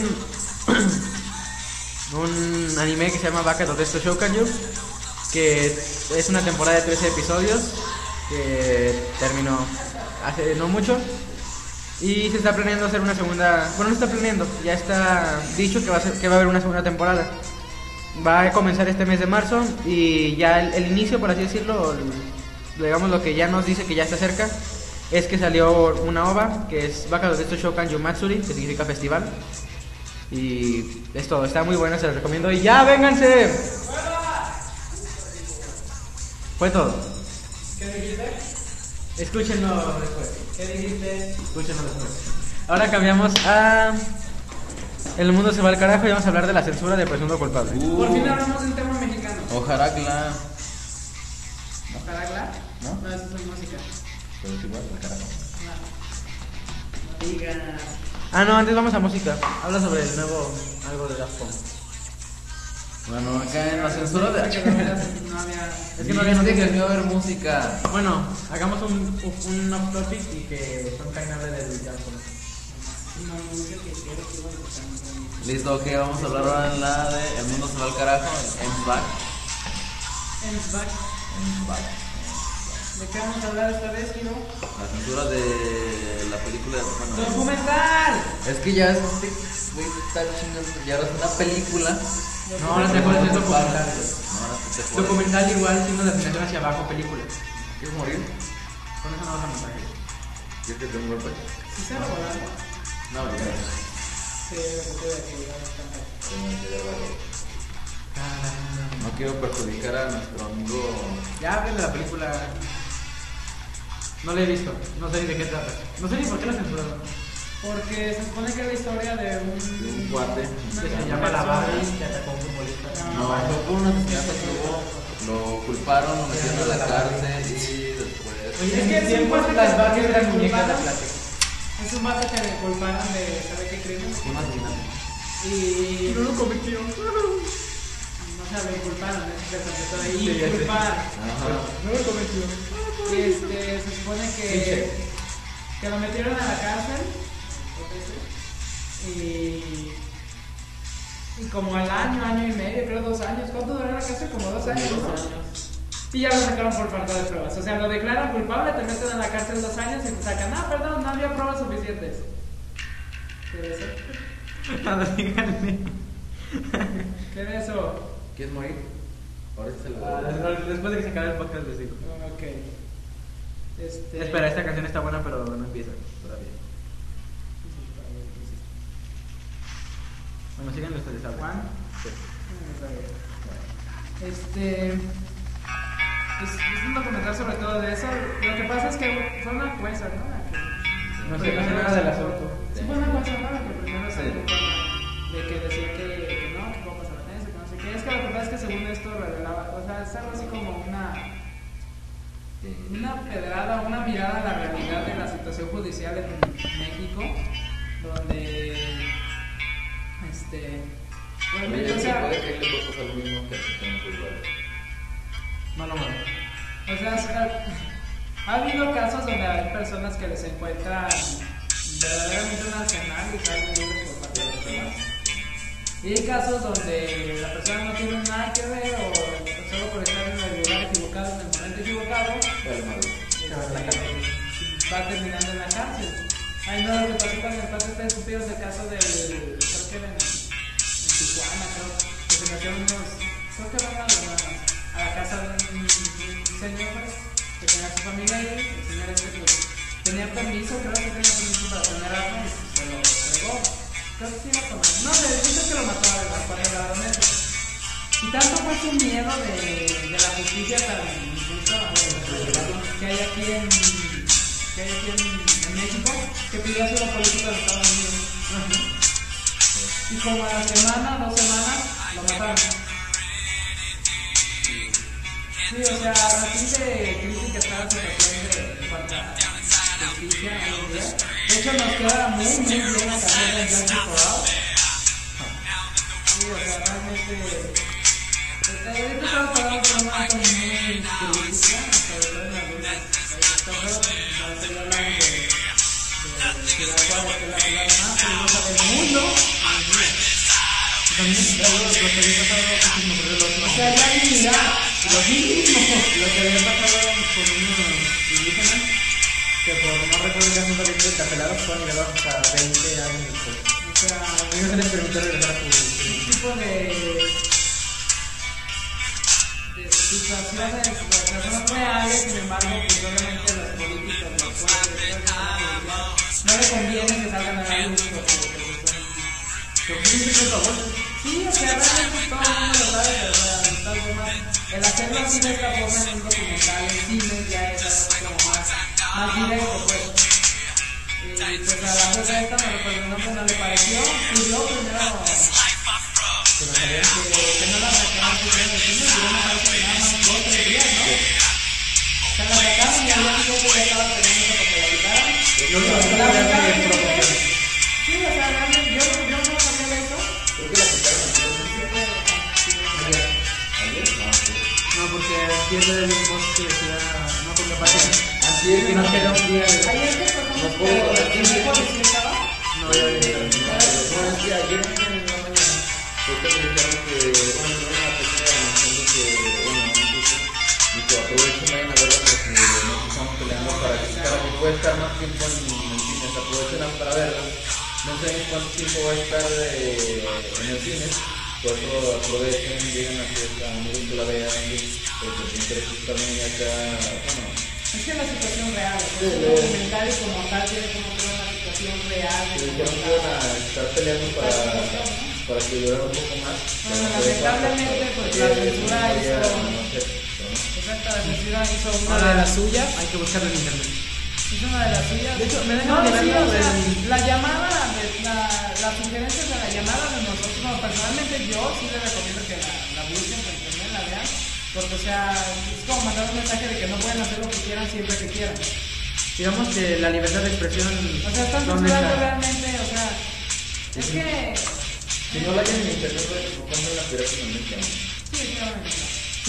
Speaker 1: un anime que se llama Vaca to Testo Shokanju que es una temporada de 13 episodios que terminó hace no mucho y se está planeando hacer una segunda, bueno, no está planeando, ya está dicho que va a, ser- que va a haber una segunda temporada. Va a comenzar este mes de marzo y ya el, el inicio, por así decirlo, o el- digamos lo que ya nos dice que ya está cerca, es que salió una ova que es Baka de esto Shokan Yumatsuri, que significa festival. Y es todo, está muy bueno, se los recomiendo. Y ya, vénganse. Fue todo.
Speaker 2: ¿Qué dijiste?
Speaker 1: Escúchenlo después.
Speaker 2: ¿Qué dijiste?
Speaker 1: Escúchenlo después. Ahora cambiamos a. El mundo se va al carajo y vamos a hablar de la censura de presunto culpable.
Speaker 3: Uh,
Speaker 2: Por fin hablamos de un tema mexicano.
Speaker 3: Ojaracla.
Speaker 2: ¿Caragla?
Speaker 3: ¿No?
Speaker 2: No, eso es música.
Speaker 3: Pero es igual, ojaracla.
Speaker 2: No. No digas.
Speaker 1: Ah, no, antes vamos a música. Habla sobre el nuevo. algo de Daft Punk.
Speaker 3: Bueno, acá en la censura de.
Speaker 2: Porque no había- no había.
Speaker 1: Es que no había
Speaker 3: Dijiste
Speaker 1: noticias.
Speaker 3: que no iba a haber música.
Speaker 1: Bueno, hagamos un, un off topic y que son hable del Daft Punk.
Speaker 2: No, no, yo que quiero que iba a escuchar.
Speaker 3: Listo, ok, vamos a hablar ahora en la de El mundo se va al carajo, en back.
Speaker 2: Ends back. ¿De qué vamos a hablar esta vez, Kiro?
Speaker 3: La censura de la película de. Bueno,
Speaker 2: ¡Documental!
Speaker 3: es que ya es. este Güey, está chingando. Ya ahora es una película.
Speaker 1: No, ahora se puede hacer documentales.
Speaker 3: No, ahora sí te puedes.
Speaker 1: Documental igual, siendo la asignatura hacia abajo, películas.
Speaker 3: ¿Quieres morir?
Speaker 1: Con eso no vas a matar.
Speaker 3: ¿Quieres que te un golpe?
Speaker 2: ¿Sí se lo volaron?
Speaker 3: No, no, no.
Speaker 2: Sí, lo que te voy a decir.
Speaker 3: No quiero perjudicar a nuestro amigo.
Speaker 1: Ya hablen de la película. No la he visto, no sé ni de qué trata. No sé ni por qué la censuraron.
Speaker 2: Porque se supone que es la historia de
Speaker 3: de un
Speaker 2: un.
Speaker 3: cuate.
Speaker 1: Que se
Speaker 2: Sí.
Speaker 1: llama La Barbie, que atacó a un futbolista.
Speaker 3: No, fue por un asesinato que hubo. Lo culparon, lo metieron a la cárcel y después.
Speaker 2: Es que
Speaker 12: en
Speaker 2: es
Speaker 12: tiempos
Speaker 2: un cuate que
Speaker 12: las
Speaker 2: se
Speaker 12: Barbies
Speaker 2: quiere
Speaker 12: eran muñecas de
Speaker 2: culpar.
Speaker 12: plástico.
Speaker 2: Es un vato que le culparon de saber qué crimen.
Speaker 3: Un asesinato.
Speaker 2: Y. No lo cometieron. No se lo culparon, es que se
Speaker 1: Sí, ya
Speaker 2: ahí.
Speaker 1: sé.
Speaker 2: Culpar.
Speaker 3: Ajá.
Speaker 2: No lo cometió. Este, se supone que, que lo metieron a la cárcel. Y, y como al año, año y medio, creo dos años. ¿Cuánto duró en la cárcel? Como dos años. Y ya lo sacaron por falta de pruebas. O sea, lo declaran culpable, te meten a la cárcel dos años y te sacan. Ah, perdón, no había pruebas suficientes. ¿Qué de eso?
Speaker 1: Nada, díganle.
Speaker 2: ¿Qué de eso?
Speaker 3: ¿Quieres morir? Ahora se lo
Speaker 1: Después de que se acabe el podcast, les digo.
Speaker 2: Ok. Este...
Speaker 1: Espera, esta canción
Speaker 2: pues,
Speaker 1: está buena, pero no empieza.
Speaker 13: Como sigan ustedes, ¿saben?
Speaker 2: Juan.
Speaker 13: Sí.
Speaker 2: Este. Es, es un documental sobre todo de eso. Lo que pasa es que fue una jueza, ¿no? La
Speaker 1: No
Speaker 2: que-
Speaker 1: se conoce nada del asunto.
Speaker 2: Sí, fue una jueza, ¿no? La que primero se ocupó de que decía que, que no, que cómo pasaban eso, que no sé qué. Es que lo que pasa es que según esto revelaba, o sea, es algo así como una. Una pedrada, una mirada a la realidad de la situación judicial en México, donde. Este. realmente,
Speaker 3: Oye,
Speaker 2: o
Speaker 3: sí,
Speaker 2: sea,
Speaker 3: puede que le pueda pasar lo mismo que a pues, Cristiano Ronaldo.
Speaker 2: No lo mueve. O sea, es- ha, ha habido casos donde hay personas que les encuentran verdaderamente un arsenal y salen libres por parte de los demás. Y hay casos donde la persona no tiene nada que ver o solo por estar en el lugar equivocado, en el momento equivocado,
Speaker 3: Pero, madre,
Speaker 2: este, va terminando en la cárcel. Ay, no, lo que pasó cuando el padre ustedes supieron del caso del, creo que era en, en Tijuana, creo, que se metieron unos, creo que van a la, a la casa de un, de un señor pues, que tenía su familia ahí, el señor este pues, tenía permiso, creo que tenía permiso para tener armas y se lo entregó. Creo que sí iba a tomar. No, le dice que lo mató a la cuando le daron eso. Y tanto fue su miedo de, de la justicia tan injusta o- que hay aquí en, que hay aquí en, en México que pidió asilo político en Estados Unidos. Y como a la semana, dos semanas, lo mataron. Sí, o sea, a raíz de críticas está la situación de en cuanto a justicia hoy en día. De hecho, nos queda muy, muy bien la canción de Jackie Corral. Sí, o sea, realmente... Ahorita estamos pagando por una cosa muy turística, sobre todo en la luna. Ahorita hablamos de Ciudad Juárez, que es la ciudad más peligrosa del mundo.
Speaker 1: También algo, lo que había pasado, que se me ocurrió la última
Speaker 2: O sea, la dignidad,
Speaker 1: Lo mismo, lo que había pasado con unos indígenas que por no recuerdo ya nunca habían sido encarcelados, fueron llevados hasta 20 años después.
Speaker 2: o sea,
Speaker 1: A mí no se les permitió regresar a
Speaker 2: un
Speaker 1: su...
Speaker 2: tipo de, de situaciones, o sea, son reales, sin embargo, pues obviamente los políticos, los jueces, los jueces, no le conviene que salgan a la luz porque son...
Speaker 1: Pero sí, sí, por favor.
Speaker 2: Sí, o sea, realmente todo el mundo lo sabe, pero, o sea, de todas formas, el hacerlo así de esta forma en un documental, en cine, ya es algo como más, más directo, pues. Y pues a la cosa esta me lo preguntó, no le pareció, y yo primero
Speaker 1: Se me salió.
Speaker 2: que, que no la sacaron primero del cine, yo me parece que nada más dos o tres días, ¿no? O sea, la sacaron y al día siguiente ya estaba peleando porque la quitaron.
Speaker 1: Yo lo que había
Speaker 2: La
Speaker 1: era
Speaker 2: sacaron,
Speaker 1: que proporcioné.
Speaker 2: Sí, o sea, realmente, yo, yo no sabía de eso.
Speaker 3: Creo que la sacaron ayer. Ayer, no, sí.
Speaker 1: No, porque pierde el post que decía... No, porque aparte...
Speaker 3: Antier,
Speaker 1: Que nos queda un día de...
Speaker 2: Ayer que
Speaker 3: No
Speaker 2: tocamos,
Speaker 3: puedo,
Speaker 2: pero
Speaker 3: la
Speaker 2: el
Speaker 3: gente-
Speaker 2: mejor que estaba.
Speaker 1: No, ya había
Speaker 3: No, es que ayer en la mañana, fue que me dijeron que, bueno, yo una persona diciendo que, bueno, un tipo, dijo, aprovechen, vayan a verla porque nos estamos peleando para que, para que pueda estar más tiempo en el cine, se aprovechenla para verla. No sé en cuánto tiempo va a estar eh, en el cine, por eso aprovechen, lleguen a fiesta, amigos que la vean, porque siempre están muy acá, bueno,
Speaker 2: Es que la situación real, o sea,
Speaker 3: Sí,
Speaker 2: el
Speaker 3: luego-
Speaker 2: documental y como tal tiene como que una situación real.
Speaker 3: se
Speaker 2: de cómo
Speaker 3: dijeron que
Speaker 2: está.
Speaker 3: iban a estar peleando para, para que durara un poco más.
Speaker 2: Bueno, Ah, lamentablemente, pues, la censura hizo- Exacto, la censura hizo una de las suyas.
Speaker 1: Hay que buscarlo en internet.
Speaker 2: Hizo una de las suyas.
Speaker 1: De hecho, me dejan
Speaker 2: no, sí,
Speaker 1: mirando
Speaker 2: o sea,
Speaker 1: el-
Speaker 2: la llamada, de- la, la sugerencia de la llamada de nosotros, bueno, personalmente yo sí les recomiendo que la, la busquen, la internet, la vean, porque o sea, es como mandar un mensaje de que no pueden hacer lo que quieran siempre que quieran.
Speaker 1: Digamos que la libertad de expresión...
Speaker 2: O sea, están
Speaker 1: ¿dónde
Speaker 2: censurando
Speaker 1: está?
Speaker 2: realmente, o sea, es que...
Speaker 3: Si no la hayan en internet, pues, no compren la pirata en el
Speaker 2: Sí, sí,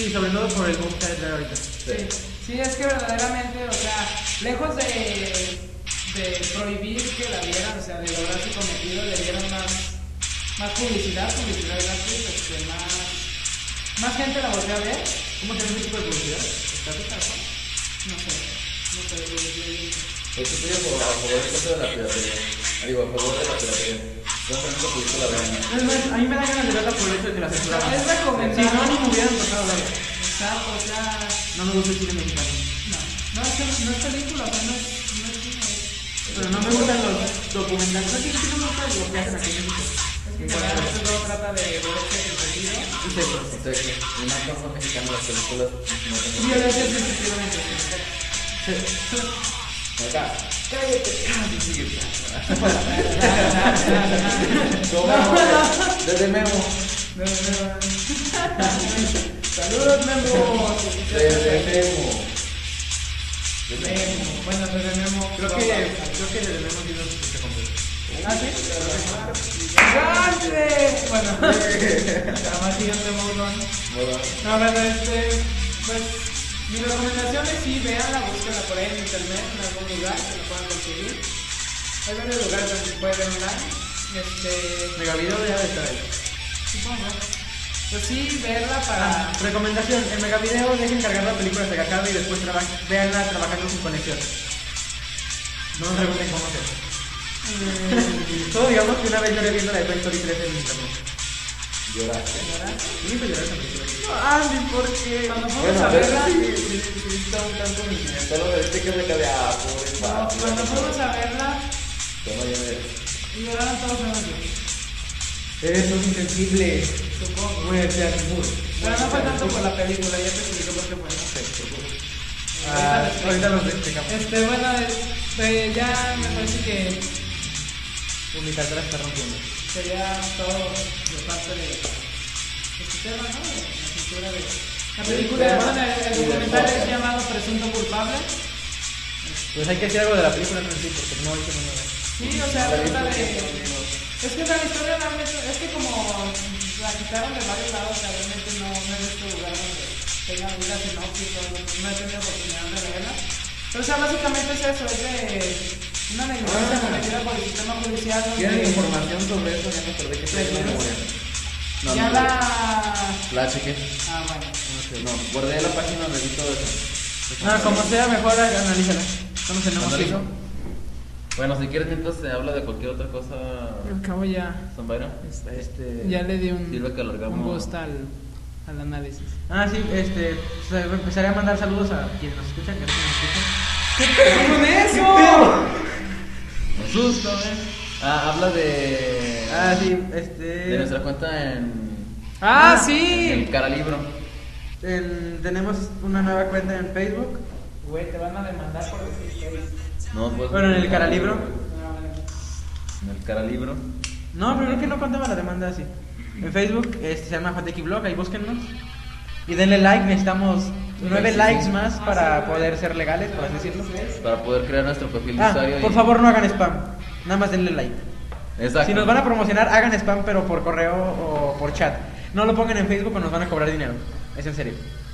Speaker 1: Sí, sobre todo por el boom que hay ahorita.
Speaker 2: sí. Sí, es que verdaderamente, o sea, lejos de, de prohibir que la vieran, o sea, de lograr su cometido, le dieron más, más publicidad, publicidad gratis, este, más, más gente la volvió a ver.
Speaker 1: ¿Cómo tenemos ese tipo de publicidad? ¿Está bien?
Speaker 2: No sé, no sé, yo- yo- yo-
Speaker 3: Esto Pues, estoy a favor, a favor en contra de la piratería. Ah, Digo, a favor de la piratería. Compren esa película, vean.
Speaker 1: Es más, a mí me da ganas de verla por el hecho de que la censura.
Speaker 2: Es recomendable.
Speaker 1: Ah. Si no, no me hubieran tocado verla.
Speaker 2: Exacto, o sea,
Speaker 1: No me gusta el cine mexicano.
Speaker 2: no, no, es que no es película, o sea, no es, no es cine, es-
Speaker 1: Pero no me gustan los documentales. No sé, es que no me gusta lo que hacen aquí en México.
Speaker 2: Es Generalmente todo trata de violencia sin sentido.
Speaker 3: Y sexo. Sexo. Y más como mexicano, las películas no
Speaker 2: Y
Speaker 3: tengo-
Speaker 2: violencia sin sentido en internet.
Speaker 3: Acá. Cállate, cállate, sigue.
Speaker 2: No,
Speaker 3: ¿Cómo?
Speaker 2: no.
Speaker 3: Desde Memo.
Speaker 2: No, no. Saludos, Memo.
Speaker 3: Desde Memo. Desde Memo.
Speaker 2: Memo. Bueno, desde Memo.
Speaker 14: Creo que, creo que le debemos ir a se compró.
Speaker 2: ¿Ah, sí? ¡Grande! Bueno, además sí, yo tengo uno.
Speaker 3: Bueno,
Speaker 2: No, bueno, este, pues, mi recomendación es sí, veanla, búsquenla por ahí en internet, en algún lugar, que la puedan conseguir. Hay varios lugares donde se puede ver online. Este,
Speaker 1: Megavideo debe de estar ahí.
Speaker 2: supongo. Pues sí, verla para...
Speaker 1: Ah, recomendación, en Megavideo dejen cargar la película hasta que acabe y después traba- véanla trabajando sin conexión. No nos pregunten cómo se Todo digamos que una vez lloré viendo la de Toy Story 3 en internet.
Speaker 3: lloraste.
Speaker 1: Sí, pues lloré esa película.
Speaker 2: Andy, ¿por qué? Cuando fuimos
Speaker 3: Bueno,
Speaker 2: a
Speaker 3: a ver,
Speaker 2: verla...
Speaker 3: Solo me dijiste que me quedé a pobre
Speaker 2: no,
Speaker 3: papi.
Speaker 2: cuando fuimos a verla,
Speaker 3: Toma, ya ves.
Speaker 2: lloraron todos menos yo.
Speaker 1: Eres un insensible. Muévete a tu muro.
Speaker 2: Pero no fue tanto por la película, ya te explico por qué fue, ¿no?
Speaker 1: Ah, ahorita los explicamos.
Speaker 2: Este, bueno, este, ya me parece que
Speaker 1: Mi cartera está rompiendo.
Speaker 2: sería todo de parte de este tema, ¿no? De La cultura de... La película,
Speaker 3: tema
Speaker 2: bueno, el, el
Speaker 3: y del
Speaker 2: documental es
Speaker 3: podcast.
Speaker 2: llamado Presunto Culpable.
Speaker 1: Pues hay que decir algo de la película en sí, porque no hay que no
Speaker 2: Sí, o sea, trata de... Es que la historia realmente... Es que como la quitaron de varios lados, o sea, realmente no, no he visto lugar donde tenga una sinopsis o algo, no he tenido oportunidad de verla. Pero, o sea, básicamente es eso, es de... Una negligencia cometida por el sistema judicial
Speaker 3: ¿Tienen
Speaker 2: donde...
Speaker 3: información sobre eso? Ya me acordé que tengo una memoria. No,
Speaker 2: ya
Speaker 3: no,
Speaker 2: la...
Speaker 3: La chequé.
Speaker 2: Ah, bueno.
Speaker 3: No, guardé la página donde vi todo eso.
Speaker 1: No, como sea, mejor analízala. ¿Cómo Ah, se
Speaker 3: ¿Analizo? Bueno, si quieres, mientras se habla de cualquier otra cosa,
Speaker 14: Acabo ya.
Speaker 3: Zombairo.
Speaker 1: Este...
Speaker 14: Ya le di un,
Speaker 3: Sirve que alargamos.
Speaker 14: un gusto al, al análisis.
Speaker 1: Ah, sí, este, se- empezaré a mandar saludos a quienes nos escuchan, que no nos escuchan.
Speaker 2: ¡Con eso!
Speaker 3: Me asusto, ¿eh? Ah, habla de.
Speaker 1: Ah, sí,
Speaker 3: De nuestra
Speaker 1: este,
Speaker 3: cuenta en.
Speaker 14: ¡Ah,
Speaker 3: En
Speaker 14: sí!
Speaker 3: el Caralibro.
Speaker 1: en- tenemos una nueva cuenta en Facebook.
Speaker 2: Güey, te van a demandar por decir que
Speaker 3: No, pues.
Speaker 1: Bueno, en el Caralibro.
Speaker 3: En el Caralibro.
Speaker 1: No, pero creo que no contaba la demanda así. En Facebook este, se llama Fateki Blog, ahí búsquennos. Y denle like, necesitamos nueve
Speaker 3: sí,
Speaker 1: likes
Speaker 3: sí.
Speaker 1: más para poder ser legales, por así decirlo.
Speaker 3: Para poder crear nuestro perfil de
Speaker 1: Ah,
Speaker 3: usuario. y-
Speaker 1: por favor no hagan spam, nada más denle like.
Speaker 3: Exacto.
Speaker 1: Si nos van a promocionar, hagan spam pero por correo o por chat. No lo pongan en Facebook o nos van a cobrar dinero. Es en serio.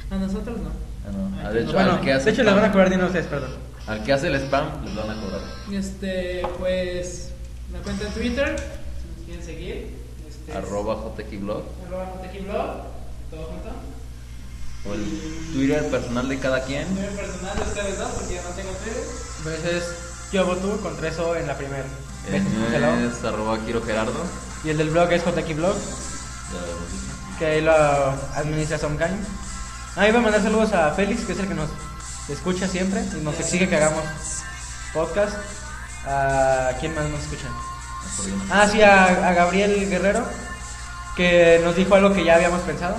Speaker 2: A nosotros no.
Speaker 3: Ah, no. Ah, de hecho,
Speaker 1: Bueno,
Speaker 3: al que hace.
Speaker 1: de hecho les
Speaker 3: spam-
Speaker 1: van a cobrar dinero a ustedes, perdón.
Speaker 3: Al que hace el spam, les van a cobrar.
Speaker 2: Este, pues, la cuenta en Twitter, si nos quieren seguir. Este, es
Speaker 3: Arroba JTKblog.
Speaker 2: Arroba Tejiblog, todo junto.
Speaker 3: O el Twitter personal de cada quien.
Speaker 2: Mi personal de ustedes dos, porque yo no tengo Twitter.
Speaker 1: Entonces, yo voto con tres O en la primera.
Speaker 3: El mío es arroba Kiro Gerardo.
Speaker 1: Y el del blog es JK Blog,
Speaker 3: Ya lo hemos dicho.
Speaker 1: que ahí lo administra Somgang. Ah, iba a mandar saludos a Félix, que es el que nos escucha siempre y nos exige que hagamos podcast. ¿A quién más nos escucha?
Speaker 3: Acordeón.
Speaker 1: Ah, sí, a, a Gabriel Guerrero, que nos dijo algo que ya habíamos pensado.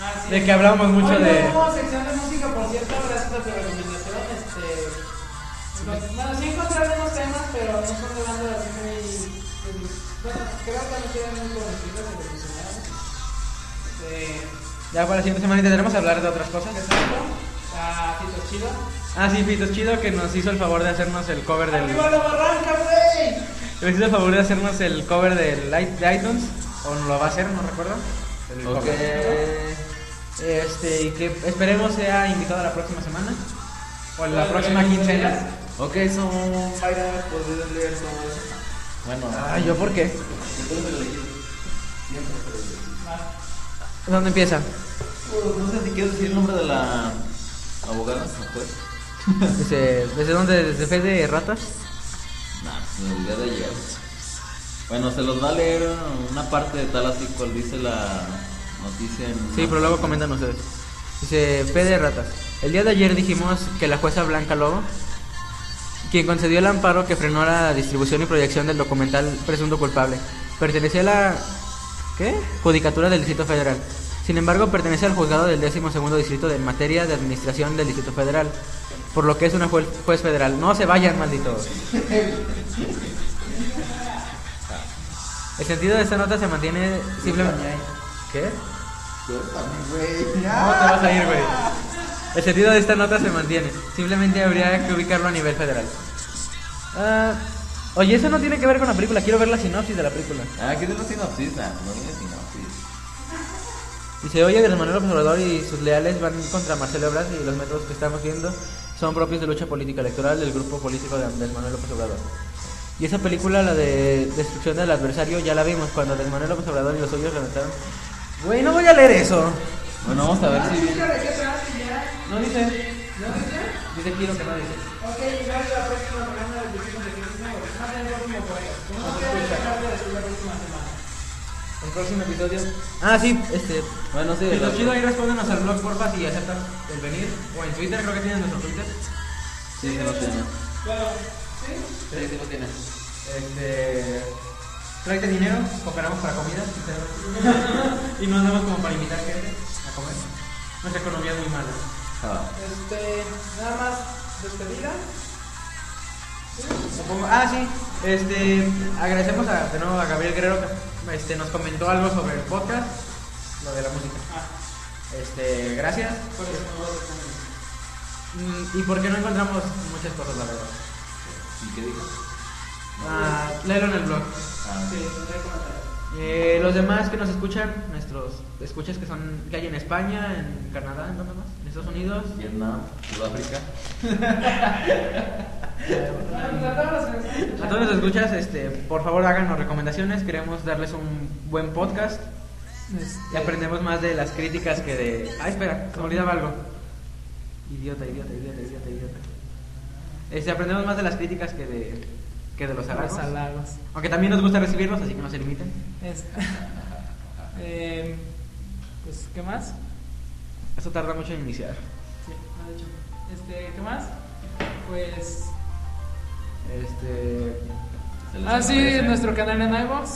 Speaker 2: Ah, sí.
Speaker 1: De que hablamos mucho
Speaker 2: Hoy
Speaker 1: de-
Speaker 2: tenemos sección de música, por cierto, gracias a tu recomendación. Este, nos- bueno, sí encontraron unos temas, pero no son de bandas así muy. pues, Bueno, creo que no quedan muy conocidas y revolucionarias. Este,
Speaker 1: Ya para la siguiente semana intentaremos hablar de otras cosas.
Speaker 2: Exacto. A Tito Chido.
Speaker 1: Ah, sí, Fito es chido que nos hizo el favor de hacernos el cover del.
Speaker 2: ¡Arriba la barranca, güey!
Speaker 1: Nos hizo el favor de hacernos el cover del i- de iTunes, o nos lo va a hacer, no recuerdo. El
Speaker 3: Ok.
Speaker 1: cover. Este, y que esperemos sea invitado la próxima semana. O en la
Speaker 2: Bueno,
Speaker 1: próxima
Speaker 2: bien,
Speaker 1: quincena.
Speaker 2: bien.
Speaker 3: Ok, son Mayra, podrías leer todo eso. Bueno,
Speaker 1: Ah, ¿yo por qué?
Speaker 3: entonces lo elegí. Siempre te lo elegí.
Speaker 1: ¿Dónde empieza?
Speaker 3: Pues, no sé si quieres decir el nombre de la abogada, ¿no puedes?
Speaker 1: Dice, ¿Desde dónde? ¿Desde fe de ratas?
Speaker 3: Nah, me olvidé de ayer. Bueno, se los va a leer una parte de tal así cual dice la noticia en...
Speaker 1: Sí, pero luego comentan ustedes. Dice, P de ratas. El día de ayer dijimos que la jueza Blanca Lobo, quien concedió el amparo que frenó la distribución y proyección del documental Presunto Culpable, Pertenecía a la ¿qué? Judicatura del Distrito Federal. Sin embargo, pertenece al juzgado del 12 Distrito de materia de administración del Distrito Federal, por lo que es una juez, juez federal. No se vayan, malditos. El sentido de esta nota se mantiene simplemente. ¿Qué? No, te vas a ir, güey. El sentido de esta nota se mantiene. Simplemente habría que ubicarlo a nivel federal. Ah, oye, eso no tiene que ver con la película. Quiero ver la sinopsis de la película.
Speaker 3: Ah, ¿qué es la sinopsis? Ah, no viene sinopsis.
Speaker 1: Dice, oye, Andrés Manuel López Obrador y sus leales van contra Marcelo Ebrard y los métodos que estamos viendo son propios de lucha política electoral del grupo político de Andrés Manuel López Obrador. Y esa película, la de destrucción del adversario, ya la vimos cuando Andrés Manuel López Obrador y los suyos levantaron. Güey, no voy a leer eso.
Speaker 3: Bueno, vamos a ver si
Speaker 5: ¿Qué
Speaker 3: viene.
Speaker 5: trata ya?
Speaker 1: No dice.
Speaker 5: ¿No dice?
Speaker 1: Dice quiero que no dice.
Speaker 5: Ok, igual la próxima semana les decimos de qué hicimos.
Speaker 2: Pues,
Speaker 5: Más bien el próximo jueves. Como no quieren dejar de decir la próxima semana.
Speaker 1: El próximo episodio. Ah, sí, este.
Speaker 3: Bueno, sí,
Speaker 1: Si
Speaker 3: la-
Speaker 1: lo chido ahí respóndenos al blog, porfa, si aceptan el venir. O en Twitter, creo que tienen nuestro Twitter.
Speaker 3: Sí, sí lo tiene.
Speaker 5: Claro. ¿Sí?
Speaker 3: Sí, sí lo tiene.
Speaker 1: Este. Tráete dinero, cooperamos para comida. y te- y nos damos como para invitar gente a comer. Nuestra economía es muy mala.
Speaker 3: Ah,
Speaker 5: Este, nada más despedida.
Speaker 1: Supongo- Ah, sí. Este, agradecemos a, de nuevo a Gabriel Guerrero que este, nos comentó algo sobre el podcast, lo de la música. Este, gracias. Mm, Y porque no encontramos muchas cosas, la verdad.
Speaker 3: ¿Y qué dijo?
Speaker 1: Ah, léelo en el blog.
Speaker 3: Ah,
Speaker 5: Sí, tendré comentarios.
Speaker 1: Eh, los demás que nos escuchan, nuestros escuchas que son que hay en España, en Canadá, ¿en dónde más? En Estados Unidos.
Speaker 3: Vietnam, Sudáfrica.
Speaker 5: Bueno, a todos los que nos
Speaker 1: A todos los escuchas, este, por favor háganos recomendaciones, queremos darles un buen podcast y aprendemos más de las críticas que de... Ah, espera, se me olvidaba algo. Idiota, idiota, idiota, idiota, idiota. Este, aprendemos más de las críticas que de, que de los halagos.
Speaker 2: Los halagos.
Speaker 1: Aunque también nos gusta recibirlos, así que no se limiten.
Speaker 2: Es- Em, pues, ¿qué más?
Speaker 1: Eso tarda mucho en iniciar.
Speaker 2: Sí, no, de hecho. Este, ¿qué más? Pues.
Speaker 1: Este...
Speaker 3: Se les
Speaker 2: Ah, sí,
Speaker 3: aparece.
Speaker 2: nuestro canal en iVoox.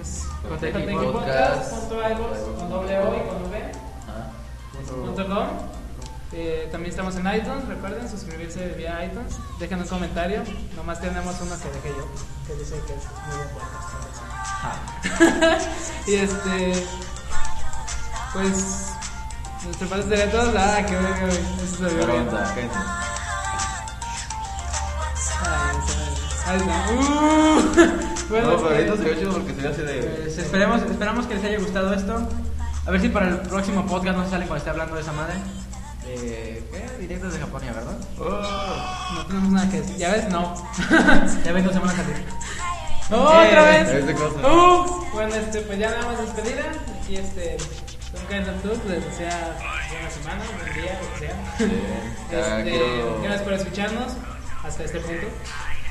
Speaker 2: Pues,
Speaker 3: Contacto
Speaker 2: Contacto
Speaker 3: Podcast.
Speaker 2: Podcast, punto iVoox, con doble O y con V,
Speaker 3: Ah,
Speaker 2: punto com. Eh, también estamos en iTunes, recuerden suscribirse vía iTunes. Dejen un comentario, nomás tenemos uno que dejé yo, que dice que es muy buen podcast. por eso. y este, pues, nuestro padre sería todo. Ah, que verga, güey, eso se ve
Speaker 3: pero
Speaker 2: bien.
Speaker 3: onda, cállense.
Speaker 2: Ay, o sea, ay, no. Uh, bueno,
Speaker 3: No, pero
Speaker 2: este,
Speaker 3: ahorita se ve chido porque se ve así de.
Speaker 1: Pues esperemos, esperamos que les haya gustado esto. A ver si para el próximo podcast no se sale cuando esté hablando de esa madre. Eh, ¿qué? Directos de Japón, ¿verdad?
Speaker 3: Oh,
Speaker 2: no tenemos nada que decir. Ya ves, no.
Speaker 1: Ya ven dos semanas salir.
Speaker 2: No,
Speaker 1: Eh,
Speaker 2: ¡Oh, otra vez.
Speaker 3: es de cosas.
Speaker 1: ¡Oh!
Speaker 2: Uh, bueno, este, pues ya nada más despedida. Aquí este, Don Carlos Tuz les desea buena semana, buen día, lo que sea.
Speaker 3: Sí, ya
Speaker 2: Este,
Speaker 3: quiero-
Speaker 2: Gracias por escucharnos hasta este punto.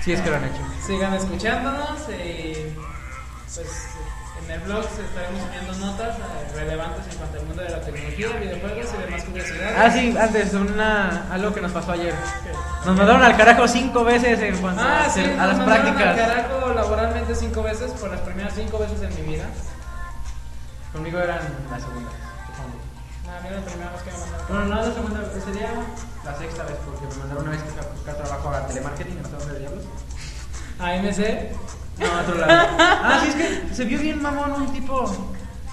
Speaker 1: Sí, es que lo han hecho.
Speaker 2: Sigan escuchándonos y pues en el blog estaremos subiendo notas eh, relevantes en cuanto al mundo de la tecnología, videojuegos y demás curiosidades.
Speaker 1: Ah, sí, antes, una, algo que nos pasó ayer. Nos mandaron al carajo cinco veces en cuanto a,
Speaker 2: Ah, sí,
Speaker 1: hacer- a
Speaker 2: me
Speaker 1: las
Speaker 2: mandaron al
Speaker 1: prácticas.
Speaker 2: carajo laboralmente cinco veces por las primeras cinco veces en mi vida.
Speaker 1: Conmigo eran la segunda. supongo.
Speaker 2: Nada, Ah, mira la primera vez que me mandaron.
Speaker 1: Bueno, no, la segunda vez sería la sexta vez, porque me mandaron una vez que a buscar trabajo a telemarketing, ¿no sabes de diablos?
Speaker 2: A MC.
Speaker 1: No, a otro lado. Ah, sí, es que se vio bien mamón un tipo.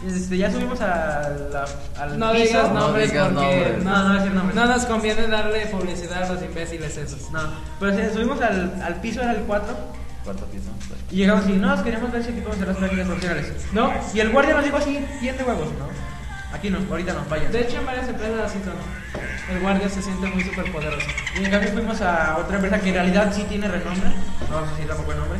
Speaker 1: Este, ya subimos a la, al
Speaker 2: No
Speaker 1: piso.
Speaker 2: digas
Speaker 3: no
Speaker 2: nombres
Speaker 3: digas
Speaker 2: porque
Speaker 3: nombres.
Speaker 1: No, no voy a decir nombres.
Speaker 2: no nos conviene darle publicidad a los imbéciles esos.
Speaker 1: No, pero sí, subimos al, al piso, era el 4.
Speaker 3: ¿Cuánto Pues, piso?
Speaker 1: Y llegamos y no, queríamos ver si aquí podemos hacer las prácticas profesionales. No, y el guardia nos dijo así, bien de huevos, ¿no? Aquí no, ahorita no, vayan.
Speaker 2: De hecho, en varias empresas así son. El guardia se siente muy superpoderoso.
Speaker 1: Y en cambio fuimos a otra empresa que en realidad sí tiene renombre, no vamos a decir tampoco el nombre,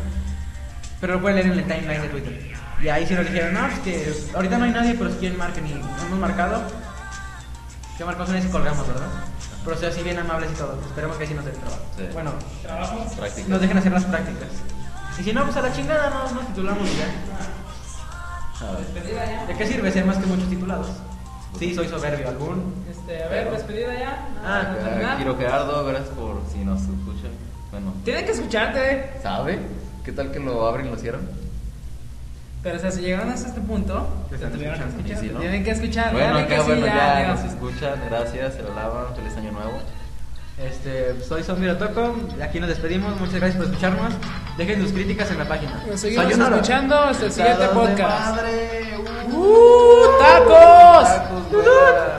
Speaker 1: pero lo pueden leer en el timeline de Twitter. Y ahí sí nos dijeron, no, es que ahorita no hay nadie, pero si quieren marquen y hemos marcado. ¿Qué marcamos una vez y colgamos, verdad? Pero o sea, así bien amables y todo, esperemos que así nos den trabajo.
Speaker 3: Sí.
Speaker 1: Bueno,
Speaker 3: Práctica.
Speaker 1: nos dejen hacer las prácticas. Y si no, pues a la chingada no, nos titulamos y ya.
Speaker 3: A ver.
Speaker 1: ¿De qué sirve ser más que muchos titulados? Sí, soy soberbio, algún.
Speaker 2: Este, a ver,
Speaker 3: Pero-
Speaker 2: despedida ya.
Speaker 1: Ah,
Speaker 2: Nada,
Speaker 3: Ya,
Speaker 2: nada.
Speaker 3: Quiero Gerardo, gracias por si nos escucha. Bueno,
Speaker 2: Tienen que escucharte. eh.
Speaker 3: ¿sabe? ¿Qué tal que lo abren y lo cierran?
Speaker 5: Pero, o sea, si llegaron hasta este punto,
Speaker 1: Te
Speaker 5: te
Speaker 1: están
Speaker 5: tuvieron que
Speaker 1: escuchando,
Speaker 5: escuchar,
Speaker 3: sí,
Speaker 5: te
Speaker 3: ¿no?
Speaker 5: tienen que escuchar.
Speaker 3: Bueno,
Speaker 5: dale que
Speaker 3: acá,
Speaker 5: sí,
Speaker 3: bueno,
Speaker 5: dale,
Speaker 3: ya
Speaker 5: así.
Speaker 3: nos escuchan, gracias, se la lavan, feliz año nuevo.
Speaker 1: Este, soy Son Toco, aquí nos despedimos, muchas gracias por escucharnos. Dejen sus críticas en la página.
Speaker 2: Nos seguimos
Speaker 1: Sayonara.
Speaker 2: escuchando hasta el siguiente
Speaker 3: Pesados de
Speaker 2: podcast.
Speaker 3: madre, uh,
Speaker 2: ¡Uh, tacos!
Speaker 3: tacos, güey.